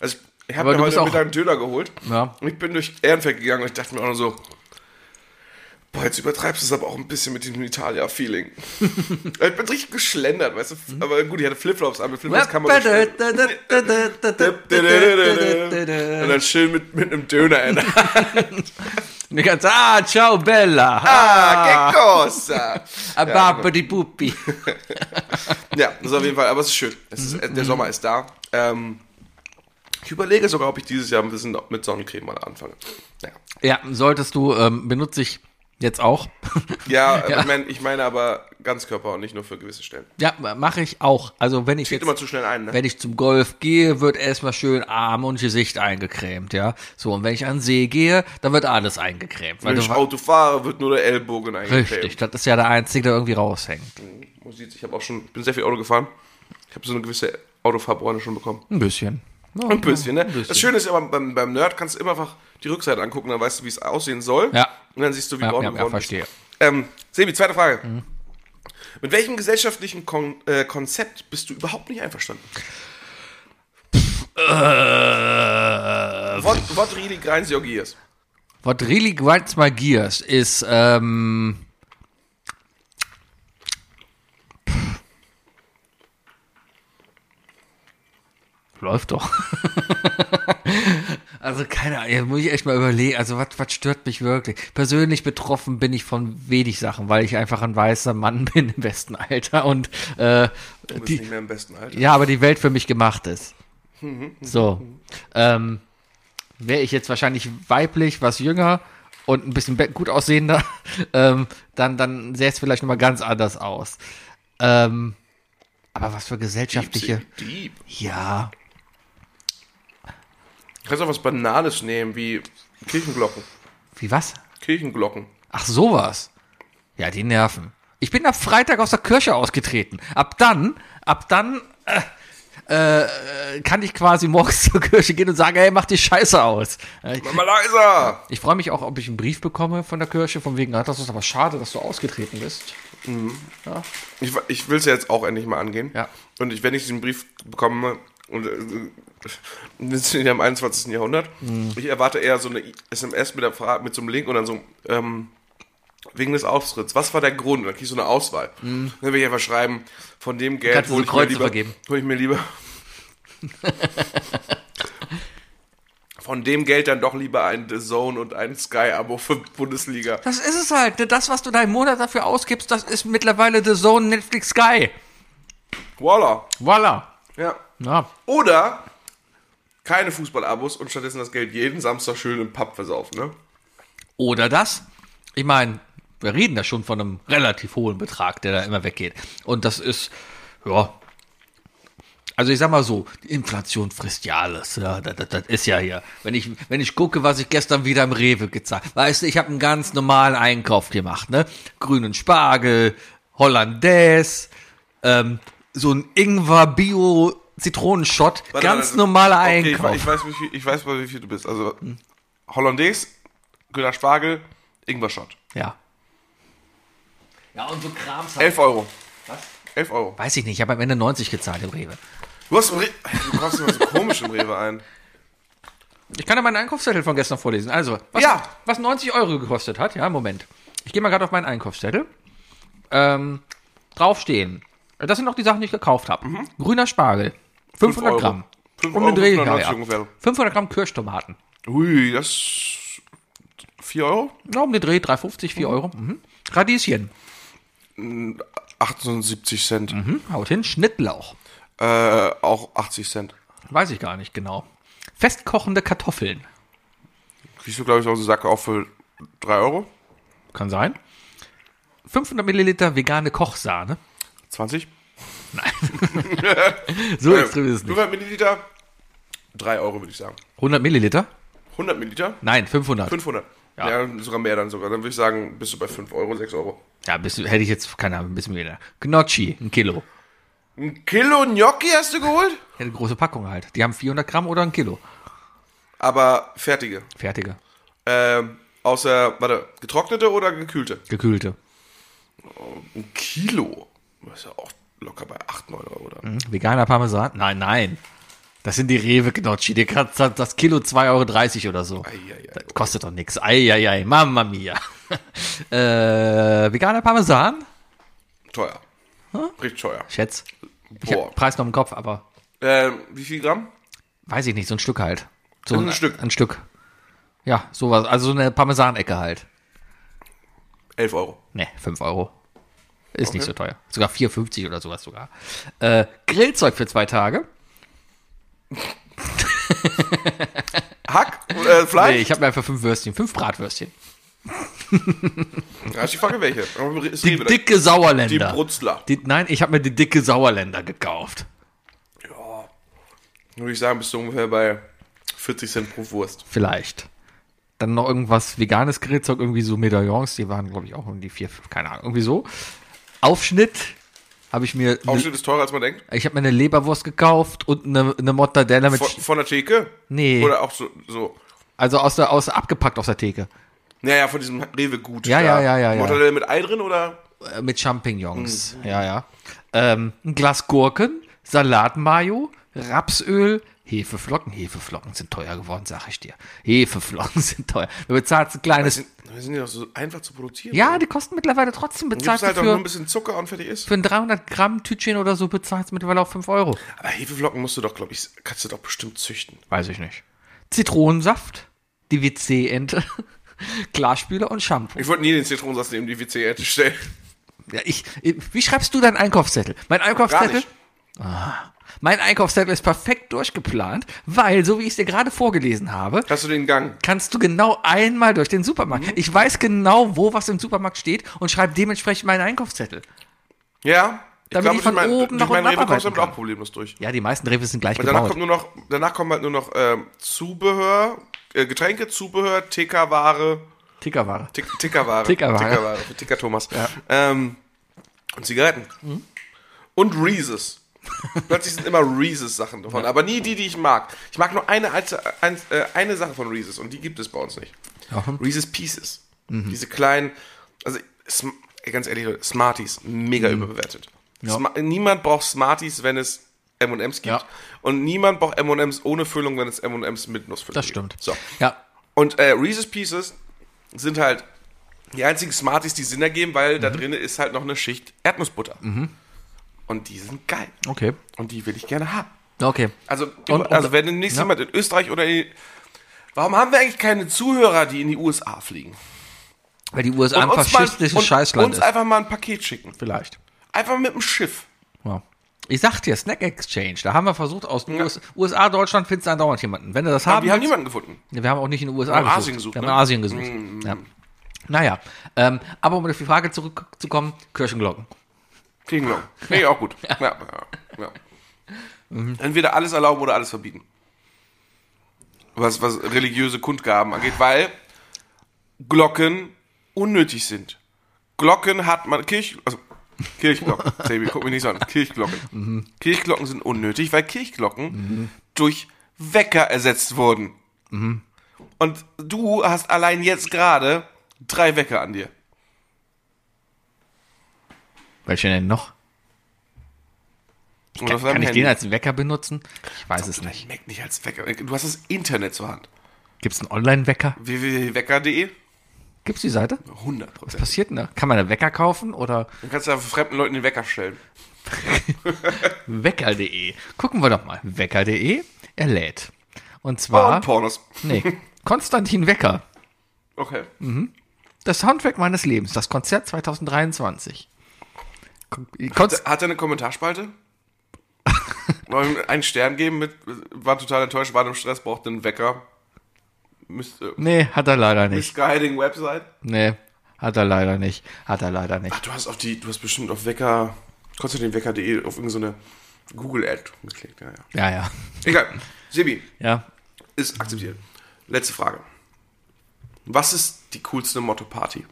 Also ich habe
Aber
mir
du
heute
bist auch-
Mittag einen Döner geholt
Ja.
und ich bin durch Ehrenfeld gegangen und ich dachte mir auch nur so. Boah, jetzt übertreibst du es aber auch ein bisschen mit diesem Italia-Feeling. ich bin richtig geschlendert, weißt du.
Mhm.
Aber gut, ich hatte Flipflops an, mit Flipflops kann man nicht [LAUGHS]
[LAUGHS]
schlendern. [LAUGHS] Und
Eine
dann schön mit, mit einem Döner
[LAUGHS]
in [LAUGHS] der
ganze, ah, ciao Bella.
Ah, Geckos! Ja, genau.
Ababadibupi.
ja, das ist auf jeden Fall, aber es ist schön. Es
Mhm.
ist, äh, der Sommer ist da. Ähm, ich überlege sogar, ob ich dieses Jahr ein bisschen mit Sonnencreme mal anfange. Naja.
Ja, solltest du, ähm, benutze ich jetzt auch. [LAUGHS]
Ja, äh, Ich, mein, ich meine aber Ganzkörper und nicht nur für gewisse Stellen.
ja, mache ich auch. Also wenn ich
Geht
jetzt,
immer zu schnell ein, ne?
wenn ich zum Golf gehe, wird erstmal schön Arm und Gesicht eingecremt, ja. So, und wenn ich an den See gehe, dann wird alles eingecremt. Weil
Wenn
du,
ich Auto fahre, wird nur der Ellbogen
richtig,
eingecremt.
das ist ja der Einzige, der irgendwie raushängt.
Man sieht's, Ich habe auch schon, bin sehr viel Auto gefahren. Ich habe so eine gewisse Autofahrbräune schon bekommen.
Ein bisschen. Ja,
Ein bisschen, ne? Das
bisschen.
Schöne ist ja, beim, beim Nerd kannst du immer einfach die Rückseite angucken, dann weißt du, wie es aussehen soll.
Ja.
Und dann siehst du, wie
Ja,
braun
ja,
du
ja,
geworden bist.
verstehe. Mhm.
Ähm, Sebi, zweite Frage. Mit welchem gesellschaftlichen Kon äh, Konzept bist du überhaupt nicht einverstanden?
Äh,
What, what really grinds your gears?
What really grinds my gears ist, ähm, pff. läuft doch. [LAUGHS] also keine Ahnung, jetzt muss ich echt mal überlegen, also was, was stört mich wirklich? Persönlich betroffen bin ich von wenig Sachen, weil ich einfach ein weißer Mann [LAUGHS] bin im besten Alter und äh,
Du bist
die,
nicht mehr im besten Alter.
ja, aber die Welt für mich gemacht ist. So. Ähm, Wäre ich jetzt wahrscheinlich weiblich, was jünger und ein bisschen be- gut aussehender, [LAUGHS] ähm, dann, dann sähe es vielleicht nochmal ganz anders aus. Ähm, aber was für gesellschaftliche.
Deep.
Ja.
Du kannst auch was Banales nehmen, wie Kirchenglocken.
Wie was?
Kirchenglocken.
Ach, sowas. Ja, die Nerven. Ich bin ab Freitag aus der Kirche ausgetreten. Ab dann, ab dann äh, äh, kann ich quasi morgens [LAUGHS] zur Kirche gehen und sagen, hey, mach die Scheiße aus. Äh,
Mach mal leiser!
Ich freue mich auch, ob ich einen Brief bekomme von der Kirche, von wegen, ah, das ist aber schade, dass du ausgetreten bist.
Ich, ich will es ja jetzt auch endlich mal angehen.
Ja.
Und ich, wenn ich diesen Brief bekomme, und äh, wir sind ja im 21. Jahrhundert,
Mhm.
ich erwarte eher so eine SMS mit, der Frage, mit so einem Link und dann so, ähm, wegen des Austritts, was war der Grund? Und dann kriege ich so eine Auswahl. Dann will ich einfach schreiben, von dem Geld
Kannst Mhm. du so
hole ich, mir
Kreuze
lieber-
vergeben.
hol ich mir
[LAUGHS]
lieber... Von dem Geld dann doch lieber ein The Zone und ein Sky-Abo für Bundesliga.
Das ist es halt. ne? Das, was du da im Monat dafür ausgibst, das ist mittlerweile The Zone Netflix Sky.
Voila.
Voila.
Ja.
Ja.
Oder keine Fußballabos und stattdessen das Geld jeden Samstag schön im Pub versaufen, ne?
Oder das. Ich meine, wir reden da schon von einem relativ hohen Betrag, der da immer weggeht. Und das ist, ja. Also ich sag mal so, die Inflation frisst ja alles. Ja, das, das, das ist ja hier. Wenn ich, wenn ich gucke, was ich gestern wieder im Rewe gezahlt habe. Weißt du, ich habe einen ganz normalen Einkauf gemacht, ne? Grünen Spargel, Hollandaise, ähm, so ein Ingwer Bio Zitronenshot,
Warte,
ganz
warte.
normaler
also- Okay, ich,
Einkauf. Hm.
ich weiß, wie viel, ich weiß mal, wie viel du bist. Also Hollandaise, grüner Spargel, Ingwer-Shot.
ja. Ja, und so Krams.
11 Euro. Was? 11 Euro.
Weiß ich nicht, ich habe am Ende 90 gezahlt im Rewe.
Du, hast, im Re- du kommst immer so komisch im Rewe ein.
Ich kann ja meinen Einkaufszettel von gestern vorlesen. Also, was,
Ja.
was 90 Euro gekostet hat, ja, Moment. Ich gehe mal gerade auf meinen Einkaufszettel. Ähm, draufstehen. Das sind noch die Sachen, die ich gekauft habe. Grüner Spargel. 500
Euro.
Gramm.
Fünf
um den
Euro,
Dreh,
95
ja, ja.
ungefähr.
500 Gramm Kirschtomaten.
Ui, das ist 4 Euro?
Ja, um den Dreh, 3,50, 4 Euro. Mhm. Radieschen.
78 Cent.
Hm, haut hin. Schnittlauch.
Äh, auch 80 Cent.
Weiß ich gar nicht genau. Festkochende Kartoffeln.
Kriegst du, glaube ich, auch so einen Sack auch für 3 Euro?
Kann sein. 500 Milliliter vegane Kochsahne.
20?
So extrem ist es nicht.
100 Äh, Milliliter? 3 Euro, würde ich sagen.
100 Milliliter?
100 Milliliter?
Nein, 500.
500.
Ja.
Ja. sogar mehr dann sogar. Dann würde ich sagen, bist du bei 5 Euro, 6 Euro.
Ja, bist, du- hätte ich jetzt, keine Ahnung, ein bisschen weniger. Gnocchi, ein Kilo.
Ein Kilo Gnocchi hast du geholt?
Ja, eine große Packung halt. Die haben 400 Gramm oder ein Kilo.
Aber fertige.
Fertige,
Ähm, außer, warte, getrocknete oder gekühlte?
gekühlte,
Ein Kilo. Das ist ja auch locker bei 8, 9 Euro dann.
Hm, veganer Parmesan. Nein, nein. Das sind die Rewe-Gnocchi. Die kannst du- Das Kilo 2,30 Euro oder so.
Eieiei.
Das kostet doch nichts. Eieiei, Mamma mia. [LAUGHS] äh, veganer Parmesan?
Teuer. Richtig teuer.
Schätz. Ich
Boah.
hab Preis noch im Kopf, aber
Ähm, wie viel Gramm?
weiß ich nicht, so ein Stück halt. So
Ein Stück.
Ein Stück. Ja, sowas. Also so eine Parmesanecke halt.
11 Euro.
Ne, 5 Euro. Ist nicht so teuer. Sogar 4,50 oder sowas sogar. Äh, Grillzeug für zwei Tage.
Hack? Äh, Fleisch?
Nee, ich habe mir einfach fünf Würstchen, fünf Bratwürstchen.
Ja, ist die Frage welche. Aber es
Die
Rewe,
dicke
die
Sauerländer.
Brutzler.
Die- nein, ich habe mir die dicke Sauerländer gekauft.
Ja. Würde ich sagen, bist du ungefähr bei 40 Cent pro Wurst.
Vielleicht. Dann noch irgendwas veganes Grillzeug, irgendwie so Medaillons, die waren, glaube ich, auch um die vier, fünf, keine Ahnung, irgendwie so. Aufschnitt habe ich mir.
Aufschnitt ist teurer, als man denkt.
ich habe mir eine Leberwurst gekauft und eine, eine Mortadella mit.
Von, von der Theke?
Nee.
Oder auch so. so.
Also aus der, aus, abgepackt aus der Theke.
Naja, von diesem Rewe-Gut.
Ja,
da.
ja, ja, ja, ja.
Mortadelle mit Ei drin oder?
Äh, mit Champignons.
Mhm.
Ja, ja. Ähm, ein Glas Gurken, Salatmayo, Rapsöl, Hefeflocken. Hefeflocken sind teuer geworden, sag ich dir. Hefeflocken [LAUGHS] sind teuer. Du bezahlst ein kleines.
Die sind ja auch so einfach zu produzieren.
Ja, die kosten mittlerweile trotzdem
Gibt
bezahlt.
es halt auch nur ein
für,
bisschen Zucker und fertig ist.
für ein 300 Gramm Tütchen oder so bezahlst du mittlerweile auch 5 Euro.
Aber Hefeflocken musst du doch, glaube ich, kannst du doch bestimmt züchten.
Weiß ich nicht. Zitronensaft, die WC-Ente, [LAUGHS] Glasspüler und Shampoo.
Ich wollte nie den Zitronensaft neben die WC stellen. [LAUGHS]
Ja, ich, wie schreibst du deinen Einkaufszettel? Mein Einkaufszettel?
nicht.
Ah, mein Einkaufszettel ist perfekt durchgeplant, weil, so wie ich es dir gerade vorgelesen habe,
Hast du den Gang?
kannst du genau einmal durch den
Mhm.
Supermarkt. Ich weiß genau, wo was im Supermarkt steht und schreibe dementsprechend meinen Einkaufszettel.
Ja.
Damit ich
durch
von
mein-
oben nach
durch meinen
unten
Rewe kommst du
abarbeiten
damit auch
kann.
problemlos durch.
Ja, die meisten Rewe sind gleich
Und danach
gebaut.
kommt nur noch, danach kommen halt nur noch ähm, Zubehör, äh, Getränke, Zubehör, TK-Ware,
Tickerware.
Tick, Tickerware,
Tickerware.
Tickerware für Ticker Thomas. Ähm, und Zigaretten.
Mhm.
Und Reese's. Plötzlich sind immer Reese's Sachen davon, aber nie die, die ich mag. Ich mag nur eine, alte, ein, äh, eine Sache von Reese's und die gibt es bei uns nicht. Reese's Pieces.
Mhm.
Diese kleinen, also sm- ey, ganz ehrlich, Smarties, mega
Mhm.
überbewertet. Sma- niemand braucht Smarties, wenn es M&M's gibt.
Ja.
Und niemand braucht M&M's ohne Füllung, wenn es M&M's mit Nussfüllung
Das
gibt.
stimmt.
So.
Ja,
Und äh, Reese's Pieces sind halt die einzigen Smarties, die Sinn ergeben, weil
Mhm.
da drin ist halt noch eine Schicht Erdnussbutter. Und die sind geil.
okay.
Und die will ich gerne haben.
Okay.
Also,
Und-
also
und-
wenn demnächst
ja.
jemand in Österreich oder in. Warum haben wir eigentlich keine Zuhörer, die in die USA fliegen?
Weil die USA ein faschistisches
und
Scheißland
uns
ist.
einfach mal ein Paket schicken.
Vielleicht.
Einfach mit dem Schiff.
Ja. Ich sag dir, Snack Exchange, da haben wir versucht, aus US USA, Deutschland findest du andauernd jemanden. Wenn du das
Aber
haben
wir haben
willst-
niemanden gefunden.
Ja, Wir haben auch nicht in den USA
haben
gesucht.
Asien gesucht,
Wir haben
ne?
in Asien gesucht. Ja. Naja, ähm, aber um auf die Frage zurückzukommen, Kirchenglocken.
Kriegen wir. Nee, auch gut. Ja, ja, ja. Entweder alles erlauben oder alles verbieten. Was, was religiöse Kundgaben angeht, weil Glocken unnötig sind. Glocken hat man, Kirch, also
[LAUGHS]
Kirchglocken, Sebi, guck mich nicht so an, Kirchglocken.
Mhm.
Kirchglocken sind unnötig, weil Kirchglocken durch Wecker ersetzt wurden.
Mhm.
Und du hast allein jetzt gerade drei Wecker an dir.
Welche denn noch?
Und
Kann,
auf deinem
kann ich
Handy.
den als Wecker benutzen? Ich weiß es nicht.
Mac nicht als Wecker. Du hast das Internet zur Hand.
Gibt es einen Online-Wecker?
www.wecker.de
Gibt es die Seite?
100
Was
Prozent.
passiert denn da? Kann man einen Wecker kaufen oder
Dann kannst du einfach fremden Leuten den Wecker stellen.
wecker.de? Gucken wir doch mal. Wecker.de, er lädt. Und
Und
zwar,
Pornos.
nee,
[LAUGHS]
Konstantin Wecker,
Okay.
das Soundtrack meines Lebens, das Konzert 2023. Kon- Konst
Hat er eine Kommentarspalte? [LAUGHS] Wollen wir ihm einen Stern geben mit, war total enttäuscht, war im Stress, braucht einen Wecker. Müsste.
nee, hat er leider nicht.
Misguiding Website.
Nee, hat er leider nicht. Hat er leider nicht.
Ach, du hast auf die, du hast bestimmt auf Wecker, konntest du den Wecker.de auf irgendeine Google-Ad geklickt, ja, ja.
Ja, ja.
Egal. Sebi,
Ja.
ist akzeptiert. Letzte Frage. Was ist die coolste Motto-Party?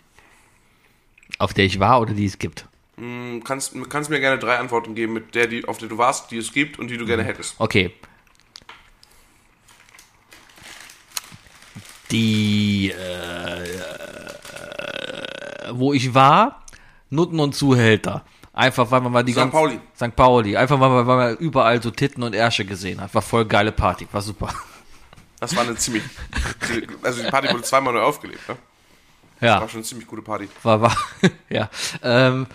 Auf der ich war oder die es gibt.
Du kannst, kannst mir gerne drei Antworten geben, mit der, die, auf der du warst, die es gibt und die du
Mhm.
gerne hättest.
Okay. Die, äh, äh, wo ich war, Nutten und Zuhälter. Einfach, weil man mal die
St. Pauli.
St. Pauli. Einfach, weil man, weil man überall so Titten und Ärsche gesehen hat. War voll geile Party. War super. [LAUGHS]
Das war eine ziemlich. Also die Party wurde zweimal neu aufgelebt, ne?
Ja.
War schon eine ziemlich gute Party.
war, war, [LAUGHS] ja, ähm,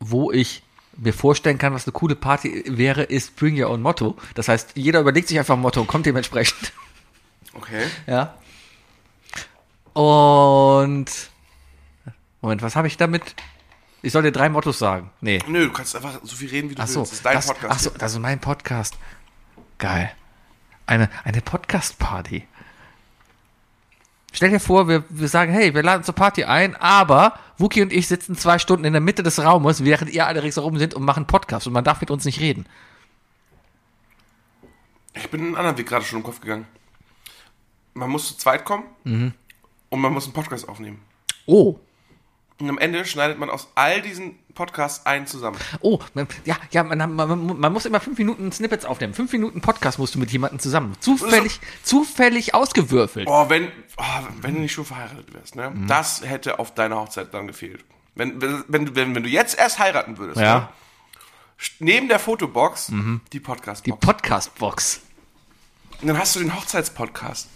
wo ich mir vorstellen kann, was eine coole Party wäre, ist Bring Your Own Motto. Das heißt, jeder überlegt sich einfach ein Motto und kommt dementsprechend. [LAUGHS]
Okay.
Ja. Und Moment, was habe ich damit? Ich soll dir drei Mottos sagen. Nee.
Nö, du kannst einfach so viel reden, wie du
Ach so,
willst. Das ist dein
das,
Podcast.
Ach so, das ist mein Podcast. Geil. Eine, eine Podcast-Party. Stell dir vor, wir, wir sagen, hey, wir laden zur Party ein, aber Wookie und ich sitzen zwei Stunden in der Mitte des Raumes, während ihr alle ringsherum sind und machen Podcast und man darf mit uns nicht reden.
Ich bin einen anderen Weg gerade schon im Kopf gegangen. Man muss zu zweit kommen
Mhm.
und man muss einen Podcast aufnehmen.
Oh,
Und am Ende schneidet man aus all diesen Podcasts einen zusammen.
oh, man, ja, ja, man, man, man muss immer fünf Minuten Snippets aufnehmen. Fünf Minuten Podcast musst du mit jemandem zusammen. Zufällig, zufällig ausgewürfelt.
Boah, wenn, oh, wenn du nicht schon verheiratet wärst, ne?
Mhm.
Das hätte auf deiner Hochzeit dann gefehlt. Wenn, wenn, wenn, du- wenn, wenn du jetzt erst heiraten würdest, ne?
Ja, Mhm.
neben der Fotobox die Podcast-Box.
die Podcast-Box.
Und dann hast du den Hochzeitspodcast.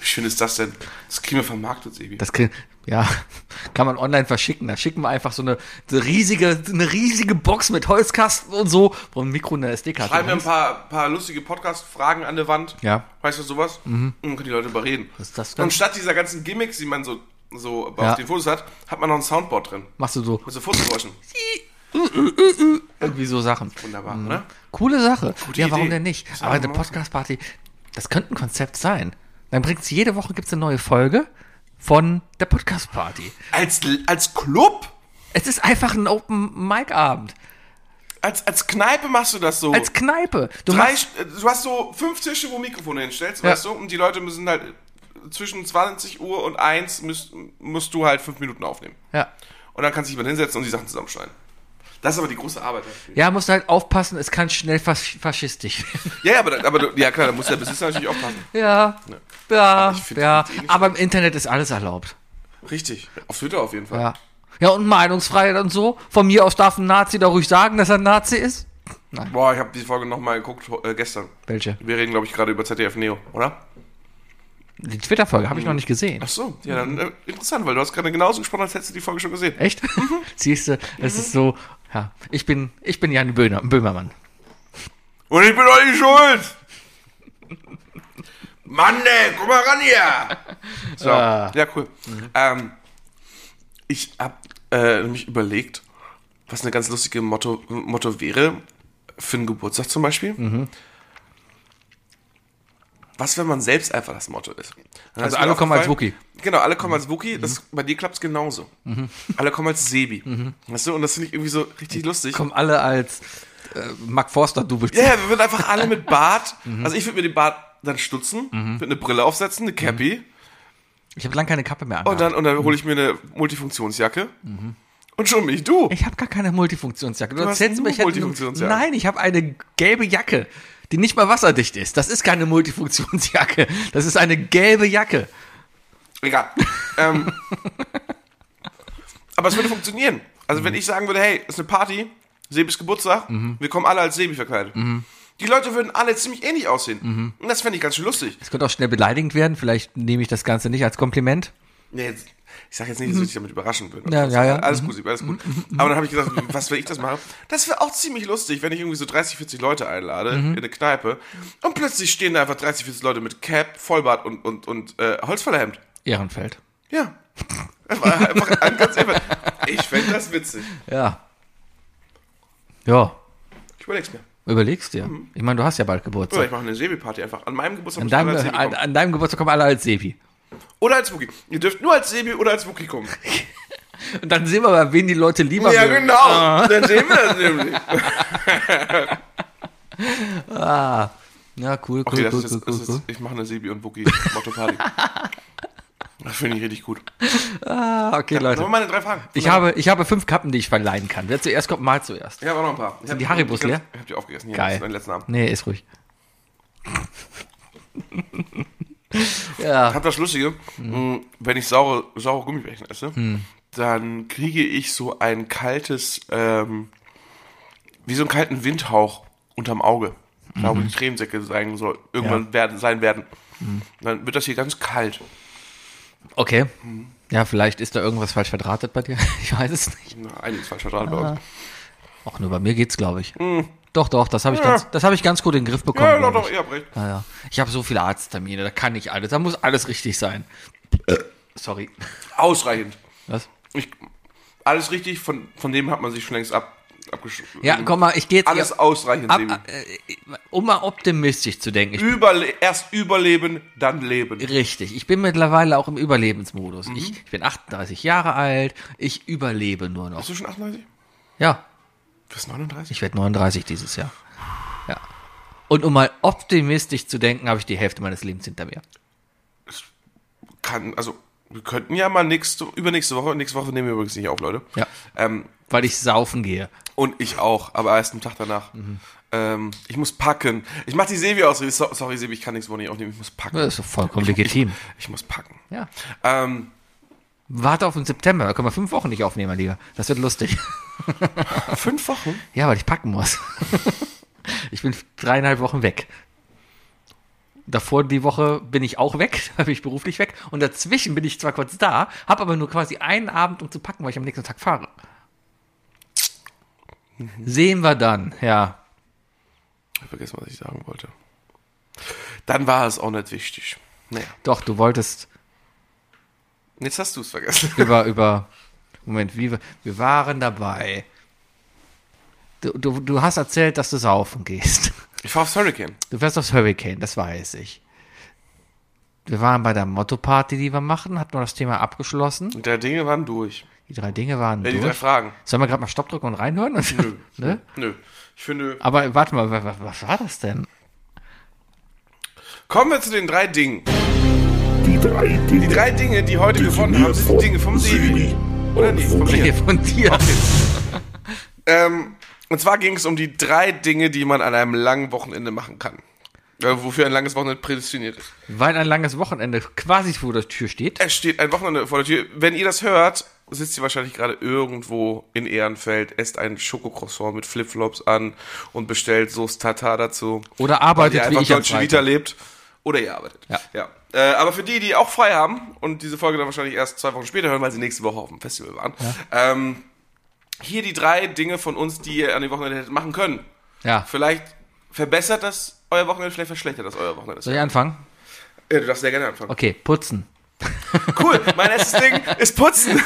Wie schön ist das denn? Das kriegen wir vermarktet, Sebi.
Das krieg, ja, [LAUGHS] kann man online verschicken. Da schicken wir einfach so eine, so riesige, eine riesige Box mit Holzkasten und so, wo ein Mikro und eine ne? SD-Karte
Schreib mir ein
drin ist.
paar, paar lustige Podcast-Fragen an der Wand.
Ja. Mhm.
Weißt du, sowas? Und dann können die Leute überreden.
Was ist das denn?
Und statt dieser ganzen Gimmicks, die man so, so
Ja.
auf den Fotos hat, hat man noch ein Soundboard drin.
Machst du so
Mit so Fotogeräuschen.
irgendwie so Sachen.
Wunderbar,
Mhm.
ne?
Coole Sache. ja, warum
Idee.
denn nicht?
Sagen
Aber eine
wir mal.
Podcast-Party, das könnte ein Konzept sein. Dann bringt's jede Woche gibt's eine neue Folge von der Podcast-Party.
Als, als Club?
Es ist einfach ein Open-Mic-Abend.
Als, als Kneipe machst du das so.
Als Kneipe. Du
Drei, äh,
machst,
du hast so fünf Tische, wo Mikrofone hinstellst,
Ja.
weißt du? Und die Leute müssen halt zwischen 20 Uhr und 1 müsst, musst du halt fünf Minuten aufnehmen.
ja.
Und dann kann sich jemand hinsetzen und die Sachen zusammenschneiden. Das ist aber die große Arbeit. dafür.
ja, musst halt aufpassen, es kann schnell fasch faschistisch werden.
Ja, ja, aber, da- aber du- ja klar, da muss der Besitzer natürlich aufpassen.
Ja, ja,
ich find
ja.
die Idee nicht
Aber im Internet ist alles erlaubt.
Richtig. Auf Twitter auf jeden Fall.
Ja. Ja, und Meinungsfreiheit und so. Von mir aus darf ein Nazi da ruhig sagen, dass er ein Nazi ist.
Boah, ich habe die Folge nochmal geguckt ho- äh, gestern.
Welche?
Wir reden, glaube ich, gerade über ZDF Neo, oder?
Die Twitter-Folge habe ich noch nicht gesehen.
Ach so, ja, dann äh, interessant, weil du hast gerade genauso gesprochen, als hättest du die Folge schon gesehen.
Echt? [LAUGHS] Siehst du, es ist so, ja. Ich bin, ich bin Jan Böhner, Böhmermann.
Und ich bin euch schuld! Mann, ey, guck mal ran hier! So,
Ah.
ja, cool. Ähm, ich hab äh, mich überlegt, was eine ganz lustige Motto, Motto wäre, für einen Geburtstag zum Beispiel.
Mhm.
Was, wenn man selbst einfach das Motto ist? Dann ist mir
Also alle kommen als Mhm.
aufgefallen- Genau, alle kommen als Wookie. Das, bei dir klappt es genauso. Alle kommen als Sebi. Weißt du, und das finde ich irgendwie so richtig lustig.
Kommen alle als äh, Mark Forster Double.
Ja, ja, wir würden einfach alle mit Bart, also ich würde mir den Bart dann stutzen, würde eine Brille aufsetzen, eine Cappy
Ich habe lange keine Kappe mehr
und
angehabt.
dann, und dann hole ich mir eine Multifunktionsjacke und schon bin ich du.
Ich habe gar keine Multifunktionsjacke. Du,
hast
erzählst
nur
mir, ich hätte
Multifunktionsjacke.
Nein, ich habe eine gelbe Jacke, die nicht mal wasserdicht ist. Das ist keine Multifunktionsjacke. Das ist eine gelbe Jacke.
Egal. ähm, aber es würde funktionieren. Also wenn ich sagen würde, hey, ist eine Party, Sebis Geburtstag, wir kommen alle als Sebi verkleidet. Die Leute würden alle ziemlich ähnlich aussehen. Und das fände ich ganz schön lustig.
Das könnte auch schnell beleidigend werden. Vielleicht nehme ich das Ganze nicht als Kompliment.
Nee, jetzt, ich sag jetzt nicht, dass ich dich damit überraschen würde.
Ja, ja, ja.
Alles gut, Sieb, alles
[LAUGHS]
gut. Aber dann habe ich gedacht, was, wenn ich das mache? Das wäre auch ziemlich lustig, wenn ich irgendwie so 30, 40 Leute einlade
Mhm.
in eine Kneipe und plötzlich stehen da einfach 30, 40 Leute mit Cap, Vollbart und, und, und äh, Holzfällerhemd.
Ehrenfeld.
Ja. [LAUGHS] Einfach, einfach, ganz einfach. Ich fände das witzig.
Ja. Ja.
Ich überleg's mir.
Überlegst dir. Ich meine, du hast ja bald
Oder
Geburtstag.
ich mache eine Sebi-Party einfach. An meinem Geburtstag
An
müssen alle
deinem,
als Sebi
an,
kommen.
an deinem Geburtstag kommen alle als Sebi.
Oder als Wookie. Ihr dürft nur als Sebi oder als Wookie kommen.
Und dann sehen wir mal, wen die Leute lieber
Ja,
mögen.
genau.
Ah.
Dann sehen wir das nämlich.
Ja, cool, cool,
Okay, das
cool,
ist
cool,
jetzt, das
cool,
ist
cool.
jetzt, ich mache eine Sebi und Wookie
[LAUGHS]
Motto-Party. Das finde ich richtig gut.
Ah, okay,
Leute.
Leute.
Nochmal meine drei Fragen.
Ich habe, ich habe fünf Kappen, die ich verleihen kann. Wer zuerst kommt, mal zuerst.
Ich habe auch noch ein paar. Sind
die Haribos
ich hab-
leer?
Ich habe die aufgegessen. Hier,
Geil.
Das ist mein letzten Abend.
Nee, ist ruhig. ja. Ah.
Ich habe das Lustige,
Mhm.
mh, wenn ich saure, saure Gummibärchen esse, dann kriege ich so ein kaltes, ähm, wie so einen kalten Windhauch unterm Auge. Da
Mhm.
wo die Cremesäcke sein soll, irgendwann werden, sein werden. Dann wird das hier ganz kalt.
Okay.
Mhm.
Ja, vielleicht ist da irgendwas falsch verdrahtet bei dir. [LAUGHS] Ich weiß es nicht.
Na, Einiges falsch verstanden bei uns.
Auch nur bei mir geht's, glaube ich. Doch, doch, das habe ich, ganz, das habe ich ganz gut in den Griff bekommen.
Mhm. Ja, doch,
glaub
doch,
ich
ihr habt recht.
ja, ja. ich habe so viele Arzttermine, da kann ich alles. Da muss alles richtig sein.
Äh.
Sorry.
Ausreichend.
Was?
Ich, alles richtig, von, von dem hat man sich schon längst ab, abgeschlossen.
Ja, komm mal, ich gehe jetzt
Alles
ab,
ausreichend,
ab,
Sebi.
äh, um mal optimistisch zu denken. Ich
Überle erst überleben, dann leben.
Richtig. Ich bin mittlerweile auch im Überlebensmodus.
Mhm.
Ich, ich bin 38 Jahre alt. Ich überlebe nur noch.
Bist du schon 38?
Ja,
Bis 39?
ich werde 39 dieses Jahr. Ja. Und um mal optimistisch zu denken, habe ich die Hälfte meines Lebens hinter mir.
kann, also wir könnten ja mal nächste, übernächste Woche, nächste Woche nehmen wir übrigens nicht auf, Leute.
Ja.
Ähm,
Weil ich saufen gehe.
und ich auch, aber erst am Tag danach.
Mhm.
Ähm, ich muss packen. Ich mach die Sebi aus. So, sorry, Sebi, ich kann nichts von dir aufnehmen. Ich muss packen.
Das ist doch vollkommen
Ich-
legitim.
Ich, ich muss packen.
Ja.
Ähm,
Warte auf den September. Da können wir fünf Wochen nicht aufnehmen, mein Lieber. Das wird lustig.
fünf Wochen?
Ja, weil ich packen muss. [LAUGHS] Ich bin dreieinhalb Wochen weg. Davor die Woche bin ich auch weg, [LAUGHS] da bin ich beruflich weg. Und dazwischen bin ich zwar kurz da, habe aber nur quasi einen Abend, um zu packen, weil ich am nächsten Tag fahre. Sehen wir dann, ja.
Ich vergesse, was ich sagen wollte. Dann war es auch nicht wichtig. Naja,
Doch, du wolltest
jetzt hast du es vergessen.
über, [LAUGHS] über, Moment, wie, wir- wir waren dabei. Du, du, du hast erzählt, dass du saufen gehst.
Ich fahr aufs Hurricane.
Du fährst aufs Hurricane, das weiß ich. Wir waren bei der Motto-Party, die wir machen, hatten wir das Thema abgeschlossen.
Die drei Dinge waren durch.
Die drei Dinge waren
Ja, die drei
durch.
Fragen.
Sollen wir gerade mal Stopp drücken und [LAUGHS] reinhören? ne?
Nö. Ich finde.
Aber warte mal, was, was war das denn?
Kommen wir zu den drei Dingen.
Die drei Dinge,
Die drei Dinge, die heute gewonnen haben, sind die Dinge vom Sebi. Oder nee, von mir.
Nee, von dir.
Ähm, und zwar ging es um die drei Dinge, die man an einem langen Wochenende machen kann. Äh, wofür ein langes Wochenende prädestiniert ist.
Weil ein langes Wochenende quasi vor der Tür steht.
Es steht ein Wochenende vor der Tür. Wenn ihr das hört, sitzt ihr wahrscheinlich gerade irgendwo in Ehrenfeld, esst einen Schokocroissant mit Flipflops an und bestellt Soße Tatar dazu.
Oder
ihr
arbeitet wie
einfach
ich am
deutsche Vita
Freitag.
lebt. Oder ihr arbeitet.
Ja.
Äh, aber für die, die auch frei haben und diese Folge dann wahrscheinlich erst zwei Wochen später hören, weil sie nächste Woche auf dem Festival waren. Ähm, hier die drei Dinge von uns, die ihr an dem Wochenende hättet machen können.
Ja.
Vielleicht verbessert das euer Wochenende, vielleicht verschlechtert das euer Wochenende.
Soll ich anfangen?
Äh, du darfst sehr gerne anfangen.
Okay, putzen.
Cool, mein erstes Ding ist Putzen.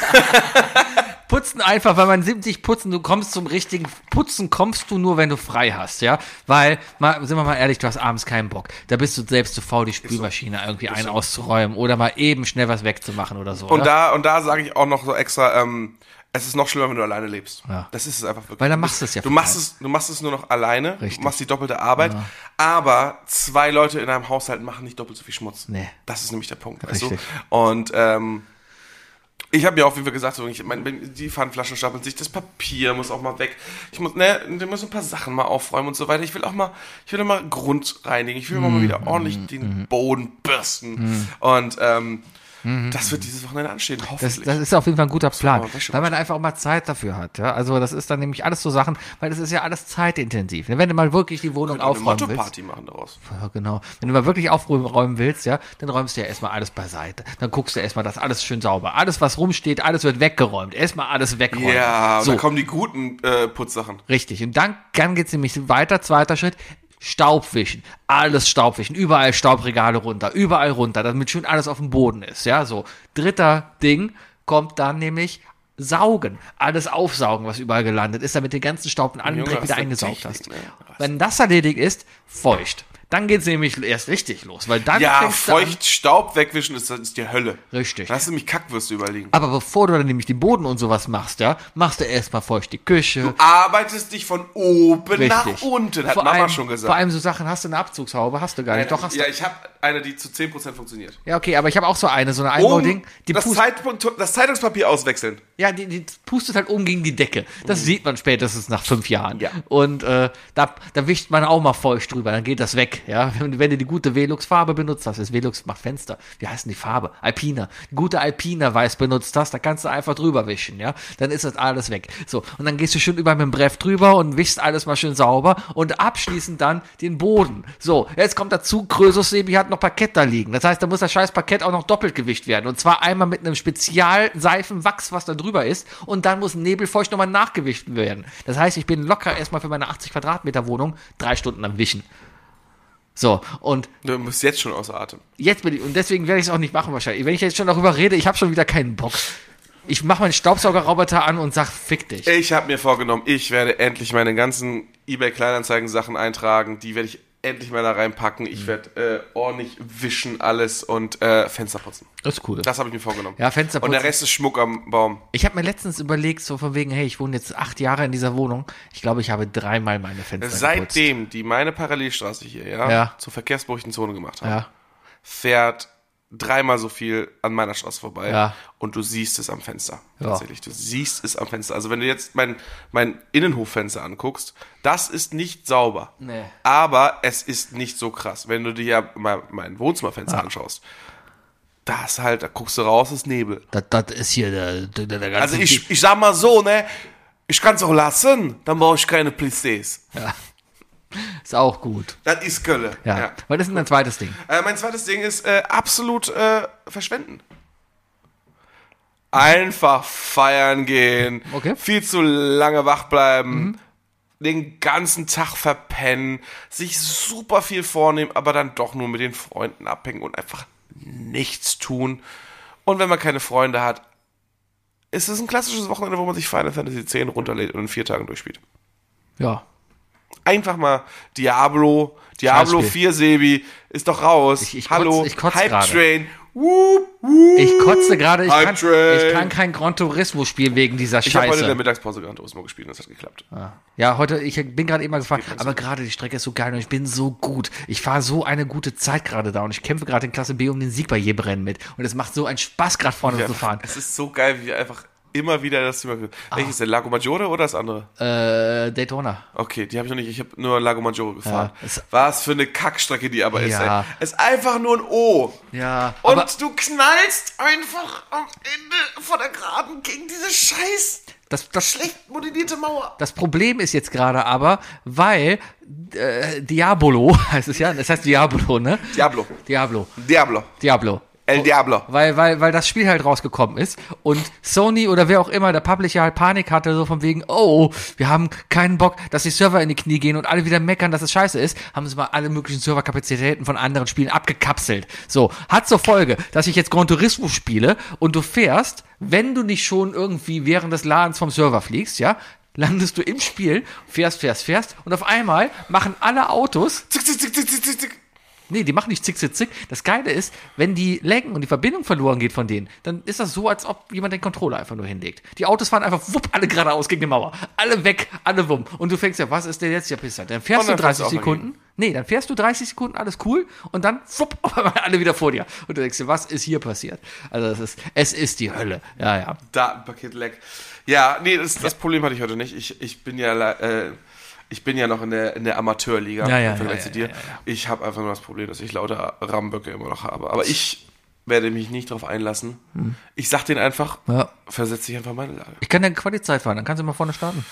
Putzen einfach, weil man nimmt sich putzen, du kommst zum richtigen Putzen kommst du nur, wenn du frei hast, ja? Weil, mal, sind wir mal ehrlich, du hast abends keinen Bock. Da bist du selbst zu faul, die Spülmaschine irgendwie ein- auszuräumen oder mal eben schnell was wegzumachen oder so. ne?
Und
oder?
da, und da sage ich auch noch so extra, ähm, Es ist noch schlimmer, wenn du alleine lebst.
Ja.
Das ist es einfach wirklich.
Weil dann machst du es ja
Du
für
machst
einen.
es, du machst es nur noch alleine,
Richtig.
du machst die doppelte Arbeit, aber zwei Leute in einem Haushalt machen nicht doppelt so viel Schmutz.
Nee.
Das ist nämlich der Punkt. Weißt du?
Richtig.
Und ähm, ich habe mir auch, wie wir gesagt haben, ich mein, wenn die Pfandflaschen stapeln sich, das Papier muss auch mal weg. Ich muss, ne, wir müssen ein paar Sachen mal aufräumen und so weiter. Ich will auch mal, ich will auch mal Grund reinigen. Ich will
Mm.
mal wieder ordentlich den Boden bürsten. Und ähm, das wird dieses Wochenende anstehen,
Das,
hoffentlich.
das ist auf jeden Fall ein guter Plan,
aber Wäsche
weil man einfach auch mal Zeit dafür hat. Ja? Also das ist dann nämlich alles so Sachen, weil das ist ja alles zeitintensiv. Ne? Wenn du mal wirklich die Wohnung
eine
aufräumen willst,
Motto-Party machen daraus.
ja, genau. Wenn du mal wirklich aufräumen willst, ja, dann räumst du ja erstmal alles beiseite. Dann guckst du erstmal, dass alles schön sauber, alles was rumsteht, alles wird weggeräumt. Erstmal alles wegräumen.
Ja,
so
da kommen die guten äh, Putzsachen.
richtig. Und dann, dann geht's nämlich weiter. Zweiter Schritt. Staubwischen, alles Staubwischen, überall Staubregale runter, überall runter, damit schön alles auf dem Boden ist, ja, so. Dritter Ding kommt dann nämlich saugen, alles aufsaugen, was überall gelandet ist, damit den ganzen Staub und anderen
Junge,
Dreck wieder
hast du
eingesaugt hast.
Technik, ne? Krass.
Wenn das erledigt ist, feucht. Dann geht's nämlich erst richtig los, weil dann
Ja,
fängst du an-
feucht Staub wegwischen ist, ist die Hölle.
Richtig.
Da hast du mich Kackwürste überlegen.
Aber bevor du dann nämlich den Boden und sowas machst, ja, machst du erstmal feucht die Küche,
Arbeitest dich von oben nach
Richtig.
unten, hat
Vor
Mama
allem-
schon gesagt.
Vor allem so Sachen, hast du eine Abzugshaube, hast du gar nicht. Doch, hast
ja,
du.
ich habe eine, die zu 10% funktioniert.
Ja, okay, aber ich habe auch so eine, so eine Einbauding. Genau, Die,
Um das,
pust,
Zeitpunkt, das Zeitungspapier auswechseln.
ja, die, die pustet halt oben gegen die Decke. Das sieht man spätestens nach fünf Jahren.
Mhm. Ja.
Und äh, da, da wischt man auch mal feucht drüber, dann geht das weg. Ja, wenn, wenn du die gute Velux-Farbe benutzt hast, das Velux macht Fenster. Wie heißt denn die Farbe? Alpina. Gute Alpina-Weiß benutzt hast, da kannst du einfach drüber wischen, ja. Dann ist das alles weg. So, und dann gehst du schön über mit dem Breff drüber und wischst alles mal schön sauber und abschließend dann den Boden. So, jetzt kommt dazu, Krösus Sebi hat noch Parkett da liegen. Das heißt, da muss das scheiß Parkett auch noch doppelt gewicht werden. Und zwar einmal mit einem Spezialseifenwachs, was da drüber ist. Und dann muss nebelfeucht nochmal nachgewicht werden. Das heißt, ich bin locker erstmal für meine 80 Quadratmeter Wohnung drei Stunden am Wischen. So, und
Du bist jetzt schon außer Atem.
jetzt bin ich, und deswegen werde ich es auch nicht machen wahrscheinlich. Wenn ich jetzt schon darüber rede, ich habe schon wieder keinen Bock. Ich mache meinen Staubsaugerroboter an und sag, fick dich.
Ich habe mir vorgenommen, ich werde endlich meine ganzen eBay Kleinanzeigen Sachen eintragen. Die werde ich endlich mal da reinpacken.
Mhm.
Ich werde äh, ordentlich wischen alles und äh, Fenster putzen.
Das ist cool.
Das habe ich mir vorgenommen.
Ja, Fenster
Und der
putzen.
Rest ist Schmuck am Baum.
Ich habe mir letztens überlegt, so von wegen, hey, ich wohne jetzt acht Jahre in dieser Wohnung. Ich glaube, ich habe dreimal meine Fenster geputzt.
Seitdem die meine Parallelstraße hier, ja,
Ja.
zur verkehrsberuhigten Zone gemacht haben,
Ja,
fährt dreimal so viel an meiner Straße vorbei
Ja.
und du siehst es am Fenster.
Ja.
Tatsächlich, du siehst es am Fenster. Also wenn du jetzt mein, mein Innenhoffenster anguckst, das ist nicht sauber.
Nee.
Aber es ist nicht so krass. Wenn du dir ja mein, mein Wohnzimmerfenster anschaust, das halt, da guckst du raus, ist Nebel.
das, das ist hier der, der, der ganze...
Also ich, ich sag mal so, ne, ich kann's auch lassen, dann brauche ich keine Plissés.
Ist auch gut.
Das ist Kölle.
Ja. Weil das ist ein zweites Ding.
Äh, mein zweites Ding ist äh, absolut äh, verschwenden. Einfach feiern gehen,
Okay.
viel zu lange wach bleiben, den ganzen Tag verpennen, sich super viel vornehmen, aber dann doch nur mit den Freunden abhängen und einfach nichts tun. Und wenn man keine Freunde hat, ist es ein klassisches Wochenende, wo man sich Final Fantasy X runterlädt und in vier Tagen durchspielt
Ja.
einfach mal Diablo, Diablo
Scheißspiel.
4 Sebi ist doch raus.
Ich- ich
Hallo,
kotz- ich kotz
Hype
gerade.
Train. Whoop, whoop.
Ich kotze gerade, ich,
Hype
kann-
Train.
ich kann kein Gran Turismo spielen wegen dieser
Ich habe heute in der
Scheiße.
Mittagspause Gran Turismo gespielt und das hat geklappt.
ja, heute, ich bin gerade immer gefahren, aber gerade die Strecke ist so geil und ich bin so gut. Ich fahre so eine gute Zeit gerade da und ich kämpfe gerade in Klasse B um den Sieg bei jedem Rennen mit. Und es macht so einen Spaß, gerade vorne zu fahren. Ah.
Es ist so geil, wie wir einfach immer wieder das Thema. Welches ist denn? Lago Maggiore oder das andere?
Äh, Daytona.
Okay, die habe ich noch nicht. Ich habe nur Lago Maggiore gefahren.
Ja, es-
Was für eine Kackstrecke die aber ist.
Ja.
Ey. Es ist einfach nur ein O.
Ja,
Und
aber-
du knallst einfach am Ende von der Geraden gegen diese scheiß
Das, das,
schlecht modellierte Mauer.
Das Problem ist jetzt gerade aber, weil äh, Diabolo [LAUGHS] heißt es ja, das heißt Diablo, ne?
Diablo.
Diablo,
Diablo.
Diablo.
El Diablo.
Weil, weil, weil das Spiel halt rausgekommen ist und Sony oder wer auch immer, der Publisher halt Panik hatte, so von wegen, oh, wir haben keinen Bock, dass die Server in die Knie gehen und alle wieder meckern, dass es scheiße ist, haben sie mal alle möglichen Serverkapazitäten von anderen Spielen abgekapselt. So, hat zur Folge, dass ich jetzt Gran Turismo spiele und du fährst, wenn du nicht schon irgendwie während des Ladens vom Server fliegst, ja, landest du im Spiel, fährst, fährst, fährst und auf einmal machen alle Autos
Zick, zick, zick, zick, zick, zick, zick.
Nee, die machen nicht zick, zick, zick. Das Geile ist, wenn die lenken und die Verbindung verloren geht von denen, dann ist das so, als ob jemand den Controller einfach nur hinlegt. Die Autos fahren einfach wupp, alle geradeaus gegen die Mauer. Alle weg, alle wumm. Und du fängst ja, was ist denn jetzt? Ja, Pisser. Dann fährst
Und dann
du
fährst
30
du auch
Sekunden. Nee, dann fährst du 30 Sekunden, alles cool. Und dann wupp, [LAUGHS] auf einmal alle wieder vor dir. Und du denkst dir, was ist hier passiert? Also, es ist, es ist die Hölle. Ja, ja.
Datenpaket leck. Ja, nee, das, das Problem hatte ich heute nicht. Ich, ich bin ja le- äh, ich bin ja noch in der, in der Amateurliga
Ja, ja,
im Vergleich
ja,
zu
ja,
dir.
ja, ja.
Ich habe einfach nur das Problem, dass ich lauter Ramböcke immer noch habe. Aber ich werde mich nicht drauf einlassen. Ich sag denen einfach,
Hm. Ja.
versetz dich einfach in meine Lage.
Ich kann dann Quali-Zeit fahren, dann kannst du mal vorne starten.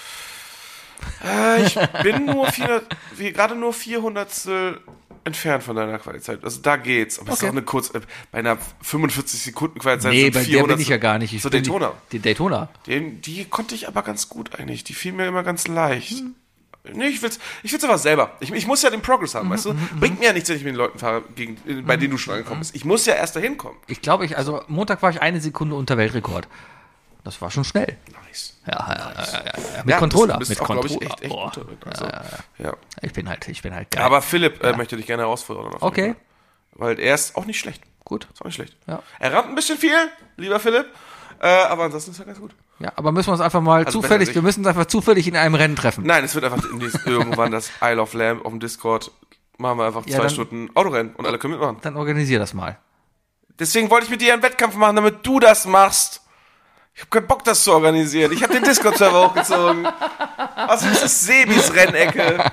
Äh,
[LAUGHS]
ich bin nur 400, wie- gerade nur 400 entfernt von deiner Qualität. Also da geht's. Aber es ist
Okay.
auch eine kurz äh, bei einer 45 Sekunden Qualität.
Nee, bei der bin ich ja gar nicht. Ich
so
bin die-
Daytona.
Die Daytona.
Den, die konnte ich aber ganz gut eigentlich. Die fiel mir immer ganz leicht.
Hm.
Nee, ich will's, ich will's aber selber. Ich, ich muss ja den Progress
Mhm,
haben, weißt du? Bringt mir ja nichts, wenn ich mit den Leuten fahre, gegen, äh, bei denen du schon
mhm.
angekommen bist. Ich muss ja erst dahin kommen.
Ich glaube, ich, also Montag war ich eine Sekunde unter Weltrekord. Das war schon schnell.
Nice.
Ja, ja, ja, ja, ja. Mit
Ja,
Controller.
bist- bist
mit
auch, glaub
Controller.
Ich, echt, echt
Boah.
gut darin. also, ja,
Ich bin halt, ich bin halt geil.
Aber Philipp äh, möchte dich gerne herausfordern. auf
Okay.
jeden Fall. Weil er ist auch nicht schlecht.
gut.
Ist auch nicht schlecht.
Ja.
Er rammt ein bisschen viel, lieber Philipp. Äh, aber ansonsten ist er ganz gut.
Ja, aber müssen wir uns einfach mal
Also besser
zufällig,
nicht.
wir müssen uns einfach zufällig in einem Rennen treffen.
Nein, es wird einfach im nächsten- [LAUGHS] irgendwann das Isle of Lamb auf dem Discord. Machen wir einfach
Ja,
zwei
dann-
Stunden Autorennen und alle können mitmachen.
Dann organisier das mal.
Deswegen wollte ich mit dir einen Wettkampf machen, damit du das machst. Ich habe keinen Bock, das zu organisieren. Ich habe den Discord-Server [LAUGHS] hochgezogen. Also ist das Sebis Rennecke.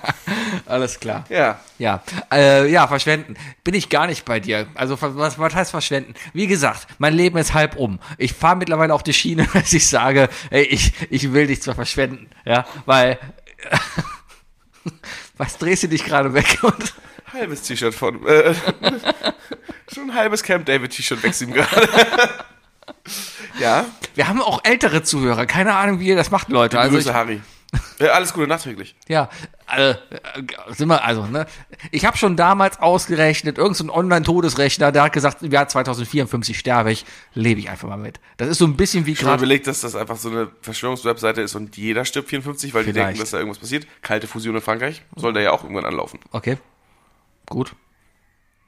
Alles klar.
Ja.
Ja, äh, ja, verschwenden. Bin ich gar nicht bei dir. Also ver- was, was heißt verschwenden? Wie gesagt, mein Leben ist halb um. Ich fahre mittlerweile auf die Schiene, [LAUGHS] dass ich sage, ey, ich, ich will dich zwar verschwenden, ja, weil [LAUGHS] was drehst du dich gerade weg [LAUGHS] und
Halbes T-Shirt von. Äh, [LAUGHS] schon ein halbes Camp David-T-Shirt wächst ihm gerade. [LAUGHS] ja.
wir haben auch ältere Zuhörer, keine Ahnung, wie ihr das macht, Leute. Also ich,
Grüße, Harry. Äh, alles Gute nachträglich.
Ja, also, äh, sind wir, also, ne? Ich habe schon damals ausgerechnet, irgendein so ein Online-Todesrechner, der hat gesagt, im Jahr 2054 sterbe ich, lebe ich einfach mal mit. Das ist so ein bisschen wie
Ich habe
gerade.
überlegt, dass das einfach so eine Verschwörungswebseite ist und jeder stirbt 54, weil die
Vielleicht.
denken, dass da irgendwas passiert. Kalte Fusion in Frankreich soll da ja auch irgendwann anlaufen.
Okay, gut.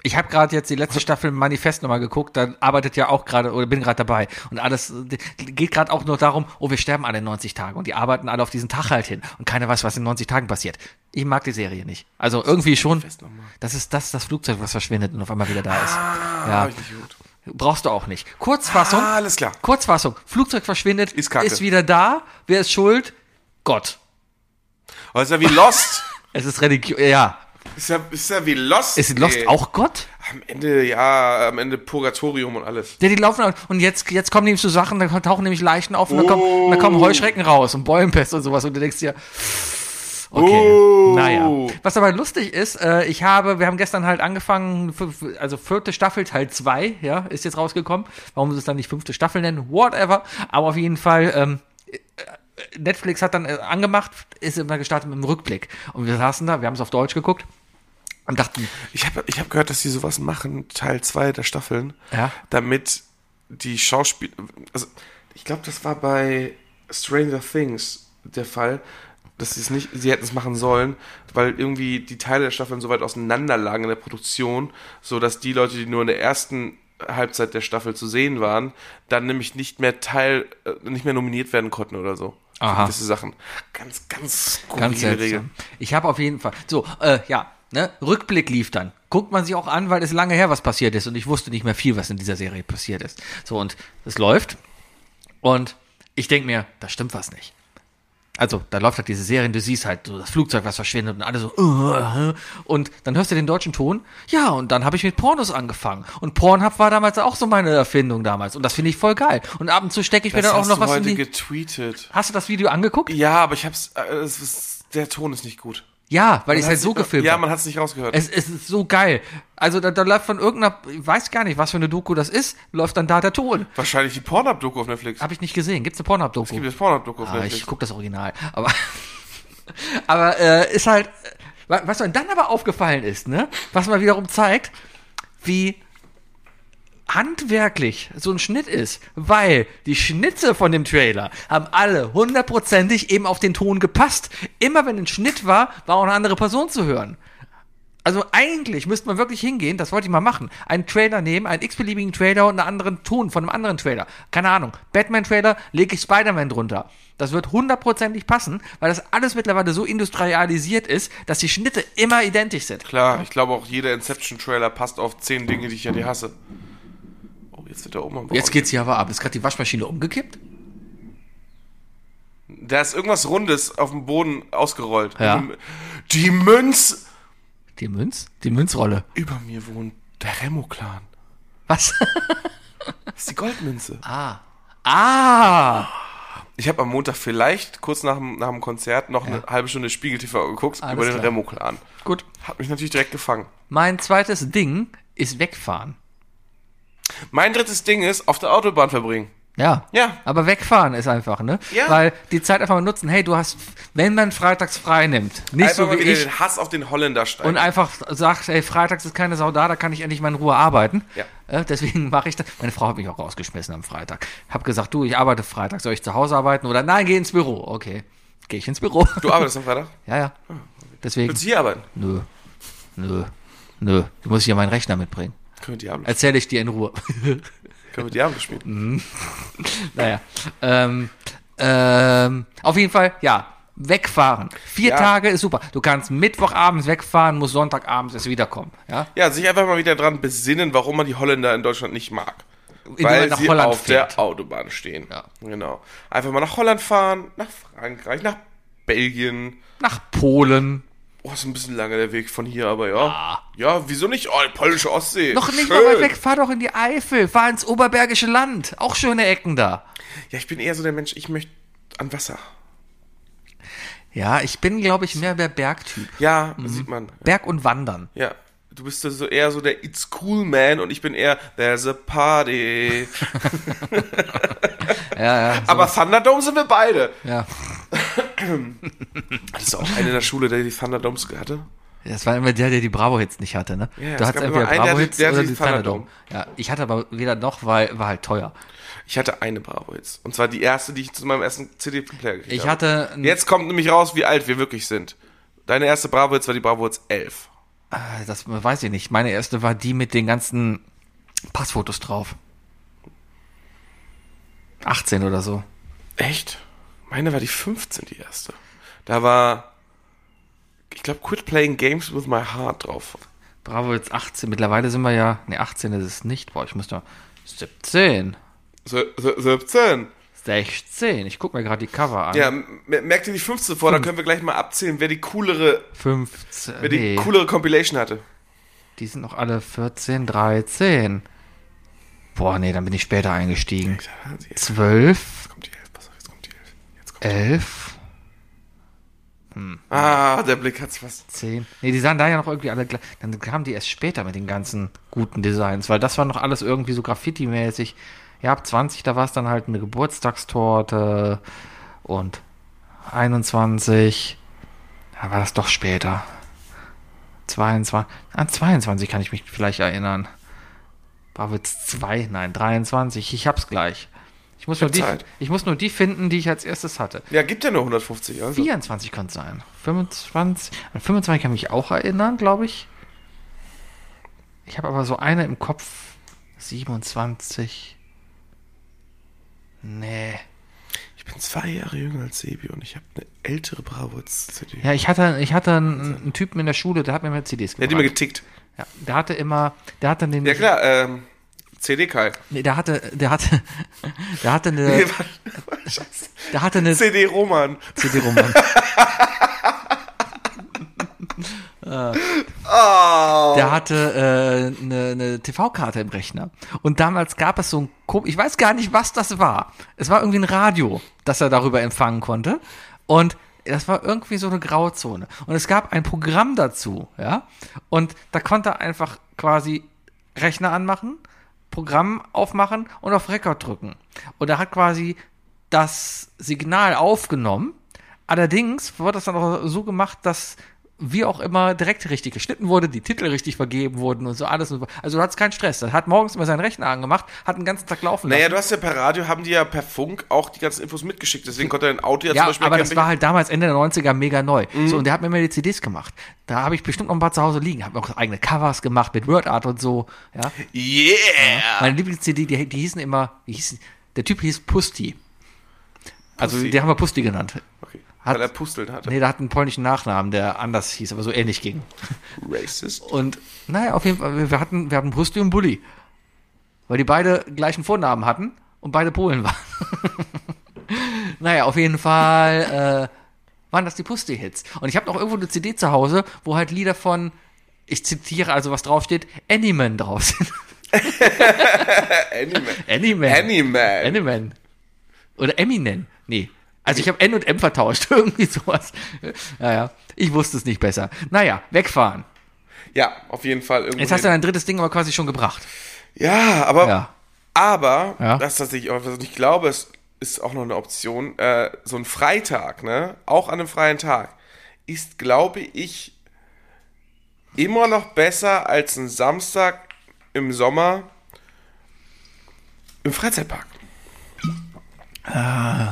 Ich habe gerade jetzt die letzte Staffel Manifest nochmal geguckt, dann arbeitet ja auch gerade, oder bin gerade dabei. Und alles äh, geht gerade auch nur darum, oh, wir sterben alle in 90 Tagen. Und die arbeiten alle auf diesen Tag halt hin. Und keiner weiß, was in 90 Tagen passiert. Ich mag die Serie nicht. Also irgendwie schon, das ist das, das Flugzeug, was verschwindet und auf einmal wieder da ist. ja.
Ah, Hab ich nicht geguckt.
Brauchst du auch nicht. Kurzfassung.
Ah, alles klar.
Kurzfassung. Flugzeug verschwindet,
Ist Kacke.
wieder da. Wer ist schuld? Gott.
Aber ist ja Also, wie Lost.
Es ist Religion. Ja.
Ist ja, ist ja wie Lost.
Ist Lost
ey.
auch Gott?
Am Ende, ja, am Ende Purgatorium und alles.
Ja, die laufen an- und jetzt, jetzt kommen nämlich so Sachen, da tauchen nämlich Leichen auf und da kommen, und da kommen Heuschrecken raus und Bäumpest und sowas und du denkst dir, okay,
Oh.
naja. Was aber lustig ist, äh, ich habe, wir haben gestern halt angefangen, f- f- also vierte Staffel Teil 2, ja, ist jetzt rausgekommen. Warum sie es dann nicht fünfte Staffel nennen, whatever. Aber auf jeden Fall, ähm, äh, Netflix hat dann äh, angemacht, ist immer gestartet mit dem Rückblick. Und wir saßen da, wir haben es auf Deutsch geguckt und dachten,
Ich habe ich hab gehört, dass sie sowas machen, Teil 2 der Staffeln,
Ja.
damit die Schauspieler. Also, ich glaube, das war bei Stranger Things der Fall, dass sie es nicht, sie hätten es machen sollen, weil irgendwie die Teile der Staffeln so weit auseinander lagen in der Produktion, so dass die Leute, die nur in der ersten Halbzeit der Staffel zu sehen waren, dann nämlich nicht mehr Teil, äh, nicht mehr nominiert werden konnten oder so. Für
Aha.
Gewisse Sachen. Ganz, ganz skurrile
Ganz seltsam. Ich habe auf jeden Fall. So, äh, ja, ne? Rückblick lief dann. Guckt man sich auch an, weil es lange her was passiert ist und ich wusste nicht mehr viel, was in dieser Serie passiert ist. So, und es läuft. Und ich denke mir, da stimmt was nicht. Also, da läuft halt diese Serie, und du siehst halt so das Flugzeug, was verschwindet und alle so. äh, äh. Und dann hörst du den deutschen Ton. Ja, und dann habe ich mit Pornos angefangen. Und Pornhub war damals auch so meine Erfindung damals. Und das finde ich voll geil. Und ab und zu stecke ich mir
Das
dann auch
hast
noch
du
was in
heute
die.
getweetet.
Hast du das Video angeguckt?
Ja, aber ich hab's. Äh, es ist, der Ton ist nicht gut.
Ja, weil ich es halt so gefilmt
Ja,
habe.
man hat's nicht rausgehört.
Es, es ist so geil. Also da, da läuft von irgendeiner, ich weiß gar nicht, was für eine Doku das ist, läuft dann da der Ton.
Wahrscheinlich die Pornhub-Doku auf Netflix.
Habe ich nicht gesehen. Gibt's eine Pornhub-Doku?
Gibt es Pornhub-Doku auf
Ah,
Netflix?
ich gucke das Original. Aber, [LAUGHS] aber äh, ist halt, äh, wa- was mir dann aber aufgefallen ist, ne? was mal wiederum zeigt, wie handwerklich so ein Schnitt ist, weil die Schnitte von dem Trailer haben alle hundertprozentig eben auf den Ton gepasst. Immer wenn ein Schnitt war, war auch eine andere Person zu hören. Also eigentlich müsste man wirklich hingehen, das wollte ich mal machen, einen Trailer nehmen, einen x-beliebigen Trailer und einen anderen Ton von einem anderen Trailer. Keine Ahnung, Batman-Trailer lege ich Spider-Man drunter. Das wird hundertprozentig passen, weil das alles mittlerweile so industrialisiert ist, dass die Schnitte immer identisch sind.
Klar, ich glaube auch jeder Inception-Trailer passt auf zehn Dinge, die ich ja die hasse. Oh, jetzt wird er oben am
Jetzt geht's hier aber ab. Ist gerade die Waschmaschine umgekippt?
Da ist irgendwas Rundes auf dem Boden ausgerollt.
Ja.
Die Münz.
Die Münz? Die Münzrolle.
Über mir wohnt der Remo-Clan.
Was? [LAUGHS]
Das ist die Goldmünze.
ah!
Ich habe am Montag vielleicht kurz nach, dem- nach dem Konzert noch eine halbe Stunde Spiegel TV geguckt
Alles
über den
klar.
Remo-Clan.
Gut.
Hat mich natürlich direkt gefangen.
Mein zweites Ding ist wegfahren.
Mein drittes Ding ist, auf der Autobahn verbringen.
Ja.
Ja.
Aber wegfahren ist einfach, ne?
Ja.
Weil die Zeit einfach mal nutzen, hey, du hast, wenn man freitags frei nimmt, nicht
Einfach
so
mal
wie
wieder
ich,
den Hass auf den Holländer steigen.
und einfach sagt, hey, freitags ist keine Sau da, da kann ich endlich mal in Ruhe arbeiten.
Ja.
Äh, deswegen mache ich das. Meine Frau hat mich auch rausgeschmissen am Freitag. Hab gesagt, du, ich arbeite Freitag, soll ich zu Hause arbeiten? Oder nein, geh ins Büro. Okay. Gehe ich ins Büro.
du arbeitest am Freitag?
[LAUGHS] ja, ja. Deswegen.
Willst du hier arbeiten?
Nö. Nö. Nö. Du musst hier meinen Rechner mitbringen.
Können wir die Abend,
Erzähle ich dir in Ruhe.
können wir die Abend spielen?
naja. Ähm, ähm, auf jeden Fall, ja. Wegfahren. Vier
Ja.
Tage ist super. Du kannst Mittwochabends wegfahren, musst Sonntagabends erst wiederkommen. Ja?
Ja, sich einfach mal wieder dran besinnen, warum man die Holländer in Deutschland nicht mag.
Indem
weil
man nach
sie
Holland
auf
fährt.
der Autobahn stehen.
Ja.
Genau. Einfach mal nach Holland fahren, nach Frankreich, nach Belgien.
Nach Polen.
Oh, ist ein bisschen lange der Weg von hier, aber ja. Ja, wieso nicht? Oh, die polnische Ostsee.
Ah. Noch nicht
Schön.
mal weit weg, fahr doch in die Eifel, fahr ins Oberbergische Land. Auch schöne Ecken da.
Ja, ich bin eher so der Mensch, ich möchte an Wasser.
Ja, ich bin, glaube ich, mehr der Bergtyp.
Ja,
Mhm.
sieht man.
Berg und Wandern.
Ja. Du bist so eher so der It's cool man und ich bin eher There's a party.
[LAUGHS] Ja, ja.
Aber Thunderdome sind wir beide.
ja.
Das ist auch eine in der Schule, der die Thunderdomes hatte.
Das war immer der, der die Bravo-Hits nicht hatte, ne?
Ja, es
du hattest
gab
entweder
immer einen, der hatte-
Bravo-Hits
der hatte
oder
die
die Thunderdome.
Thunderdome.
Ja, ich hatte aber weder noch, weil war halt teuer.
Ich hatte eine Bravo jetzt. Und zwar die erste, die ich zu meinem ersten CD-Player gekriegt
Ich
habe.
hatte ein-
Jetzt kommt nämlich raus, wie alt wir wirklich sind. Deine erste Bravo jetzt war die Bravo jetzt 11.
Ah, Das weiß ich nicht. Meine erste war die mit den ganzen Passfotos drauf. 18 oder so.
Echt? Meine war die 15, die erste. Da war, ich glaube, Quit Playing Games with My Heart drauf.
Bravo, jetzt 18. Mittlerweile sind wir ja. Ne, 18 ist es nicht. Boah, ich muss da. 17.
Se- se- 17.
16. Ich guck mir gerade die Cover an.
Ja, m- merk dir die 15 vor, da können wir gleich mal abzählen, wer die coolere,
15.
wer die
nee,
coolere Compilation hatte.
die sind noch alle 14, 13. Boah, nee, dann bin ich später eingestiegen.
Jetzt
12,
kommt die 11, pass auf, jetzt kommt die 11. Jetzt kommt
11,
Ah, der Blick hat's fast.
10. Nee, die sahen da ja noch irgendwie alle gleich. Dann kamen die erst später mit den ganzen guten Designs, weil das war noch alles irgendwie so Graffiti-mäßig. Ja, ab 20, da war es dann halt eine Geburtstagstorte und 21, da war das doch später. 22, an 22 kann ich mich vielleicht erinnern. War jetzt 2, nein, 23, ich hab's gleich. Ich muss, nur die,
Zeit.
ich muss nur die finden, die ich als erstes hatte.
Ja, gibt ja nur 150, also.
24 könnte es sein. 25. An 25 kann ich mich auch erinnern, glaube ich. Ich habe aber so eine im Kopf. 27. Nee.
Ich bin zwei Jahre jünger als Sebi und ich habe eine ältere Bravo-CD.
Ja, ich hatte, ich hatte einen, einen Typen in der Schule, der hat mir immer CDs
Der hat immer
gebracht.
getickt.
Ja, der hatte immer, der hatte den,
Ja klar, ähm, CD
[LAUGHS]
Kai.
Nee, der hatte, der hatte, [LAUGHS] der hatte eine, der hatte eine
CD Roman.
CD Roman. Der hatte äh, eine, eine TV-Karte im Rechner. Und damals gab es so ein Kom ich weiß gar nicht, was das war. Es war irgendwie ein Radio, das er darüber empfangen konnte. Und das war irgendwie so eine Grauzone. Und es gab ein Programm dazu, ja. Und da konnte er einfach quasi Rechner anmachen, Programm aufmachen und auf Rekord drücken. Und er hat quasi das Signal aufgenommen. Allerdings wurde das dann auch so gemacht, dass wie auch immer direkt richtig geschnitten wurde, die Titel richtig vergeben wurden und so alles. Und so. Also du hattest keinen Stress. Dann hat morgens mal seinen Rechner angemacht, hat den ganzen Tag laufen
Naja,
lassen.
du hast ja per Radio, haben die ja per Funk auch die ganzen Infos mitgeschickt. Deswegen konnte dein Auto ja,
Hm. Ja,
zum Beispiel Mhm.
aber das
erkennen,
war halt damals Ende der 90er mega neu. So, und der hat mir immer die CDs gemacht. Da habe ich bestimmt noch ein paar zu Hause liegen. Habe auch eigene Covers gemacht mit Word Art und so. Ja.
welche- Yeah!
Meine Lieblings-CD, die, die hießen immer, wie hieß, der Typ hieß Pusti. Also,
Pusti.
die haben wir Pusti genannt.
Okay.
Hat-
Weil er pusteln hatte.
Nee, der hat einen polnischen Nachnamen, der anders hieß, aber so ähnlich ging.
Racist.
Und naja, auf jeden Fall, wir- wir hatten, wir hatten Pusti und Bulli. Weil die beide gleichen Vornamen hatten und beide Polen waren. [LAUGHS] naja, auf jeden Fall äh, waren das die Pusti-Hits. Und ich habe noch irgendwo eine CD zu Hause, wo halt Lieder von, ich zitiere also, was draufsteht, Anyman drauf sind.
[LAUGHS]
[LAUGHS]
Anyman.
Anyman.
Anyman.
Anyman. Oder Eminem. Nee. Also ich habe N und M vertauscht, [LAUGHS] irgendwie sowas. Naja, ich wusste es nicht besser. Naja, wegfahren.
Ja, auf jeden Fall. Irgendwo
Jetzt hast du
hin.
dein drittes Ding aber quasi schon gebracht.
ja, aber,
Ja.
aber,
Ja.
das, was ich, was ich glaube, es ist auch noch eine Option, äh, so ein Freitag, ne, auch an einem freien Tag, ist, glaube ich, immer noch besser als ein Samstag im Sommer im Freizeitpark.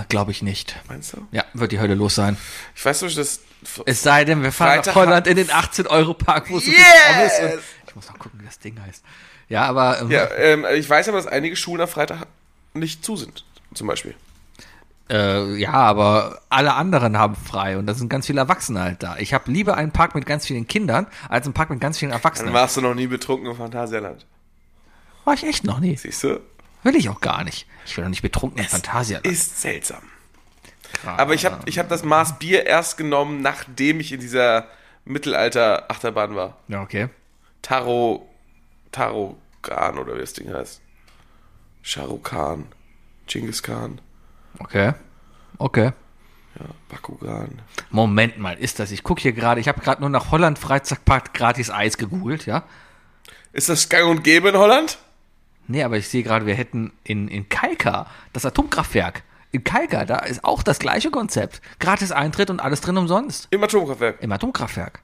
Glaube ich nicht.
Meinst du?
Ja, wird die Hölle los sein.
Ich weiß nicht, das.
Es sei denn, wir fahren
Freitag
nach Holland in den 18-Euro-Park, wo es so viel
Yes!
Pommes und... Ich muss noch gucken, wie das Ding heißt. Ja, aber... Ähm,
Ja, ähm, ich weiß aber, dass einige Schulen am Freitag nicht zu sind, zum Beispiel.
Äh, ja, aber alle anderen haben frei und da sind ganz viele Erwachsene halt da. Ich habe lieber einen Park mit ganz vielen Kindern, als einen Park mit ganz vielen
Dann
Erwachsenen.
warst du noch nie betrunken im Phantasialand.
War ich echt noch nie.
Siehst du?
Will ich auch gar nicht. Ich will doch nicht betrunken in Fantasia.
Ist seltsam. Aber ich habe ich hab das Maß Bier erst genommen, nachdem ich in dieser Mittelalter-Achterbahn war.
Ja, okay.
Taro. Tarokan oder wie das Ding heißt. Sharukan. Genghis Khan.
Okay. Okay.
Bakugan.
Moment mal, ist das? Ich gucke hier gerade, ich habe gerade nur nach Holland Freizeitpark gratis Eis gegoogelt, ja?
Ist das gang und gäbe in Holland?
Nee, aber ich sehe gerade, wir hätten in, in Kalka, das Atomkraftwerk, in Kalka, da ist auch das gleiche Konzept. Gratis Eintritt und alles drin umsonst.
Im Atomkraftwerk.
Im Atomkraftwerk.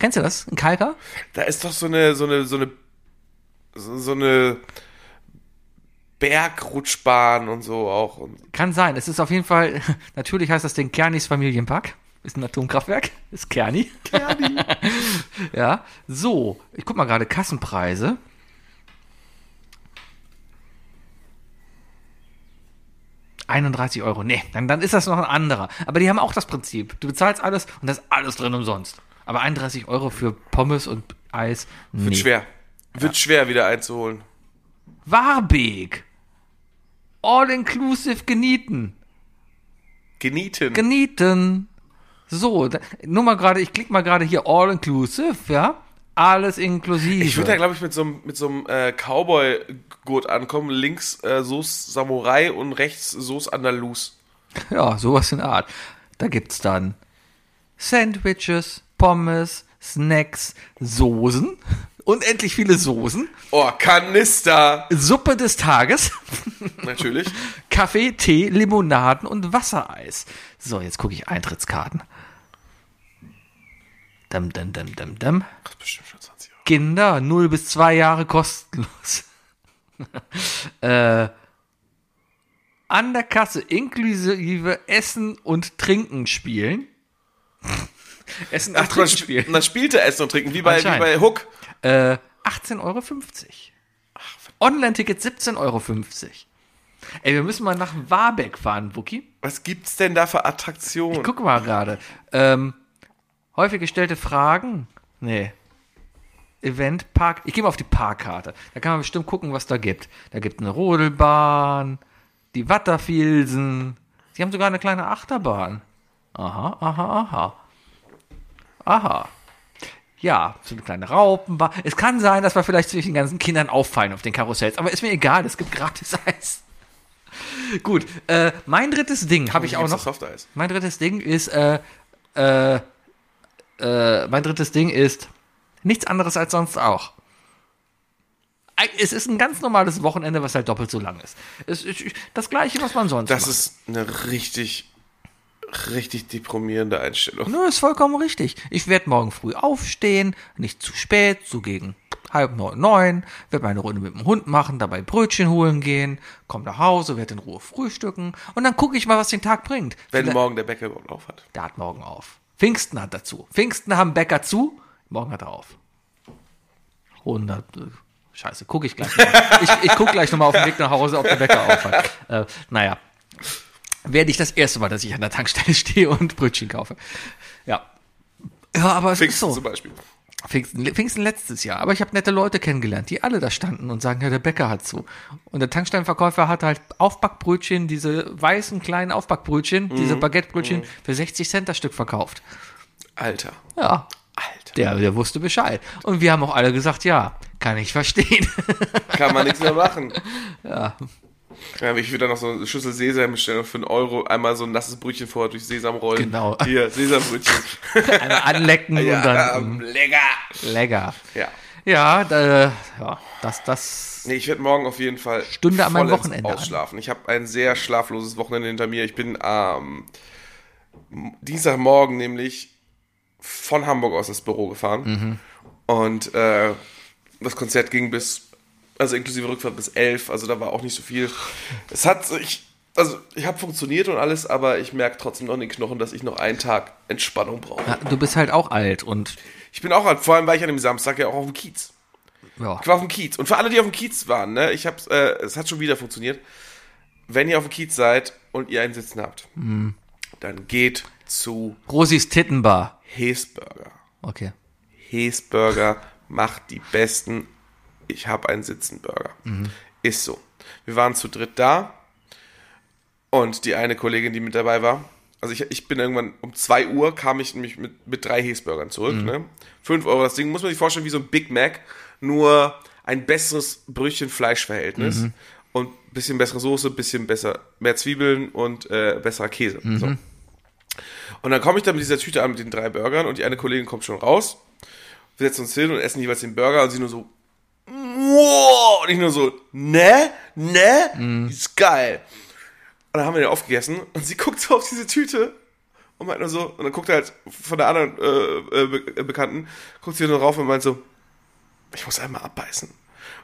Kennst du das? In Kalka?
Da ist doch so eine, so eine, so eine, so, so eine Bergrutschbahn und so auch. Und
Kann sein. Es ist auf jeden Fall, [LAUGHS] natürlich heißt das Ding Kernis Familienpark. Ist ein Atomkraftwerk. Ist Kerni. Kerni. [LAUGHS] ja. So, ich guck mal gerade Kassenpreise. ...31 Euro. Nee, dann, dann ist das noch ein anderer. Aber die haben auch das Prinzip. Du bezahlst alles und da ist alles drin umsonst. Aber 31 Euro für Pommes und Eis...
wird
Nee.
schwer. Wird schwer wieder einzuholen.
Warbeek. All-inclusive genieten.
Genieten.
Genau, genieten. So, da, nur mal gerade, ich klicke mal gerade hier all inclusive, ja? Alles inklusive.
Ich würde da, glaube ich, mit so einem, mit so einem äh, Cowboy-Gurt ankommen. Links äh, Soße Samurai und rechts Soße Andalus.
ja, sowas in der Art. Da gibt's dann Sandwiches, Pommes, Snacks, Soßen, unendlich viele Soßen,
Oh, Kanister!
Suppe des Tages,
Natürlich.
Kaffee, Tee, Limonaden und Wassereis. So, jetzt gucke ich Eintrittskarten. Dam, dam, dam, dam, dam.
Das ist bestimmt schon 20 Euro.
Kinder, 0 bis 2 Jahre kostenlos. [LAUGHS] äh, an der Kasse inklusive Essen und Trinken spielen. [LAUGHS] Essen und
Ach, man, sp man spielte Essen und Trinken, wie bei, wie
Anscheinend.
bei Hook.
Äh, 18,50 Euro. Online-Ticket 17,50 Euro. Ey, wir müssen mal nach Warbeck fahren, Wookie.
Was gibt's denn da für Attraktionen?
Guck mal gerade. Ähm, häufig gestellte Fragen? Nee. Event, Park. Ich gehe mal auf die Parkkarte. Da kann man bestimmt gucken, was da gibt. Da gibt eine Rodelbahn, die Watterfilsen. Sie haben sogar eine kleine Achterbahn. Aha, aha, aha. Aha. Ja, so eine kleine Raupenbahn. Es kann sein, dass wir vielleicht zwischen den ganzen Kindern auffallen auf den Karussells. Aber ist mir egal, es gibt gratis Eis. [LAUGHS] Gut, äh, mein drittes Ding habe ich
Hier
auch
gibt's
noch.
Softeis.
Mein drittes Ding ist, äh, äh, äh, mein drittes Ding ist nichts anderes als sonst auch. Ei, Es ist ein ganz normales Wochenende, was halt doppelt so lang ist. Es ist das gleiche, was man sonst
Das
macht.
ist eine richtig richtig deprimierende Einstellung.
Nö, ist vollkommen richtig. Ich werde morgen früh aufstehen, nicht zu spät, so gegen halb neun, neun, werde meine Runde mit dem Hund machen, dabei Brötchen holen gehen, komm nach Hause, werde in Ruhe frühstücken und dann gucke ich mal, was den Tag bringt.
Wenn
Vielleicht-
morgen der Bäcker überhaupt auf hat.
Der hat morgen auf. Pfingsten hat dazu. Pfingsten haben Bäcker zu, morgen hat er auf. 100. äh, Scheiße, gucke ich gleich. Noch. mal. Ich, ich gucke gleich nochmal auf dem Weg nach Hause, ob der Bäcker auf hat. Äh, naja. Wäre nicht das erste Mal, dass ich an der Tankstelle [LAUGHS] stehe und Brötchen kaufe. Ja. Ja, aber es
Pfingsten
ist so.
zum Beispiel.
Pfingsten, Pfingsten letztes Jahr. Aber ich habe nette Leute kennengelernt, die alle da standen und sagen, ja, der Bäcker hat zu. Und der Tankstellenverkäufer hatte halt Aufbackbrötchen, diese weißen kleinen Aufbackbrötchen,
Mhm.
diese Baguettebrötchen für 60 Cent das Stück verkauft.
Alter.
Ja,
Alter.
der, der wusste Bescheid. Und wir haben auch alle gesagt, ja, kann ich verstehen. [LAUGHS]
Kann man nichts mehr machen. Ja. ja. Ich würde dann noch so eine Schüssel Sesam bestellen und für einen Euro einmal so ein nasses Brötchen vorher durch Sesam rollen.
Genau.
Hier, Sesambrötchen.
Einmal anlecken und
ja,
dann
ähm, lecker.
mm, lecker.
Ja.
Ja, da, ja, das, das.
Nee, ich werde morgen auf jeden Fall
Stunde an meinem
vollends
Wochenende an.
ausschlafen. Ich habe ein sehr schlafloses Wochenende hinter mir. Ich bin am Dienstagmorgen nämlich von Hamburg aus ins Büro gefahren. Und äh, das Konzert ging bis, also inklusive Rückfahrt bis 11, also da war auch nicht so viel. Es hat, ich, also ich habe funktioniert und alles, aber ich merke trotzdem noch in den Knochen, dass ich noch einen Tag Entspannung brauche.
Ja, du bist halt auch alt und
Ich bin auch halt, vor allem war ich an dem Samstag ja auch auf dem Kiez.
ja.
Ich war auf dem Kiez. Und für alle, die auf dem Kiez waren, ne, ich hab's, äh, es hat schon wieder funktioniert. Wenn ihr auf dem Kiez seid und ihr einen Sitzen habt, dann geht zu
Rosis Tittenbar.
Hesburger.
Okay.
Hesburger macht die besten Ich hab einen Sitzenburger. Ist so. Wir waren zu dritt da und die eine Kollegin, die mit dabei war, also ich, ich bin irgendwann um 2 Uhr kam ich nämlich mit, mit drei Hesburgern zurück. Ne? 5 Euro das Ding, muss man sich vorstellen, wie so ein Big Mac, nur ein besseres Brötchen-Fleisch-Verhältnis. Und ein bisschen bessere Soße, ein bisschen besser, mehr Zwiebeln und äh, besserer Käse. So. Und dann komme ich da mit dieser Tüte an mit den drei Burgern und die eine Kollegin kommt schon raus wir setzen uns hin und essen jeweils den Burger und sie nur so, wow, und ich nur so, ne, ne,
Mhm.
ist geil. Und dann haben wir den aufgegessen und sie [LAUGHS] guckt so auf diese Tüte und meint nur so, und dann guckt halt von der anderen äh, äh, Be- äh, Bekannten, guckt sie nur rauf und meint so, ich muss einmal abbeißen. Und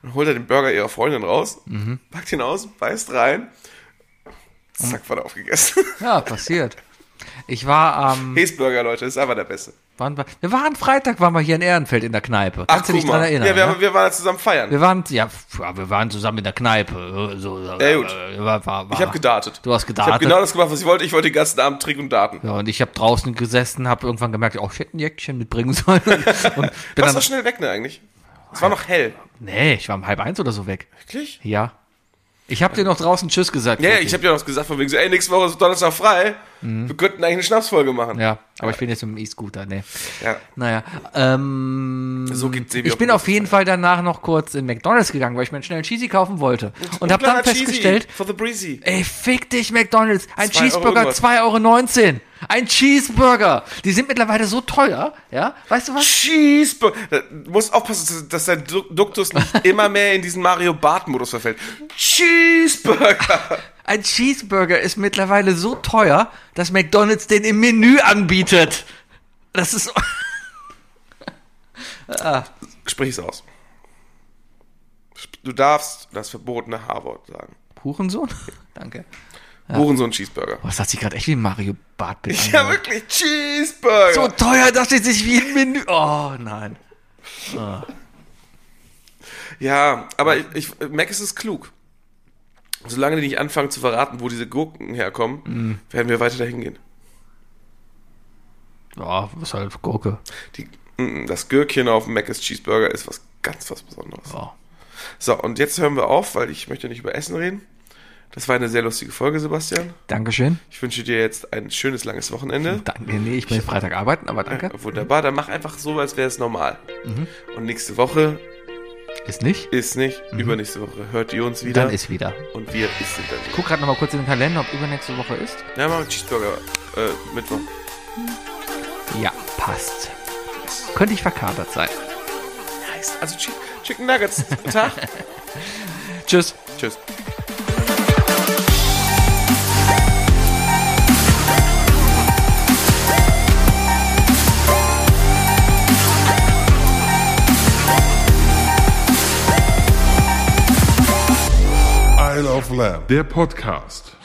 dann holt er den Burger ihrer Freundin raus,
Mhm.
packt ihn aus, beißt rein,
Mhm.
zack, war der aufgegessen. [LAUGHS]
Ja, passiert. Ich war am.
Hesburger, Leute, ist einfach der Beste.
Wann war, wir waren Freitag, waren wir hier in Ehrenfeld in der Kneipe. Kannst du dich
guck
dran
mal.
erinnern?
Ja, wir, haben-
ne?
wir waren da zusammen feiern.
wir waren, ja, pf, ja, wir waren zusammen in der Kneipe. äh, So, ja,
gut.
War, war, war.
Ich habe gedartet.
Ah. Du hast
Ich
gedartet.
habe genau das gemacht, was ich wollte. Ich wollte den ganzen Abend trinken und darten.
Ja, und ich habe draußen gesessen, habe irgendwann gemerkt, oh, ich hätte ein Jäckchen mitbringen sollen.
[LAUGHS]
Und bin
Warst du
dann,
doch schnell weg, ne, eigentlich? Es war noch hell.
nee, ich war um halb eins oder so weg.
Wirklich?
Ja. Ich habe dir noch draußen Tschüss gesagt.
Ja, ja,
Ricky.
ich habe ja noch gesagt, von wegen so, ey, nächste Woche ist Donnerstag frei. Wir könnten eigentlich eine Schnapsfolge machen.
Mhm. Ja, aber ich bin jetzt mit dem E-Scooter, nee.
Ja.
Naja, ähm,
So gibt's eben
ich
auch
bin
gute
auf jeden Fall danach noch kurz in McDonalds gegangen, weil ich mir einen schnellen Cheesy kaufen wollte. Und habe
Kleiner
dann
Cheesy
festgestellt,
For the breezy.
Ey, fick dich, McDonalds. Ein
Zwei Euro
Cheeseburger,
irgendwas.
2,19 Euro. Ein Cheeseburger. Die sind mittlerweile so teuer, ja? Weißt du was?
Cheeseburger. Du musst Äh, aufpassen, dass dein Du- Duktus
[LAUGHS]
nicht immer mehr in diesen Mario Bart-Modus verfällt.
[LAUGHS]
Cheeseburger.
Ein Cheeseburger ist mittlerweile so teuer, dass McDonalds den im Menü anbietet. Das ist. [LAUGHS]
Sprich es aus. Du darfst das verbotene H-Wort sagen.
Hurensohn? Danke.
Hurensohn Cheeseburger.
Was hat sich gerade echt wie Mario Bart bitte?
[LAUGHS] Ja, wirklich. Cheeseburger.
So teuer, dass sie sich wie ein Menü. Oh nein.
Ja, aber ich, ich, Mac ist es klug. Solange die nicht anfangen zu verraten, wo diese Gurken herkommen,
Mhm.
werden wir weiter dahin gehen.
Ja, was ist halt Gurke.
Die, mm, das Gürkchen auf dem Mac is Cheeseburger ist was ganz was Besonderes.
Ja.
So, und jetzt hören wir auf, weil ich möchte nicht über Essen reden. Das war eine sehr lustige Folge, Sebastian.
Dankeschön.
Ich wünsche dir jetzt ein schönes, langes Wochenende.
Danke. Nee, ich bin Freitag arbeiten, aber danke.
Wunderbar, dann mach einfach so, als wäre es normal.
Mhm.
Und nächste Woche
Ist nicht?
ist nicht, übernächste Woche hört ihr uns wieder
Mhm. Dann ist wieder.
und wir sind dann wieder.
Guck gerade nochmal kurz in den Kalender, ob übernächste Woche ist.
Ja, machen wir Cheeseburger äh, Mittwoch.
Ja, passt. Könnte ich verkatert sein.
Nice. Also Chi- Chicken Nuggets. Tag.
Tschüss.
[LAUGHS] Tschüss.
Love, der Podcast.